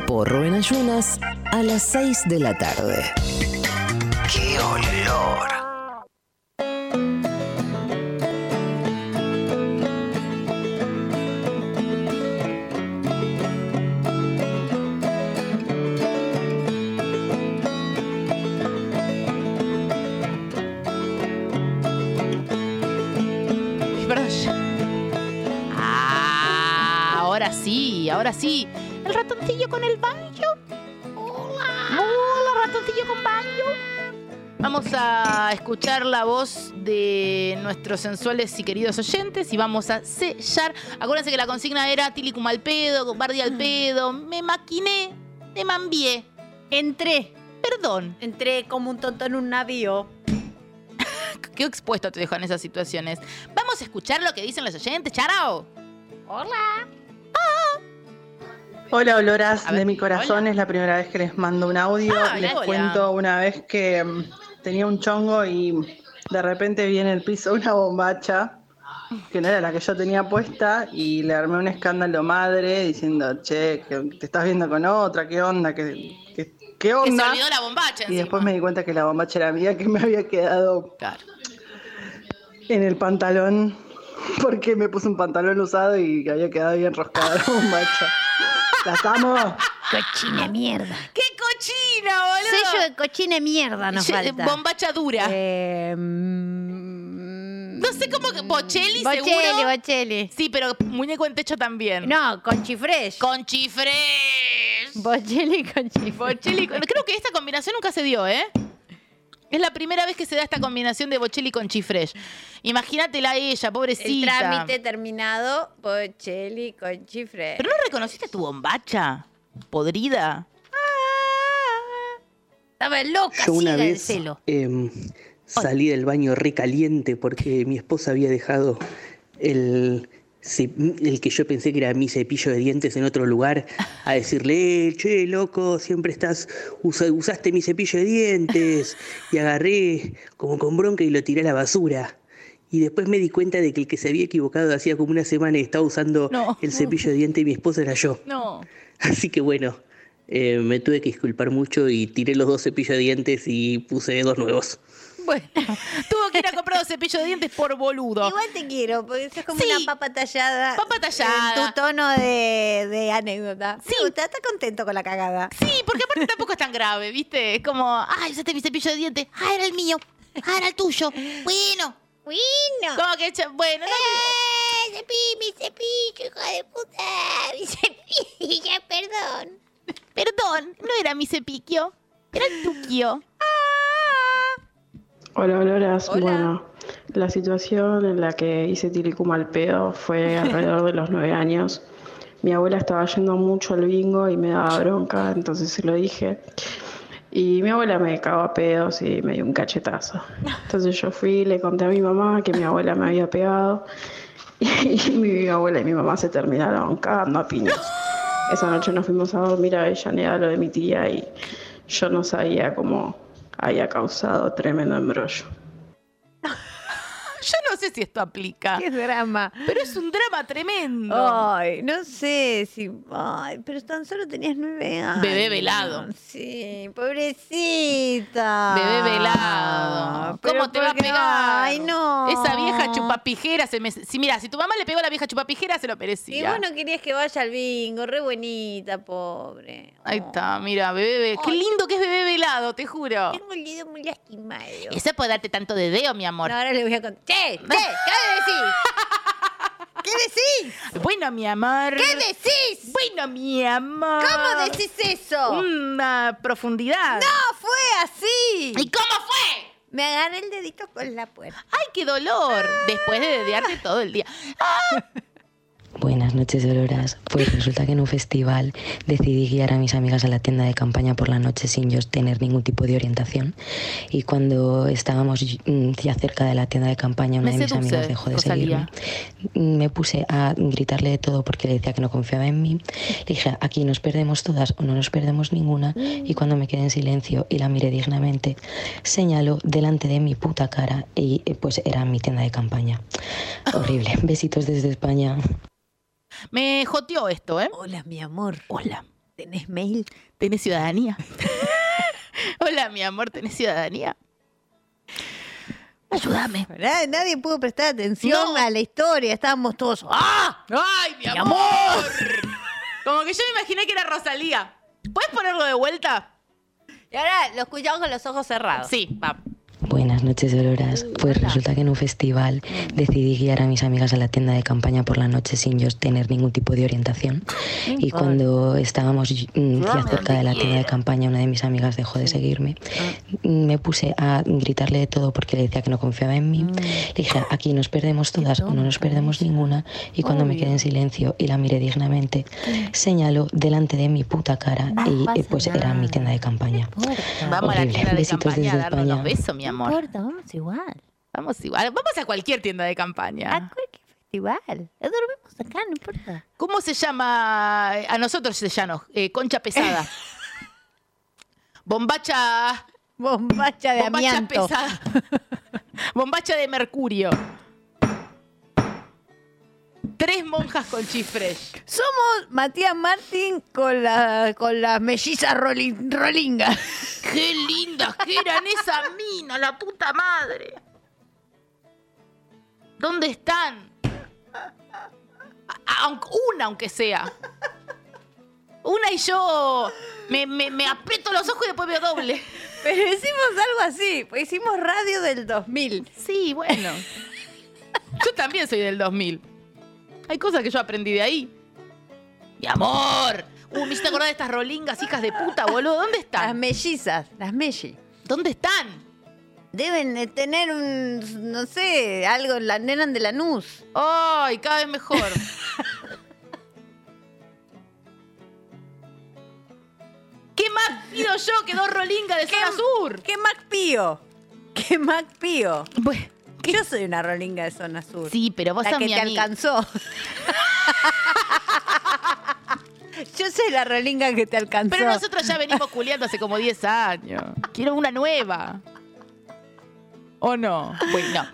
porro en ayunas a las 6 de la tarde. ¡Qué olor! Ay, perdón. Ah, ahora sí, ahora sí. El ratoncillo con el baño. Hola. Hola, ratoncillo con baño. Vamos a escuchar la voz de nuestros sensuales y queridos oyentes y vamos a sellar. Acuérdense que la consigna era Tilicum al pedo, Bardi al pedo. Me maquiné, me mambié. Entré. Perdón. Entré como un tonto en un navío. Qué expuesto te dejo en esas situaciones. Vamos a escuchar lo que dicen los oyentes, Charao. Hola. Hola, oloras de mi corazón. Es la primera vez que les mando un audio. Ah, les hola. cuento una vez que mm, tenía un chongo y de repente vi en el piso una bombacha que no era la que yo tenía puesta y le armé un escándalo madre diciendo, che, que te estás viendo con otra, qué onda, qué, qué, qué Que se onda. olvidó la bombacha. Y después me di cuenta que la bombacha era mía, que me había quedado en el pantalón, (laughs) porque me puse un pantalón usado y había quedado bien enroscada la bombacha. (laughs) ¿La estamos? Cochina mierda. ¡Qué cochina, boludo! Ah, Sello de cochina mierda nos eh, Ye- falta. Bombacha dura. Eh, Em, no sé cómo. que- Bocelli, Bocelli, seguro. Bocelli. Sí, pero muñeco en techo también. No, Conchifresh. Conchifresh. Bocelli, Conchifresh. Bocelli. con- Creo que esta combinación nunca se dio, ¿eh? Es la primera vez que se da esta combinación de Bocelli con Chifresh. Imagínatela a ella, El pobrecita. trámite terminado. Bocelli con chifre. ¿Pero no reconociste tu bombacha? Podrida. Estaba loca, Yo una ciega del vez celo. em, salí del baño recaliente porque mi esposa había dejado el, cep- el que yo pensé que era mi cepillo de dientes en otro lugar a decirle, "Eh, che, loco, siempre estás, usa- usaste mi cepillo de dientes. Y agarré como con bronca y lo tiré a la basura. Y después me di cuenta de que el que se había equivocado hacía como una semana y estaba usando No. el cepillo de dientes y mi esposa era yo. No. Así que bueno, eh, me tuve que disculpar mucho y tiré los dos cepillos de dientes y puse dos nuevos. Bueno, tuvo que ir a comprar dos cepillos de dientes por boludo. Igual te quiero, porque sos como una papa tallada. Papa tallada. En tu tono de, de anécdota. Sí. Está, contento con la cagada. Sí, porque aparte tampoco es tan grave, ¿viste? Es como, ay, usaste mi cepillo de dientes. Ah, era el mío. Ah, era el tuyo. Bueno. Bueno. Como que, cha- bueno, ¡Eh! Cepillo, mi cepillo, hijo de puta. Mi cepillo, perdón. Perdón, no era mi cepillo. Era el tuquio. Hola, Oloras. Bueno, la situación en la que hice Tilicum al pedo fue alrededor de los nueve años. Mi abuela estaba yendo mucho al bingo y me daba bronca, entonces se lo dije. Y mi abuela me cagó a pedos y me dio un cachetazo. Entonces yo fui y le conté a mi mamá que mi abuela me había pegado. (laughs) Y mi abuela y mi mamá se terminaron cagando a piñas. Esa noche nos fuimos a dormir a Avellaneda, lo de mi tía, y yo no sabía cómo había causado tremendo embrollo. Yo no sé si esto aplica. Qué drama. Pero es un drama tremendo. Ay, no sé si. Ay, pero tan solo tenías nueve años. Bebé velado. Sí, pobrecita. Bebé velado. Pero ¿Cómo te va a porque- pegar? Ay, no. Esa vieja chupapijera se me. Si mira, si tu mamá le pegó a la vieja chupapijera, se lo Y merecía. vos no querías que vaya al bingo, re buenita, pobre. Ahí está, mira, bebé, bebé. Qué Ay. lindo que es bebé velado, te juro. Tengo el dedo muy lastimado. Eso es por darte tanto dedeo, mi amor. No, ahora le voy a contar. ¡Che! ¡Che! ¿Qué (laughs) decís? ¿Qué decís? Bueno, mi amor. ¿Qué decís? Bueno, mi amor. ¿Cómo decís eso? Una profundidad. ¡No fue así! ¿Y cómo fue? Me agarré el dedito con la puerta. ¡Ay, qué dolor! Después de dedearte todo el día. Ah, Buenas noches, Doloras. Pues resulta que en un festival decidí guiar a mis amigas a la tienda de campaña por la noche sin yo tener ningún tipo de orientación. Y cuando estábamos mm, ya cerca de la tienda de campaña, una Me de mis seduce, amigas dejó de Rosalía. seguirme. Me puse a gritarle de todo porque le decía que no confiaba en mí. Le dije, aquí nos perdemos todas o no nos perdemos ninguna. Y cuando me quedé en silencio y la miré dignamente, señaló delante de mi puta cara y eh, pues era mi tienda de campaña. Horrible. Besitos desde España. Me joteó esto, ¿eh? Hola, mi amor. Hola. ¿Tenés mail? ¿Tenés (laughs) ciudadanía? Hola, mi amor, ¿tenés ciudadanía? Ayúdame. Nadie pudo prestar atención a la historia. Estábamos todos. ¡Ah! ¡Ay, mi amor! Como que yo me imaginé que era Rosalía. ¿Puedes ponerlo de vuelta? Y ahora lo escuchamos con los ojos cerrados. Sí, va. Buenas noches, Doloras. Pues resulta que en un festival decidí guiar a mis amigas a la tienda de campaña por la noche sin yo tener ningún tipo de orientación. Y cuando estábamos mm, ya cerca de la tienda de campaña, una de mis amigas dejó de seguirme. Mm, Me puse a gritarle de todo porque le decía que no confiaba en mí. Le dije, aquí nos perdemos todas o no nos perdemos ninguna. Y cuando me quedé en silencio y la miré dignamente, señaló delante de mi puta cara y eh, pues era mi tienda de campaña. Vamos a la Horrible. tienda de Besitos campaña a desde darnos España. los besos, mi amor. No vamos igual. Vamos igual. Vamos a cualquier tienda de Ah. campaña. A cualquier festival. Dormimos acá, no importa. ¿Cómo se llama? A nosotros se llama eh, concha pesada. Bombacha. Bombacha de amianto. pesada. Bombacha de mercurio. Tres monjas con chifres. Somos Matías Martín con la con las mellizas roli- rolingas. ¡Qué lindas que eran esa mina, la puta madre! ¿Dónde están? A- aunque- una, aunque sea. Una y yo me, me- me aprieto los ojos y después veo doble. Pero hicimos algo así, pues hicimos radio del 2000. Sí, bueno. Yo también soy del 2000. Hay cosas que yo aprendí de ahí. ¡Mi amor! Uh, me hiciste acordar de estas rolingas, hijas de puta, boludo. ¿Dónde están? Las mellizas, las melli. ¿Dónde están? Deben de tener un, no sé, algo, la eran de la NUS. ¡Ay, cada (laughs) vez mejor! ¿Qué más pido yo que dos rolingas de zona sur? ¿Qué más pío? ¿Qué más pío? Yo soy una rolinga de zona sur. Sí, pero vos Pues, la sos que mi te amiga. alcanzó. (laughs) Yo soy la rolinga que te alcanzó. Pero nosotros ya venimos culiando hace como 10 años. Quiero una nueva. ¿O no? Bueno. Ah.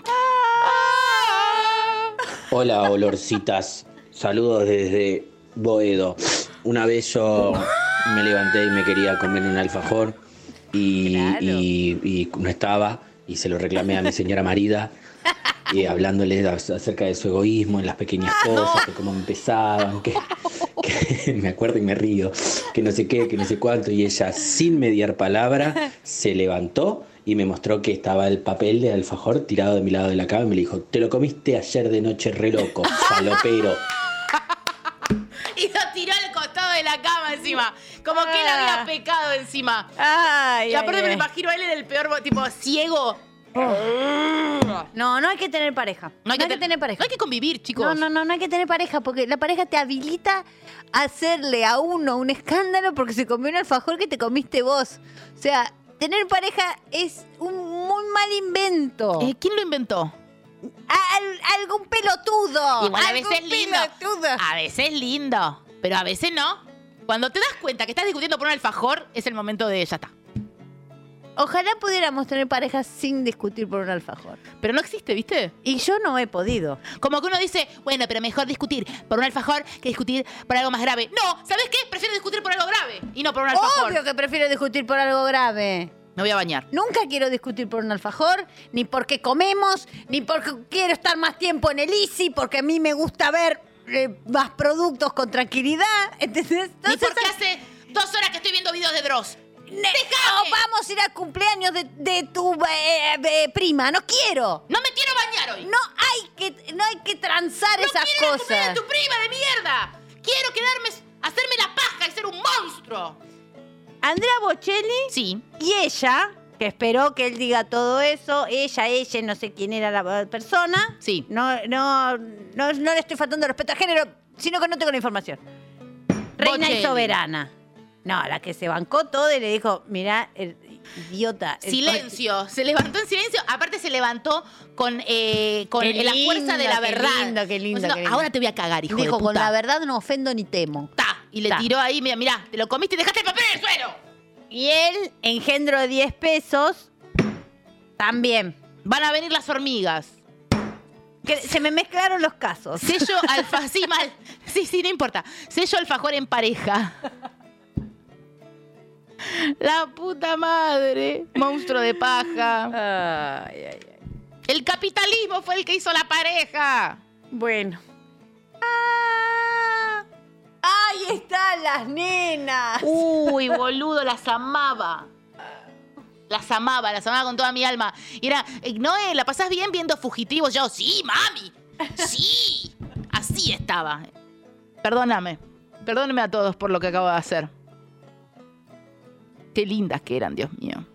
Hola, olorcitas. Saludos desde Boedo. Una vez yo me levanté y me quería comer un alfajor y, y- y no estaba y se lo reclamé a mi señora marida y hablándole a- acerca de su egoísmo en las pequeñas cosas, que cómo empezaban, que, que (laughs) me acuerdo y me río, que no sé qué, que no sé cuánto y ella sin mediar palabra se levantó y me mostró que estaba el papel de alfajor tirado de mi lado de la cama y me le dijo, te lo comiste ayer de noche re loco, falopero. Y lo tiró al costado de la cama encima. Como que él había pecado encima. Ah. Ay, y aparte ay, me lo ay. imagino a él en el peor, bo- tipo, ciego. No, no hay que tener pareja. No hay, que, tener pareja. No hay que convivir, chicos. No, no, no, no hay que tener pareja porque la pareja te habilita a hacerle a uno un escándalo porque se comió un alfajor que te comiste vos. O sea, tener pareja es un muy mal invento. Eh, ¿Quién lo inventó? Al- algún pelotudo. Igual a veces es algún lindo. Ah. pelotudo. A veces es lindo. Pero a veces no. Cuando te das cuenta que estás discutiendo por un alfajor, es el momento de ya está. Ojalá pudiéramos tener pareja sin discutir por un alfajor. Pero no existe, ¿viste? Y yo no he podido. Como que uno dice, bueno, pero mejor discutir por un alfajor que discutir por algo más grave. No, ¿sabes qué? Prefiero discutir por algo grave y no por un alfajor. Obvio que prefiero discutir por algo grave. Me voy a bañar. Nunca quiero discutir por un alfajor, ni porque comemos, ni porque quiero estar más tiempo en el ICI, porque a mí me gusta ver eh, más productos con tranquilidad, (laughs) ¿entendés? ¿Y por qué hace dos horas que estoy viendo videos de Dross? ¡Dejame! vamos a ir al cumpleaños de, de tu eh, eh, prima, no quiero. No me quiero bañar hoy. No hay que, no hay que transar no esas quiero ir al cumpleaños cosas. de tu prima de mierda! Quiero quedarme, hacerme la paja y ser un monstruo. Andrea Bocelli. Sí. Y ella, que esperó que él diga todo eso, ella, ella, no sé quién era la persona. Sí. No, no, no, no le estoy faltando respeto al género, sino que no tengo la información. Reina y Bocelli. soberana. No, la que se bancó todo y le dijo, mirá, el idiota. el- Silencio, se levantó en silencio. Aparte se levantó con, eh, con Qué la fuerza de lindo, la qué verdad. lindo, qué lindo, Diciendo, qué lindo. Ahora te voy a cagar, hijo dijo, de con puta". la verdad no ofendo ni temo. Y le Ta. tiró ahí, mira, mira, te lo comiste y dejaste el papel en el suelo. Y él, engendro de 10 pesos, también. Van a venir las hormigas. Que se me mezclaron los casos. (laughs) Sello alfajor, sí, mal. Sí, sí, no importa. Sello alfajor en pareja. La puta madre. Monstruo de paja. El capitalismo fue el que hizo la pareja. Bueno. Ah, ¡Ahí están las nenas! Uy, boludo, las amaba. Las amaba, las amaba con toda mi alma. Y era, eh, Noé, ¿la pasás bien viendo fugitivos? Yo, sí, mami. Sí. Así estaba. Perdóname. Perdóname a todos por lo que acabo de hacer. Qué lindas que eran, Dios mío.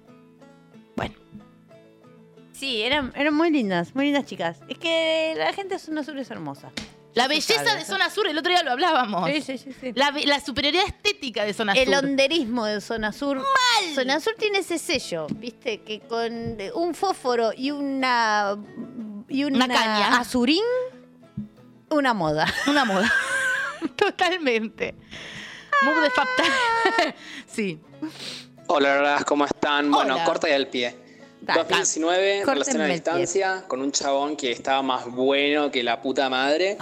Sí, eran, eran muy lindas, muy lindas chicas. Es que la gente de Zona Sur es hermosa. La belleza de Zona Sur, el otro día lo hablábamos. Sí, sí, sí, sí. La, be- la superioridad estética de Zona El Sur. honderismo de Zona Sur. ¡Mal! Zona Sur tiene ese sello, viste, que con de- un fósforo y una. y una, caña. azurín, una (laughs) moda. Una moda. Totalmente. Move the fab time. (laughs) sí. Hola, hola, ¿cómo están? Bueno, Hola. corta y al pie. Ta, 2019, ta. relación a Córtenme el distancia, con un chabón que estaba más bueno que la puta madre.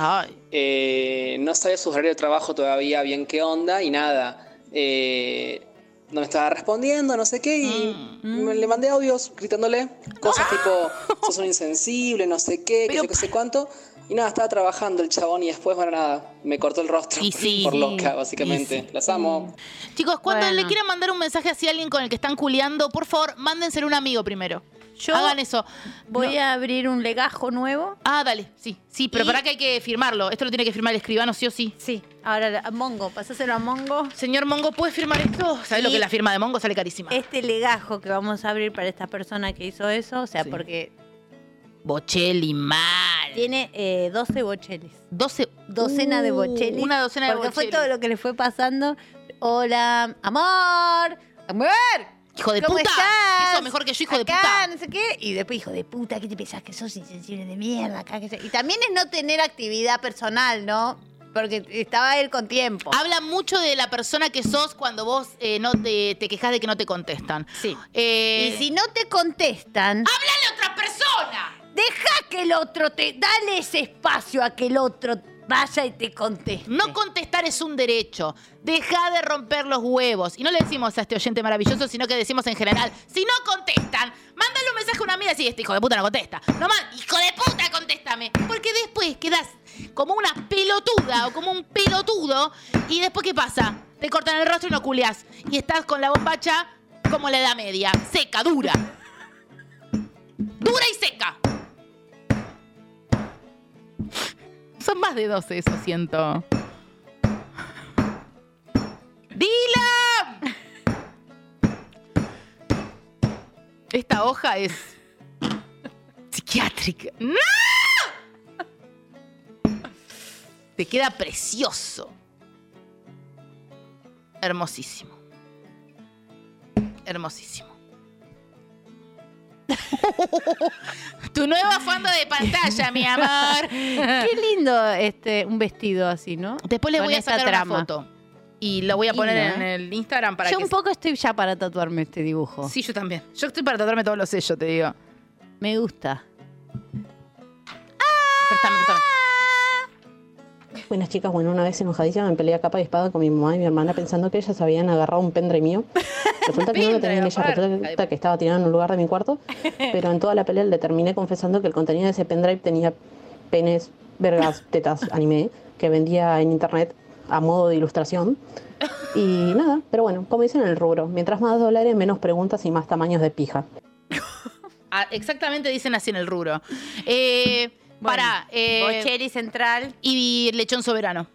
Eh, no sabía su horario de trabajo todavía bien qué onda y nada. Eh, no me estaba respondiendo, no sé qué, y Mm. me- le mandé audios gritándole Ah. cosas tipo, sos un insensible, no sé qué, que yo qué sé cuánto. Y nada, estaba trabajando el chabón y después, bueno, nada, me cortó el rostro Y sí. por loca, Y básicamente. sí. Las amo. Chicos, cuando Bueno. le quieran mandar un mensaje así a alguien con el que están culiando, por favor, mándenselo a un amigo primero. Hagan eso. Voy a abrir un legajo nuevo. Ah, dale, sí. Sí, pero Y- para que hay que firmarlo. Esto lo tiene que firmar el escribano, sí o sí. Sí. Ahora, a Mongo, pasáselo a Mongo. Señor Mongo, ¿puede firmar esto? ¿Sabes lo que es la firma de Mongo? Sale carísima. Este legajo que vamos a abrir para esta persona que hizo eso, o sea, porque Bocelli, mal. tiene eh, 12 bocheles. 12. Docena de Uh, bochelis. una docena de porque bochelis. fue todo lo que le fue pasando. Hola, amor. Amor. uh, Hijo de ¿Cómo puta. Estás? Eso mejor que yo, hijo de Acá, puta. No sé qué. Y después, hijo de puta, ¿qué te pensás que sos insensible de mierda? Acá, que sé- y también es no tener actividad personal, ¿no? Porque estaba él con tiempo. Habla mucho de la persona que sos cuando vos eh, no te, te quejas de que no te contestan. Sí. Y si no te contestan. ¡Háblale a otra persona! Deja que el otro te. Dale ese espacio a que el otro vaya y te conteste. No contestar es un derecho. Deja de romper los huevos. Y no le decimos a este oyente maravilloso, sino que decimos en general, si no contestan, mándale un mensaje a una amiga y decís, este hijo de puta no contesta. No más, hijo de puta, contéstame. Porque después quedás como una pelotuda o como un pelotudo y después ¿qué pasa? Te cortan el rostro y no culiás. Y estás con la bombacha como la edad media, seca, dura. Dura y seca. Son más de 12, eso siento. ¡Dila! Esta hoja es psiquiátrica. ¡No! Te queda precioso. Hermosísimo. Hermosísimo. (laughs) tu nueva fondo de pantalla, mi amor. (laughs) Qué lindo este un vestido así, ¿no? Después le Con voy a esta sacar trama. una foto. Y lo voy a poner Lindo, en ¿eh? el Instagram para yo que un poco estoy ya para tatuarme este dibujo. Sí, yo también. Yo estoy para tatuarme todos los sellos, te digo. Me gusta. Ah. Préstame, préstame. Buenas chicas, bueno, una vez enojadilla me peleé a capa y espada con mi mamá y mi hermana pensando que ellas habían agarrado un pendre mío. Resulta que no lo tenían ellas, resulta que estaba tirado en un lugar de mi cuarto, pero en toda la pelea le terminé confesando que el contenido de ese pendrive tenía penes, vergas, tetas, anime, que vendía en internet a modo de ilustración. Y nada, pero bueno, como dicen en el rubro, mientras más dólares, menos preguntas y más tamaños de pija. Ah, exactamente dicen así en el rubro. Eh, para. Bocelli Central. Y Lechón Soberano.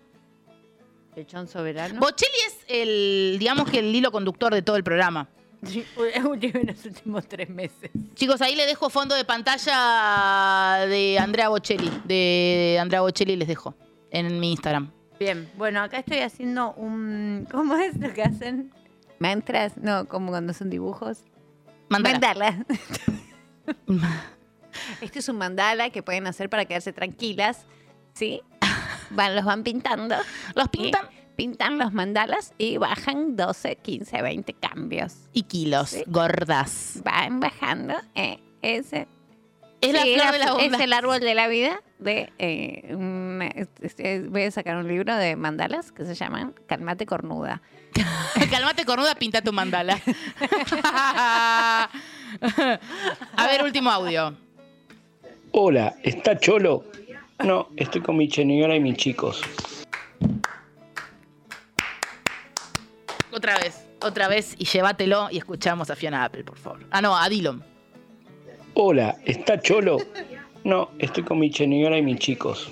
Lechón soberano. (laughs) Bocelli es el, digamos que el hilo conductor de todo el programa. en los últimos tres meses. Chicos, ahí le dejo fondo de pantalla de Andrea Bocelli. De Andrea Bocelli les dejo en mi Instagram. Bien, bueno, acá estoy haciendo un. ¿Cómo es lo que hacen? Mantras, no, como cuando son dibujos. Mandala. (laughs) Este es un mandala que pueden hacer para quedarse tranquilas, ¿sí? Van, los van pintando. (laughs) Los pintan. Pintan los mandalas y bajan 12, 15, 20 cambios. Y kilos, Sí. gordas. Van bajando eh, ese. Es la flor de la bondad. Es el árbol de la vida de... eh, una- es- es- voy a sacar un libro de mandalas que se llaman Calmate Cornuda. (laughs) Calmate cornuda, pinta tu mandala. (laughs) A ver, último audio. Hola, ¿está Cholo? No, estoy con mi señora y mis chicos. Otra vez, otra vez y llévatelo y escuchamos a Fiona Apple, por favor. Ah, no, a Dillon. Hola, ¿está (laughs) Cholo? No, estoy con mi señora y mis chicos.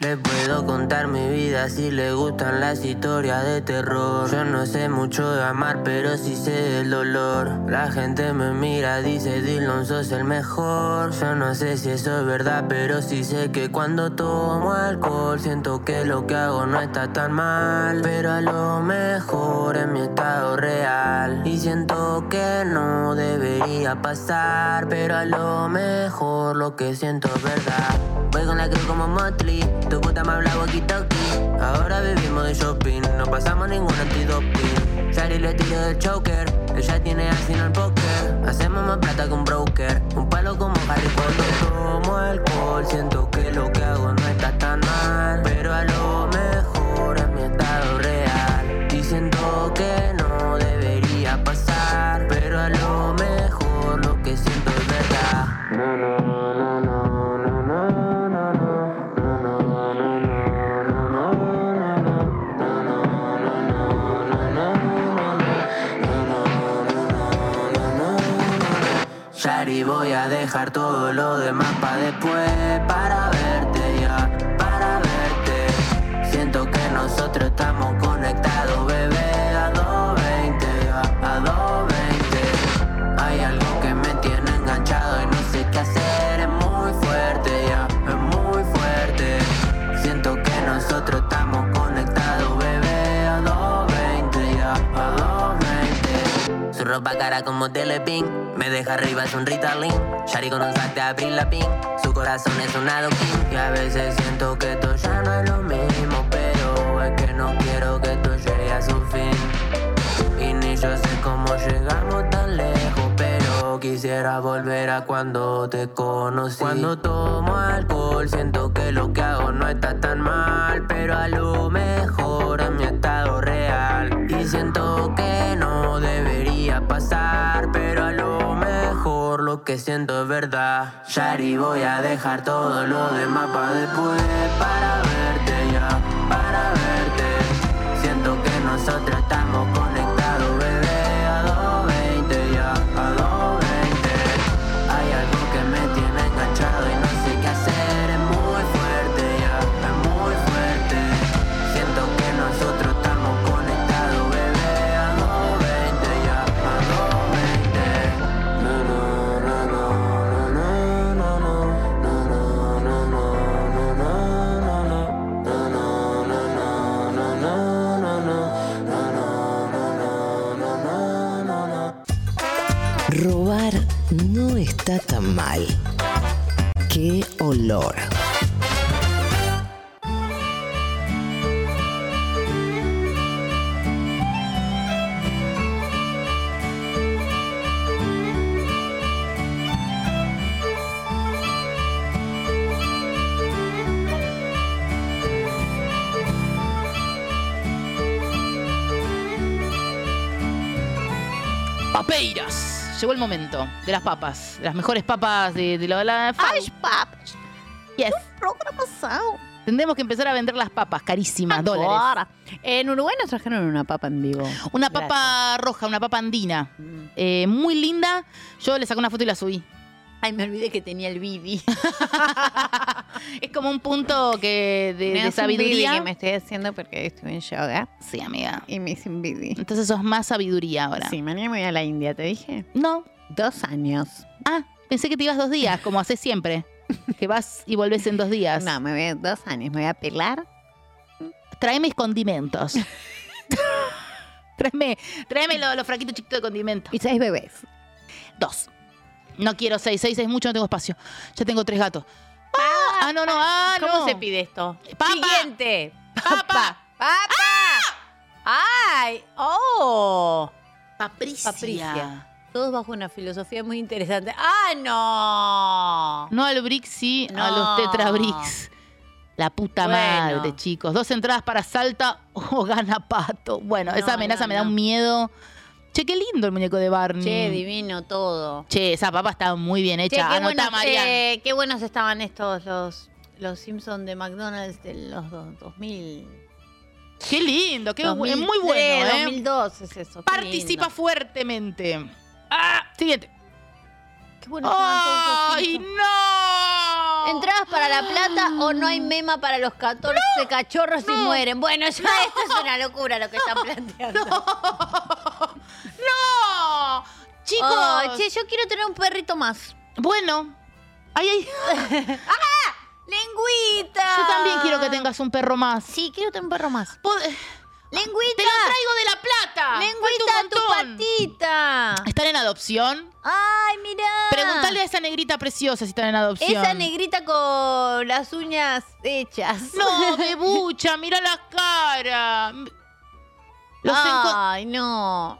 Le puedo contar mi vida si le gustan las historias de terror. Yo no sé mucho de amar, pero sí sé del dolor. La gente me mira, dice Dylan, sos el mejor. Yo no sé si eso es verdad, pero sí sé que cuando tomo alcohol siento que lo que hago no está tan mal. Pero a lo mejor es mi estado real. Y siento que no debería pasar, pero a lo mejor lo que siento es verdad. Voy con la que como Motley, tu puta me habla walkie-talkie. Ahora vivimos de shopping, no pasamos ningún antidoping. Sari le tiro del choker, ella tiene así no el póker. Hacemos más plata que un broker, un palo como Harry Potter. Tomo alcohol, siento que lo que hago no está tan mal. Pero a lo mejor es mi estado real. Y siento que no debería pasar, pero a lo mejor lo que siento es verdad. No, no, no, no, no, no, no, no. Shari, voy a dejar todo lo demás pa' después Para verte ya, para verte Siento que nosotros estamos conectados, bebé A 220 ya, a 220 Hay algo que me tiene enganchado y no sé qué hacer Es muy fuerte ya, es muy fuerte Siento que nosotros estamos conectados, bebé A 220 ya, a 220 Su ropa cara como Telepin me deja arriba es un Ritalin Shari con un sac de Abril Lavigne Su corazón es un adoquín Y a veces siento que esto ya no es lo mismo Pero es que no quiero que esto llegue a su fin Y ni yo sé cómo llegamos tan lejos Pero quisiera volver a cuando te conocí Cuando tomo alcohol siento que lo que hago no está tan mal Pero a lo mejor es mi estado real Y siento que no debería pasar Pero a lo mejor lo que siento es verdad Shari voy a dejar todo lo demás para después Para verte ya, para verte Siento que nosotros estamos conectados bebé A 220 ya, a 220 hay algo que me tiene enganchado y no sé qué hacer. Es muy fuerte, ya, es muy fuerte. Siento que nosotros estamos conectados, bebé. A 220, ya, a 220. No, no, no, no, no, no, no, no. Robar no está tan mal. ¡Qué olor! Papeiras. Llegó el momento de las papas, de las mejores papas de, de la, la ¡Ay, papas! Yes. programação. Tendremos que empezar a vender las papas carísimas, dólares. Ahora, Ah, en Uruguay nos trajeron una papa en vivo. Una papa roja, una papa andina. Eh, muy linda. Yo le saqué una foto y la subí. Ay, me olvidé que tenía el bibi. (laughs) es como un punto que de, Me de hace un sabiduría. bidi que me estoy haciendo porque estuve en yoga. Sí, amiga. Y me hice un bidi. Entonces sos más sabiduría ahora. Sí, mañana me voy a la India, ¿te dije? No. Dos años. Ah, pensé que te ibas dos días, como (laughs) haces siempre. Que vas y volvés en dos días. No, me voy dos años, me voy a pelar. Traeme condimentos. (laughs) tráeme, tráeme lo- los fraquitos chiquitos de condimentos. Y seis bebés. Dos. No quiero seis, seis es mucho, no tengo espacio. Ya tengo tres gatos. Ah, ah, no, no, ah, ¿Cómo no. se pide esto? Papa. Siguiente. Papa. Papa. ¡Ah! ¡Ay! ¡Oh! Papricia. Todos bajo una filosofía muy interesante. ¡Ah, no! No al Brix, sí, a No. los Tetra Brix. La puta Bueno. madre, chicos. Dos entradas para Salta (laughs) o gana Pato. Bueno, esa amenaza me da un miedo. Che, qué lindo el muñeco de Barney. Che, divino todo. Che, esa papa está muy bien hecha. Che, qué, Anota, buenos, Marian. eh, qué buenos estaban estos, los, los Simpsons de McDonald's de los do- 2000. Qué lindo, qué bu- es muy bueno, ¿eh? 2002 es eso. qué Participa lindo. fuertemente. Ah, siguiente. Qué bueno estaban todos los ¡Ay, Simpsons. no! ¿Entradas para la plata o no hay mema para los 14 cachorros y mueren? Bueno, ya esto es una locura lo que (laughs) están planteando. ¡No! Chicos. Oh, che, yo quiero tener un perrito más. Bueno. Ay, ay. ¡Ah! ¡Lengüita! Yo también quiero que tengas un perro más. Ah. Sí, quiero tener un perro más. ¡Lengüita! Ah. ¡Te lo traigo de la plata! ¡Lengüita, tu Ah. patita! ¿Están en adopción? ¡Ay, mirá! Preguntale a esa negrita preciosa si están en adopción. Esa negrita con las uñas hechas. No, bebucha, mira la cara. Los Ah. enco- Ay, no.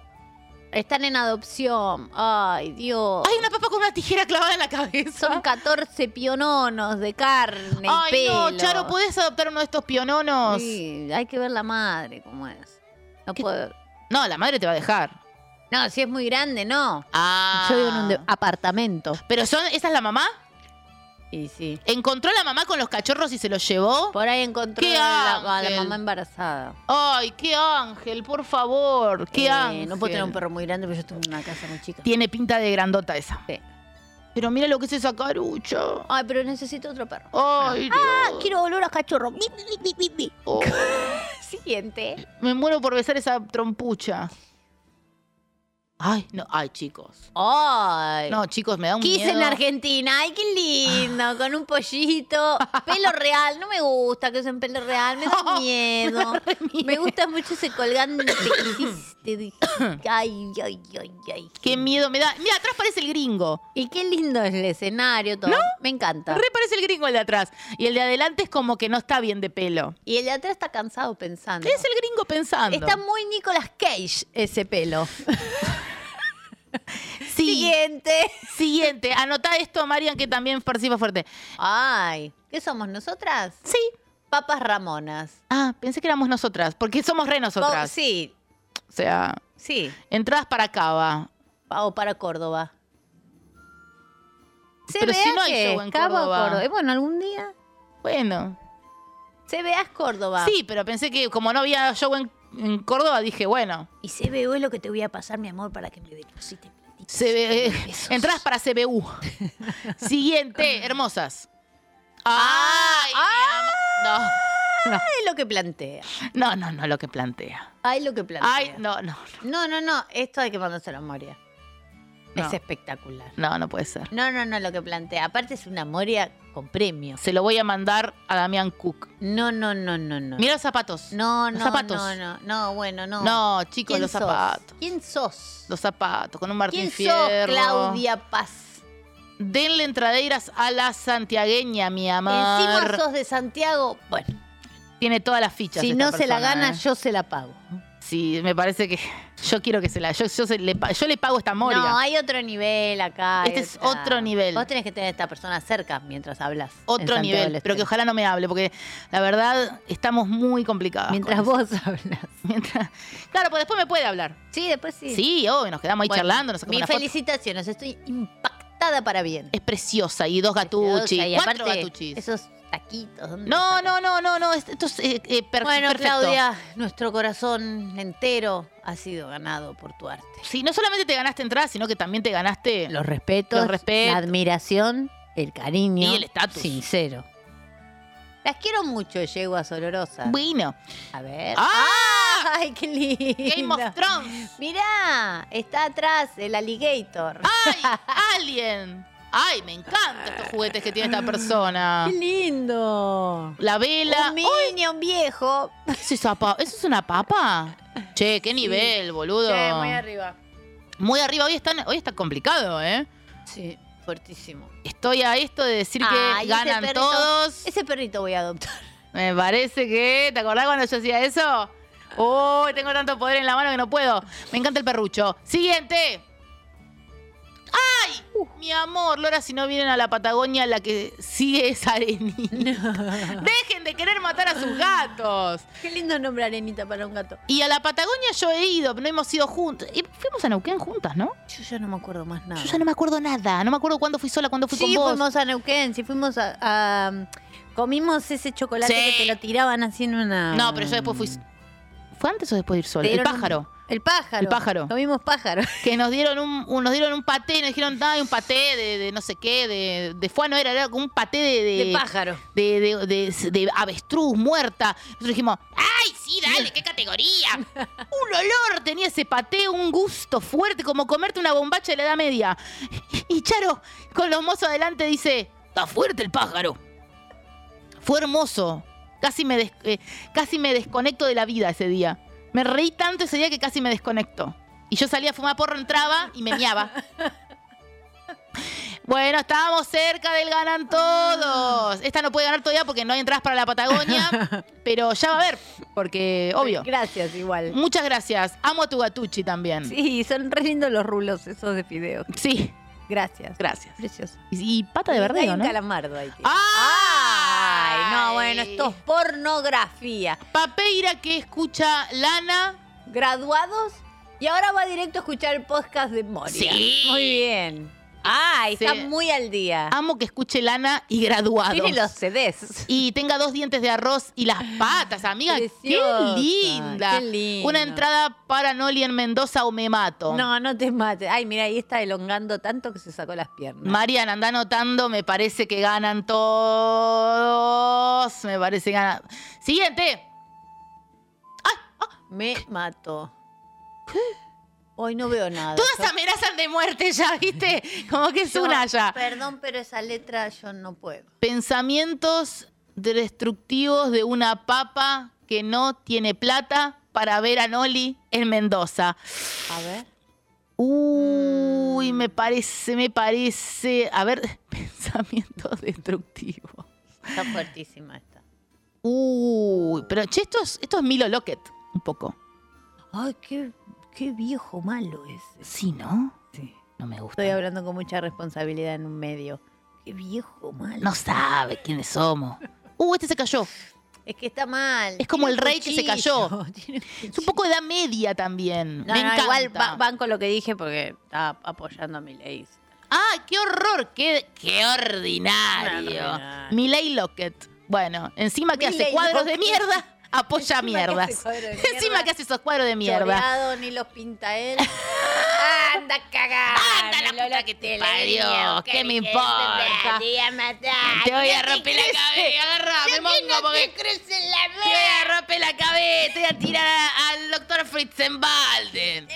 Están en adopción. Ay, Dios. Hay una papa con una tijera clavada en la cabeza. Son 14 piononos de carne. y Ay, no, pelo. Charo, ¿podés adoptar uno de estos piononos? Sí, hay que ver la madre cómo es. No puedo. No, la madre te va a dejar. No, si es muy grande, no. Ah. Yo vivo en un de- apartamento. ¿Pero son, esa es la mamá? Y sí. ¿Encontró a la mamá con los cachorros y se los llevó? Por ahí encontró ¿Qué a la, a la ángel? mamá embarazada. Ay, qué ángel, por favor, qué Eh, ángel. No puedo tener un perro muy grande porque yo tengo una casa muy chica. Tiene pinta de grandota esa. Pero mira lo que es esa carucha. Ay, pero necesito otro perro. Ay, ah, Dios. Oh, quiero olor a cachorro. Bi, bi, bi, bi, bi. Siguiente. Me muero por besar esa trompucha. Ay, no, ay, chicos. Ay. No, chicos, me da un Kiss miedo. en Argentina. Ay, qué lindo. Con un (laughs) pollito. Pelo real. No me gusta que usen pelo real. Me da miedo. Me gusta mucho ese colgante que (coughs) hiciste. (coughs) Dije, Ay, ay, ay, ay. Qué miedo me da. Mira, atrás parece el gringo. Y qué lindo es el escenario todo. ¿No? Me encanta. Re parece el gringo el de atrás. Y el de adelante es como que no está bien de pelo. Y el de atrás está cansado pensando. Es el gringo pensando. Está muy Nicolas Cage ese (laughs) pelo. (laughs) Siguiente. Siguiente. Anota esto, Marian, que también participa fuerte. Ay, ¿qué somos nosotras? Sí. Papas Ramonas. Ah, pensé que éramos nosotras, porque somos re nosotras. Oh, sí, O sea, sí. entradas para Cava. Pa- O para Córdoba. Se Pero si no hay que show en Cava o Córdoba. Eh, Bueno, algún día. Bueno. CBA es Córdoba. Sí, pero pensé que como no había show en, en Córdoba, dije, bueno. Y CBU es lo que te voy a pasar, mi amor, para que me deposites. Se ve- eh, entradas para CBU. Siguiente, hermosas. Ay, mi amor. No, (laughs) no. Ay, lo que plantea. No, no, no, lo que plantea. Ay, lo que plantea. Ay, no, no. No, no, no. Esto hay que mandárselo a Moria. No. Es espectacular. No, no puede ser. No, no, no, lo que plantea. Aparte es una Moria con premio. Se lo voy a mandar a Damián Cook. No, no, no, no, no. Mira los zapatos. No, Los no, zapatos. no, no, no, bueno, no. No, chicos, ¿Quién los sos? zapatos. ¿Quién sos? Los zapatos, con un Martín ¿Quién sos, Fierro. Claudia Paz? Denle entradeiras a la santiagueña, mi amor. Encima sos de Santiago. Bueno, Tiene todas las fichas. si esta no se la persona, gana, ¿eh? yo se la pago. Sí, me parece que yo quiero que se la... Yo, yo se le, pa- yo le pago esta moria. No, hay otro nivel acá. hay Este es otra- otro nivel. Vos tenés que tener a esta persona cerca mientras hablas. en Otro Santiago nivel, del Este. pero que Estero. ojalá no me hable, porque la verdad estamos muy complicadas. Mientras (laughs) con vos eso. hablas. Claro, pues después me puede hablar. Sí, después sí. Sí, hoy nos quedamos ahí Bueno, charlando, nos sacamos Mis una foto. felicitaciones, estoy impactada para bien. Es preciosa y dos gatuchis, Y cuatro aparte, gatuchis. Esos taquitos. ¿dónde No, no, no, no, no, es- esto es eh, eh, per- Bueno, perfecto. Claudia, nuestro corazón entero ha sido ganado por tu arte. Sí, no solamente te ganaste entrada, sino que también te ganaste Los respetos, Los respetos. la admiración, el cariño. Y el estatus. Sincero. Las quiero mucho, yeguas olorosas. Bueno. A ver. ¡Ah! ¡Ay, qué lindo! Game of Thrones. Mirá, está atrás el alligator. Ah. Alien. Ay, me encantan estos juguetes que tiene esta persona. ¡Qué lindo! La vela. Un minion viejo. ¿Qué es esa pa- ¿Eso es una papa? Che, qué nivel, boludo. Che, muy arriba. Muy arriba. Hoy, están, hoy está complicado, ¿eh? Sí, fuertísimo. Estoy a esto de decir Ay, que ese ganan perrito- todos. Ese perrito voy a adoptar. Me parece que. ¿Te acordás cuando yo hacía eso? Uy, tengo tanto poder en la mano que no puedo. Me encanta el perrucho. Siguiente. ¡Ay! Mi amor, Lora, si no vienen a la Patagonia, la que sigue es Arenita. (laughs) Dejen de querer matar a sus gatos. Qué lindo nombre Arenita para un gato. Y a la Patagonia yo he ido, pero no hemos ido juntos. Y fuimos a Neuquén juntas, ¿no? Yo ya no me acuerdo más nada. Yo ya no me acuerdo nada. No me acuerdo cuándo fui sola, cuándo fui Ah. Sí, con vos. fuimos a Neuquén, sí fuimos a... a- um, comimos ese chocolate Sí. que te lo tiraban así en una... No, pero yo después fui. ¿Fue antes o después de ir sola? el Dieron un- pájaro. el pájaro. El pájaro. Comimos pájaro. Que nos dieron un, un- nos dieron un paté, nos dijeron, hay un paté de, de no sé qué, de, de fuá, no era, era como un paté de, De pájaro. De, de- de- de avestruz muerta. Nosotros dijimos, ¡ay, sí, dale, qué categoría! un olor tenía ese paté, un gusto fuerte, como comerte una bombacha de la edad media. Y Charo, con los mozos adelante, dice, está fuerte el pájaro. Fue hermoso. Casi me, des- eh, casi me desconecto de la vida ese día. Me reí tanto ese día que casi me desconecto. Y yo salía a fumar porro, entraba y me miaba. Bueno, estábamos cerca del ganan todos. Esta no puede ganar todavía porque no hay entradas para la Patagonia, pero ya va a haber, porque obvio. Gracias, igual. Muchas gracias. Amo a tu gatuchi también. Sí, son re lindos los rulos esos de fideo. Sí. Gracias. Gracias. Precioso. Y, y pata de Hay verdeo, un ¿no? calamardo ahí. tío. ¡Ay! No, bueno, esto es pornografía. Papeira que escucha Lana. Graduados. Y ahora va directo a escuchar el podcast de Moria. Sí. Muy bien. Ay, está muy al día. Amo que escuche Lana y graduados. Tiene los CDs. Y tenga dos dientes de arroz y las patas, amiga. Preciosa, ¡Qué linda! qué lindo. Una entrada para Noli en Mendoza o me mato. No, no te mates. Ay, mira, ahí está elongando tanto que se sacó las piernas. Marian, anda anotando, me parece que ganan todos. Me parece que ganan. Siguiente. Me mató. (gasps) Hoy no veo nada. Todas amenazan de muerte ya, ¿viste? Como que es una ya. Perdón, pero esa letra yo no puedo. Pensamientos destructivos de una papa que no tiene plata para ver a Noli en Mendoza. A ver. Uy, me parece, me parece. A ver, (laughs) pensamientos destructivos. Está fuertísima esta. Uy, pero che, esto es, esto es Milo Lockett, un poco. Ay, qué, qué viejo malo es. Sí, ¿no? Sí. No me gusta. Estoy hablando con mucha responsabilidad en un medio. Qué viejo malo. No sabe quiénes somos. Uh, este se cayó. Es que está mal. Es como Tiene el rey que se cuchillo. cayó. (laughs) Es un poco de edad media también. No, me no, encanta. igual ba- banco lo que dije porque está apoyando a mi ley. ¡Ah, qué horror! ¡Qué, qué ordinario! Miley Lockett. Bueno, encima que hace Milei cuadros de Lockett. mierda, apoya mierdas. (laughs) Encima que hace esos cuadros de mierda. Choreado, ni los pinta (laughs) él. Anda cagada. Anda la puta que te Parió, ¿qué me importa? Te voy a matar. Te voy a romper la cabeza, agarrame, mongo, porque- Te voy a romper la cabeza, te voy a tirar a- al doctor Fritzenbalden.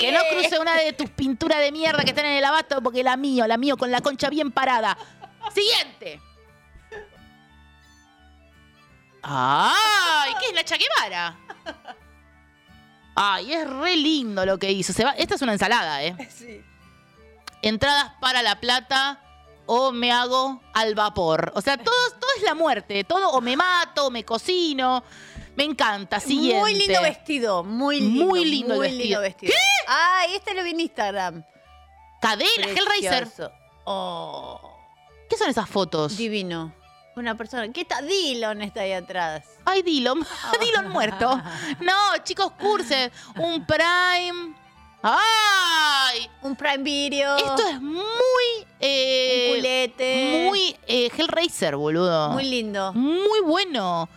Que no cruce una de tus pinturas de mierda que están en el abasto porque la mío, la mío con la concha bien parada. Siguiente. ¡Ay! ¿Qué es Nacha Guevara? Ay, es re lindo lo que hizo. Se va- Esta es una ensalada, ¿eh? Sí. Entradas para La Plata o me hago al vapor. O sea, todo, todo es la muerte. Todo o me mato, o me cocino. Me encanta. Siguiente. Muy lindo vestido, muy lindo. Muy lindo el muy vestido. lindo vestido. ¿Qué? Ah, este lo vi en Instagram. Cadena, Hellraiser. Precioso. Oh, ¿Qué son esas fotos? divino. Una persona. ¿Qué está? Dillon está ahí atrás. Ay, (laughs) Dillon. Dillon muerto. No, chicos, curses. Un Prime. ¡Ay! Un Prime Video. Esto es muy. eh, Oh. Un culete. Muy eh, Hellraiser, boludo. Muy lindo. Muy bueno.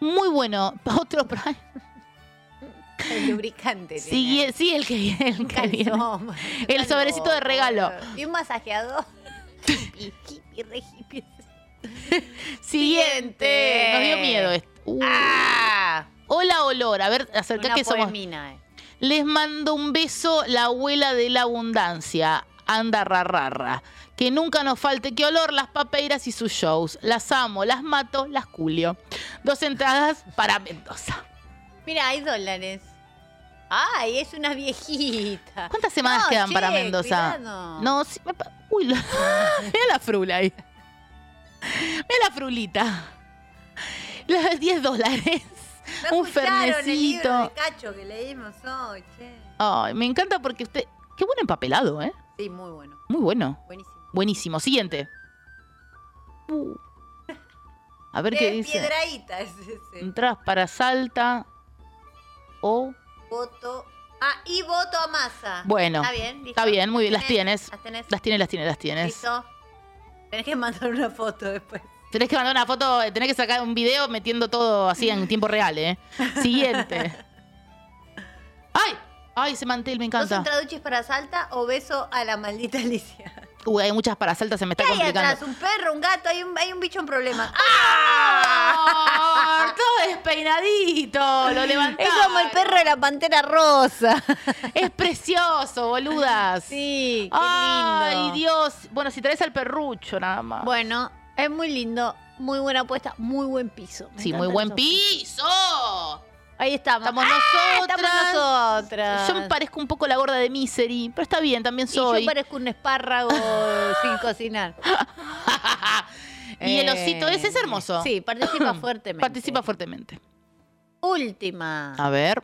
Muy bueno. Otro Prime. El lubricante. Sí, eh, sí, el que viene. El, que viene. el sobrecito de regalo. tiene. Y un masajeador. hippie, hippie, re hippie. Siguiente. Nos dio miedo esto. Uh. Hola, olor. A ver, Ah. acerca Una que Ah. somos. poemina, eh. Les mando un beso, la abuela de la abundancia, anda rarrarra. Que nunca nos falte que olor las papeiras y sus shows. Las amo, las mato, las culio. Dos entradas para Mendoza. Mira, hay dólares. Ay, es una viejita. ¿Cuántas semanas No, quedan che, para Mendoza? cuidado. No, sí, me pa- Uy, lo- (laughs) mira la frula ahí. Mira la frulita. Los 10 dólares. Escucharon el un libro fernecito. de Cacho que leímos hoy, che. Ay, me encanta porque usted. Qué buen empapelado, ¿eh? Sí, muy bueno. Muy bueno. Buenísimo. Buenísimo. Siguiente. A ver qué Uh. De dice. Mm. Piedrahíta Eh, es ese. Entrás para Salta o. Voto. Ah, y voto a masa. Bueno. Está bien, listo. Está bien, muy bien. Las ¿Tenés? tienes. Las tenés. Las tienes, las tienes, las tienes. Listo. Tenés que mandar una foto después. Tenés que mandar una foto, eh, tenés que sacar un video metiendo todo así en tiempo real, ¿eh? (laughs) Siguiente. ¡Ay! ¡Ay, ese mantel me ¿Dos encanta! entraduchis para Salta o beso a la maldita Alicia? Uy, hay muchas para Salta, se me está ¿Qué hay atrás? complicando. ¿Un perro, un gato? Hay un, hay un bicho en problemas. ¡Ah! Todo despeinadito, lo levantaron. Ah, Es como el perro de la pantera rosa. Es precioso, boludas. Sí, qué Ay, lindo. Dios. Bueno, si traes al perrucho nada más. Bueno, es muy lindo. Muy buena apuesta, muy buen piso. Me Sí, muy encantan buen esos piso. Ahí estamos. Estamos ¡Ah! nosotras. Estamos nosotras. Yo me parezco un poco la gorda de Misery, pero está bien, también Y soy. yo parezco un espárrago sin cocinar. (laughs) Y el osito ese es Eh, hermoso. Sí, (clears throat) participa fuertemente. Participa fuertemente. Última. A ver.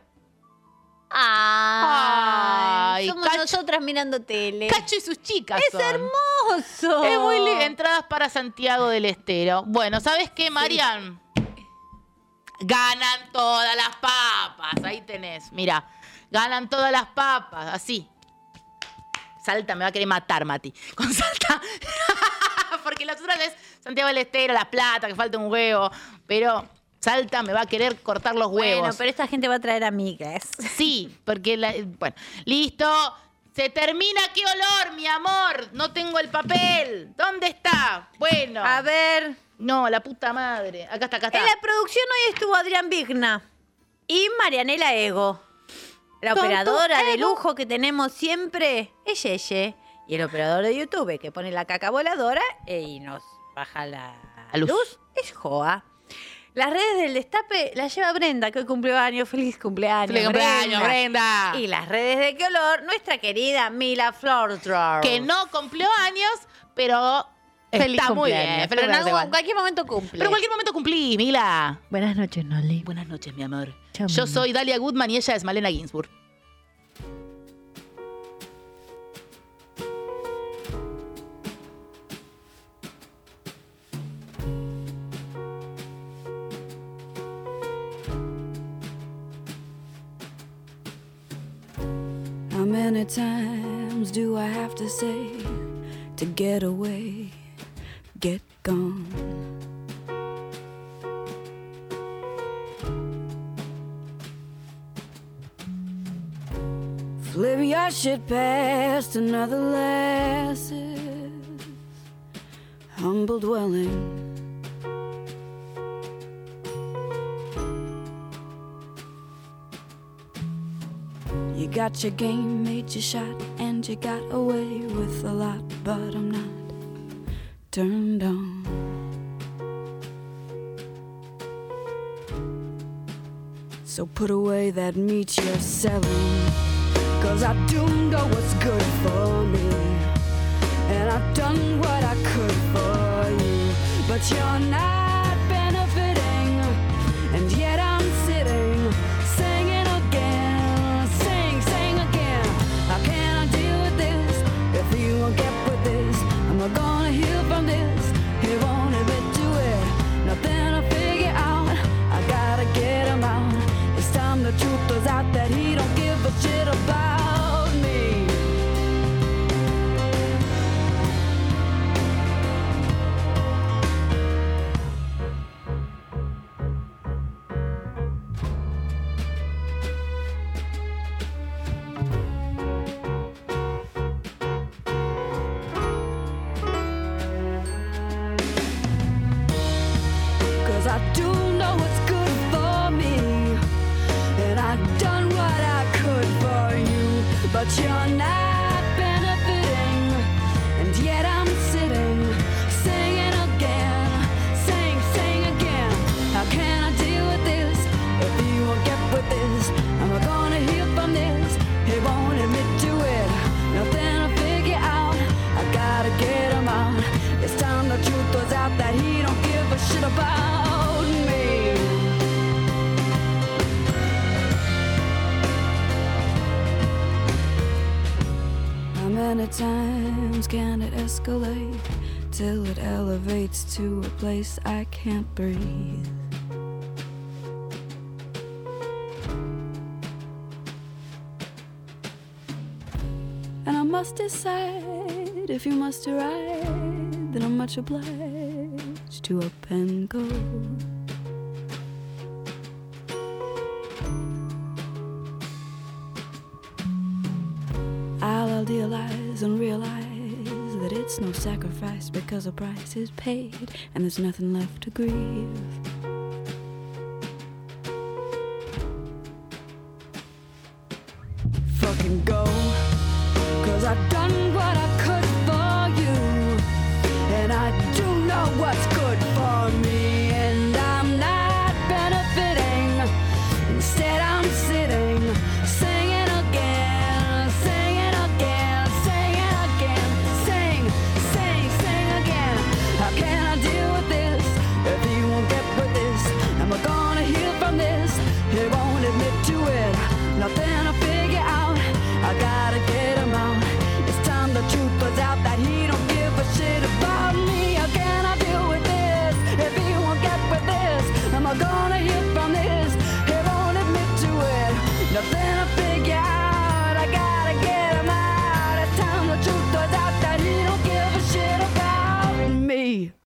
Ay, Ay, somos nosotras mirando tele. Cacho y sus chicas. Eh, Es son. hermoso. Es muy lindo. Entradas para Santiago del Estero. Bueno, ¿sabes qué, Marian? Ganan todas las papas. Ahí tenés. Mira, ganan todas las papas. Así. Salta, me va a querer matar, Mati. (laughs) Con Salta. Porque las otras es Santiago del Estero, La Plata, que falta un huevo. Pero Salta me va a querer cortar los huevos. Bueno, pero esta gente va a traer amigas. Sí, porque la- bueno, listo. Se termina, qué olor, mi amor. No tengo el papel. ¿Dónde está? Bueno. A ver. No, la puta madre. Acá está, acá está. En la producción hoy estuvo Adrián Vigna y Marianela Ego. La Con tu operadora de ego. lujo que tenemos siempre es Yeye. Y el operador de YouTube que pone la caca voladora eh, y nos baja la La luz. luz. es Joa. Las redes del destape las lleva Brenda, que hoy cumplió años. Feliz cumpleaños. Feliz cumpleaños, Brenda. Y las redes de qué olor, nuestra querida Mila Flordrow. Que no cumplió años, pero Feliz está muy cumpleaños. bien. Pero en algún- cualquier momento cumple. Pero en cualquier momento cumplí, Mila. Buenas noches, Noli. Buenas noches, mi amor. Yo soy Dalia Goodman y ella es Malena Ginsburg. How many times do I have to say to get away, get gone? Flip your shit past another lass's humble dwelling. You got your game, made your shot, and you got away with a lot, but I'm not turned on. So put away that meat you're selling. Cause I do know what's good for me. And I've done what I could for you. But you're not benefiting. And yet I'm sitting, singing again, sing, sing again. How can I deal with this? If you won't get with this, I'm not gonna heal from this. He won't admit to it. Nothing to figure out. I gotta get him out. It's time the truth was out that he don't give a shit about me. Cause I do know what's good for me. And I've done what I could for you. But you're not benefiting. And yet I'm sitting, singing again. Sing, sing again. How can I deal with this? If you won't get with this, I'm not gonna heal from this. He won't admit to it. Nothing to figure out. I gotta get him out. It's time the truth was out that he don't give a shit about me. times can it escalate till it elevates to a place I can't breathe? And I must decide if you must arrive, then I'm much obliged to up and go. I'll idealize and realize that it's no sacrifice because a price is paid and there's nothing left to grieve. Fucking go, cause I've done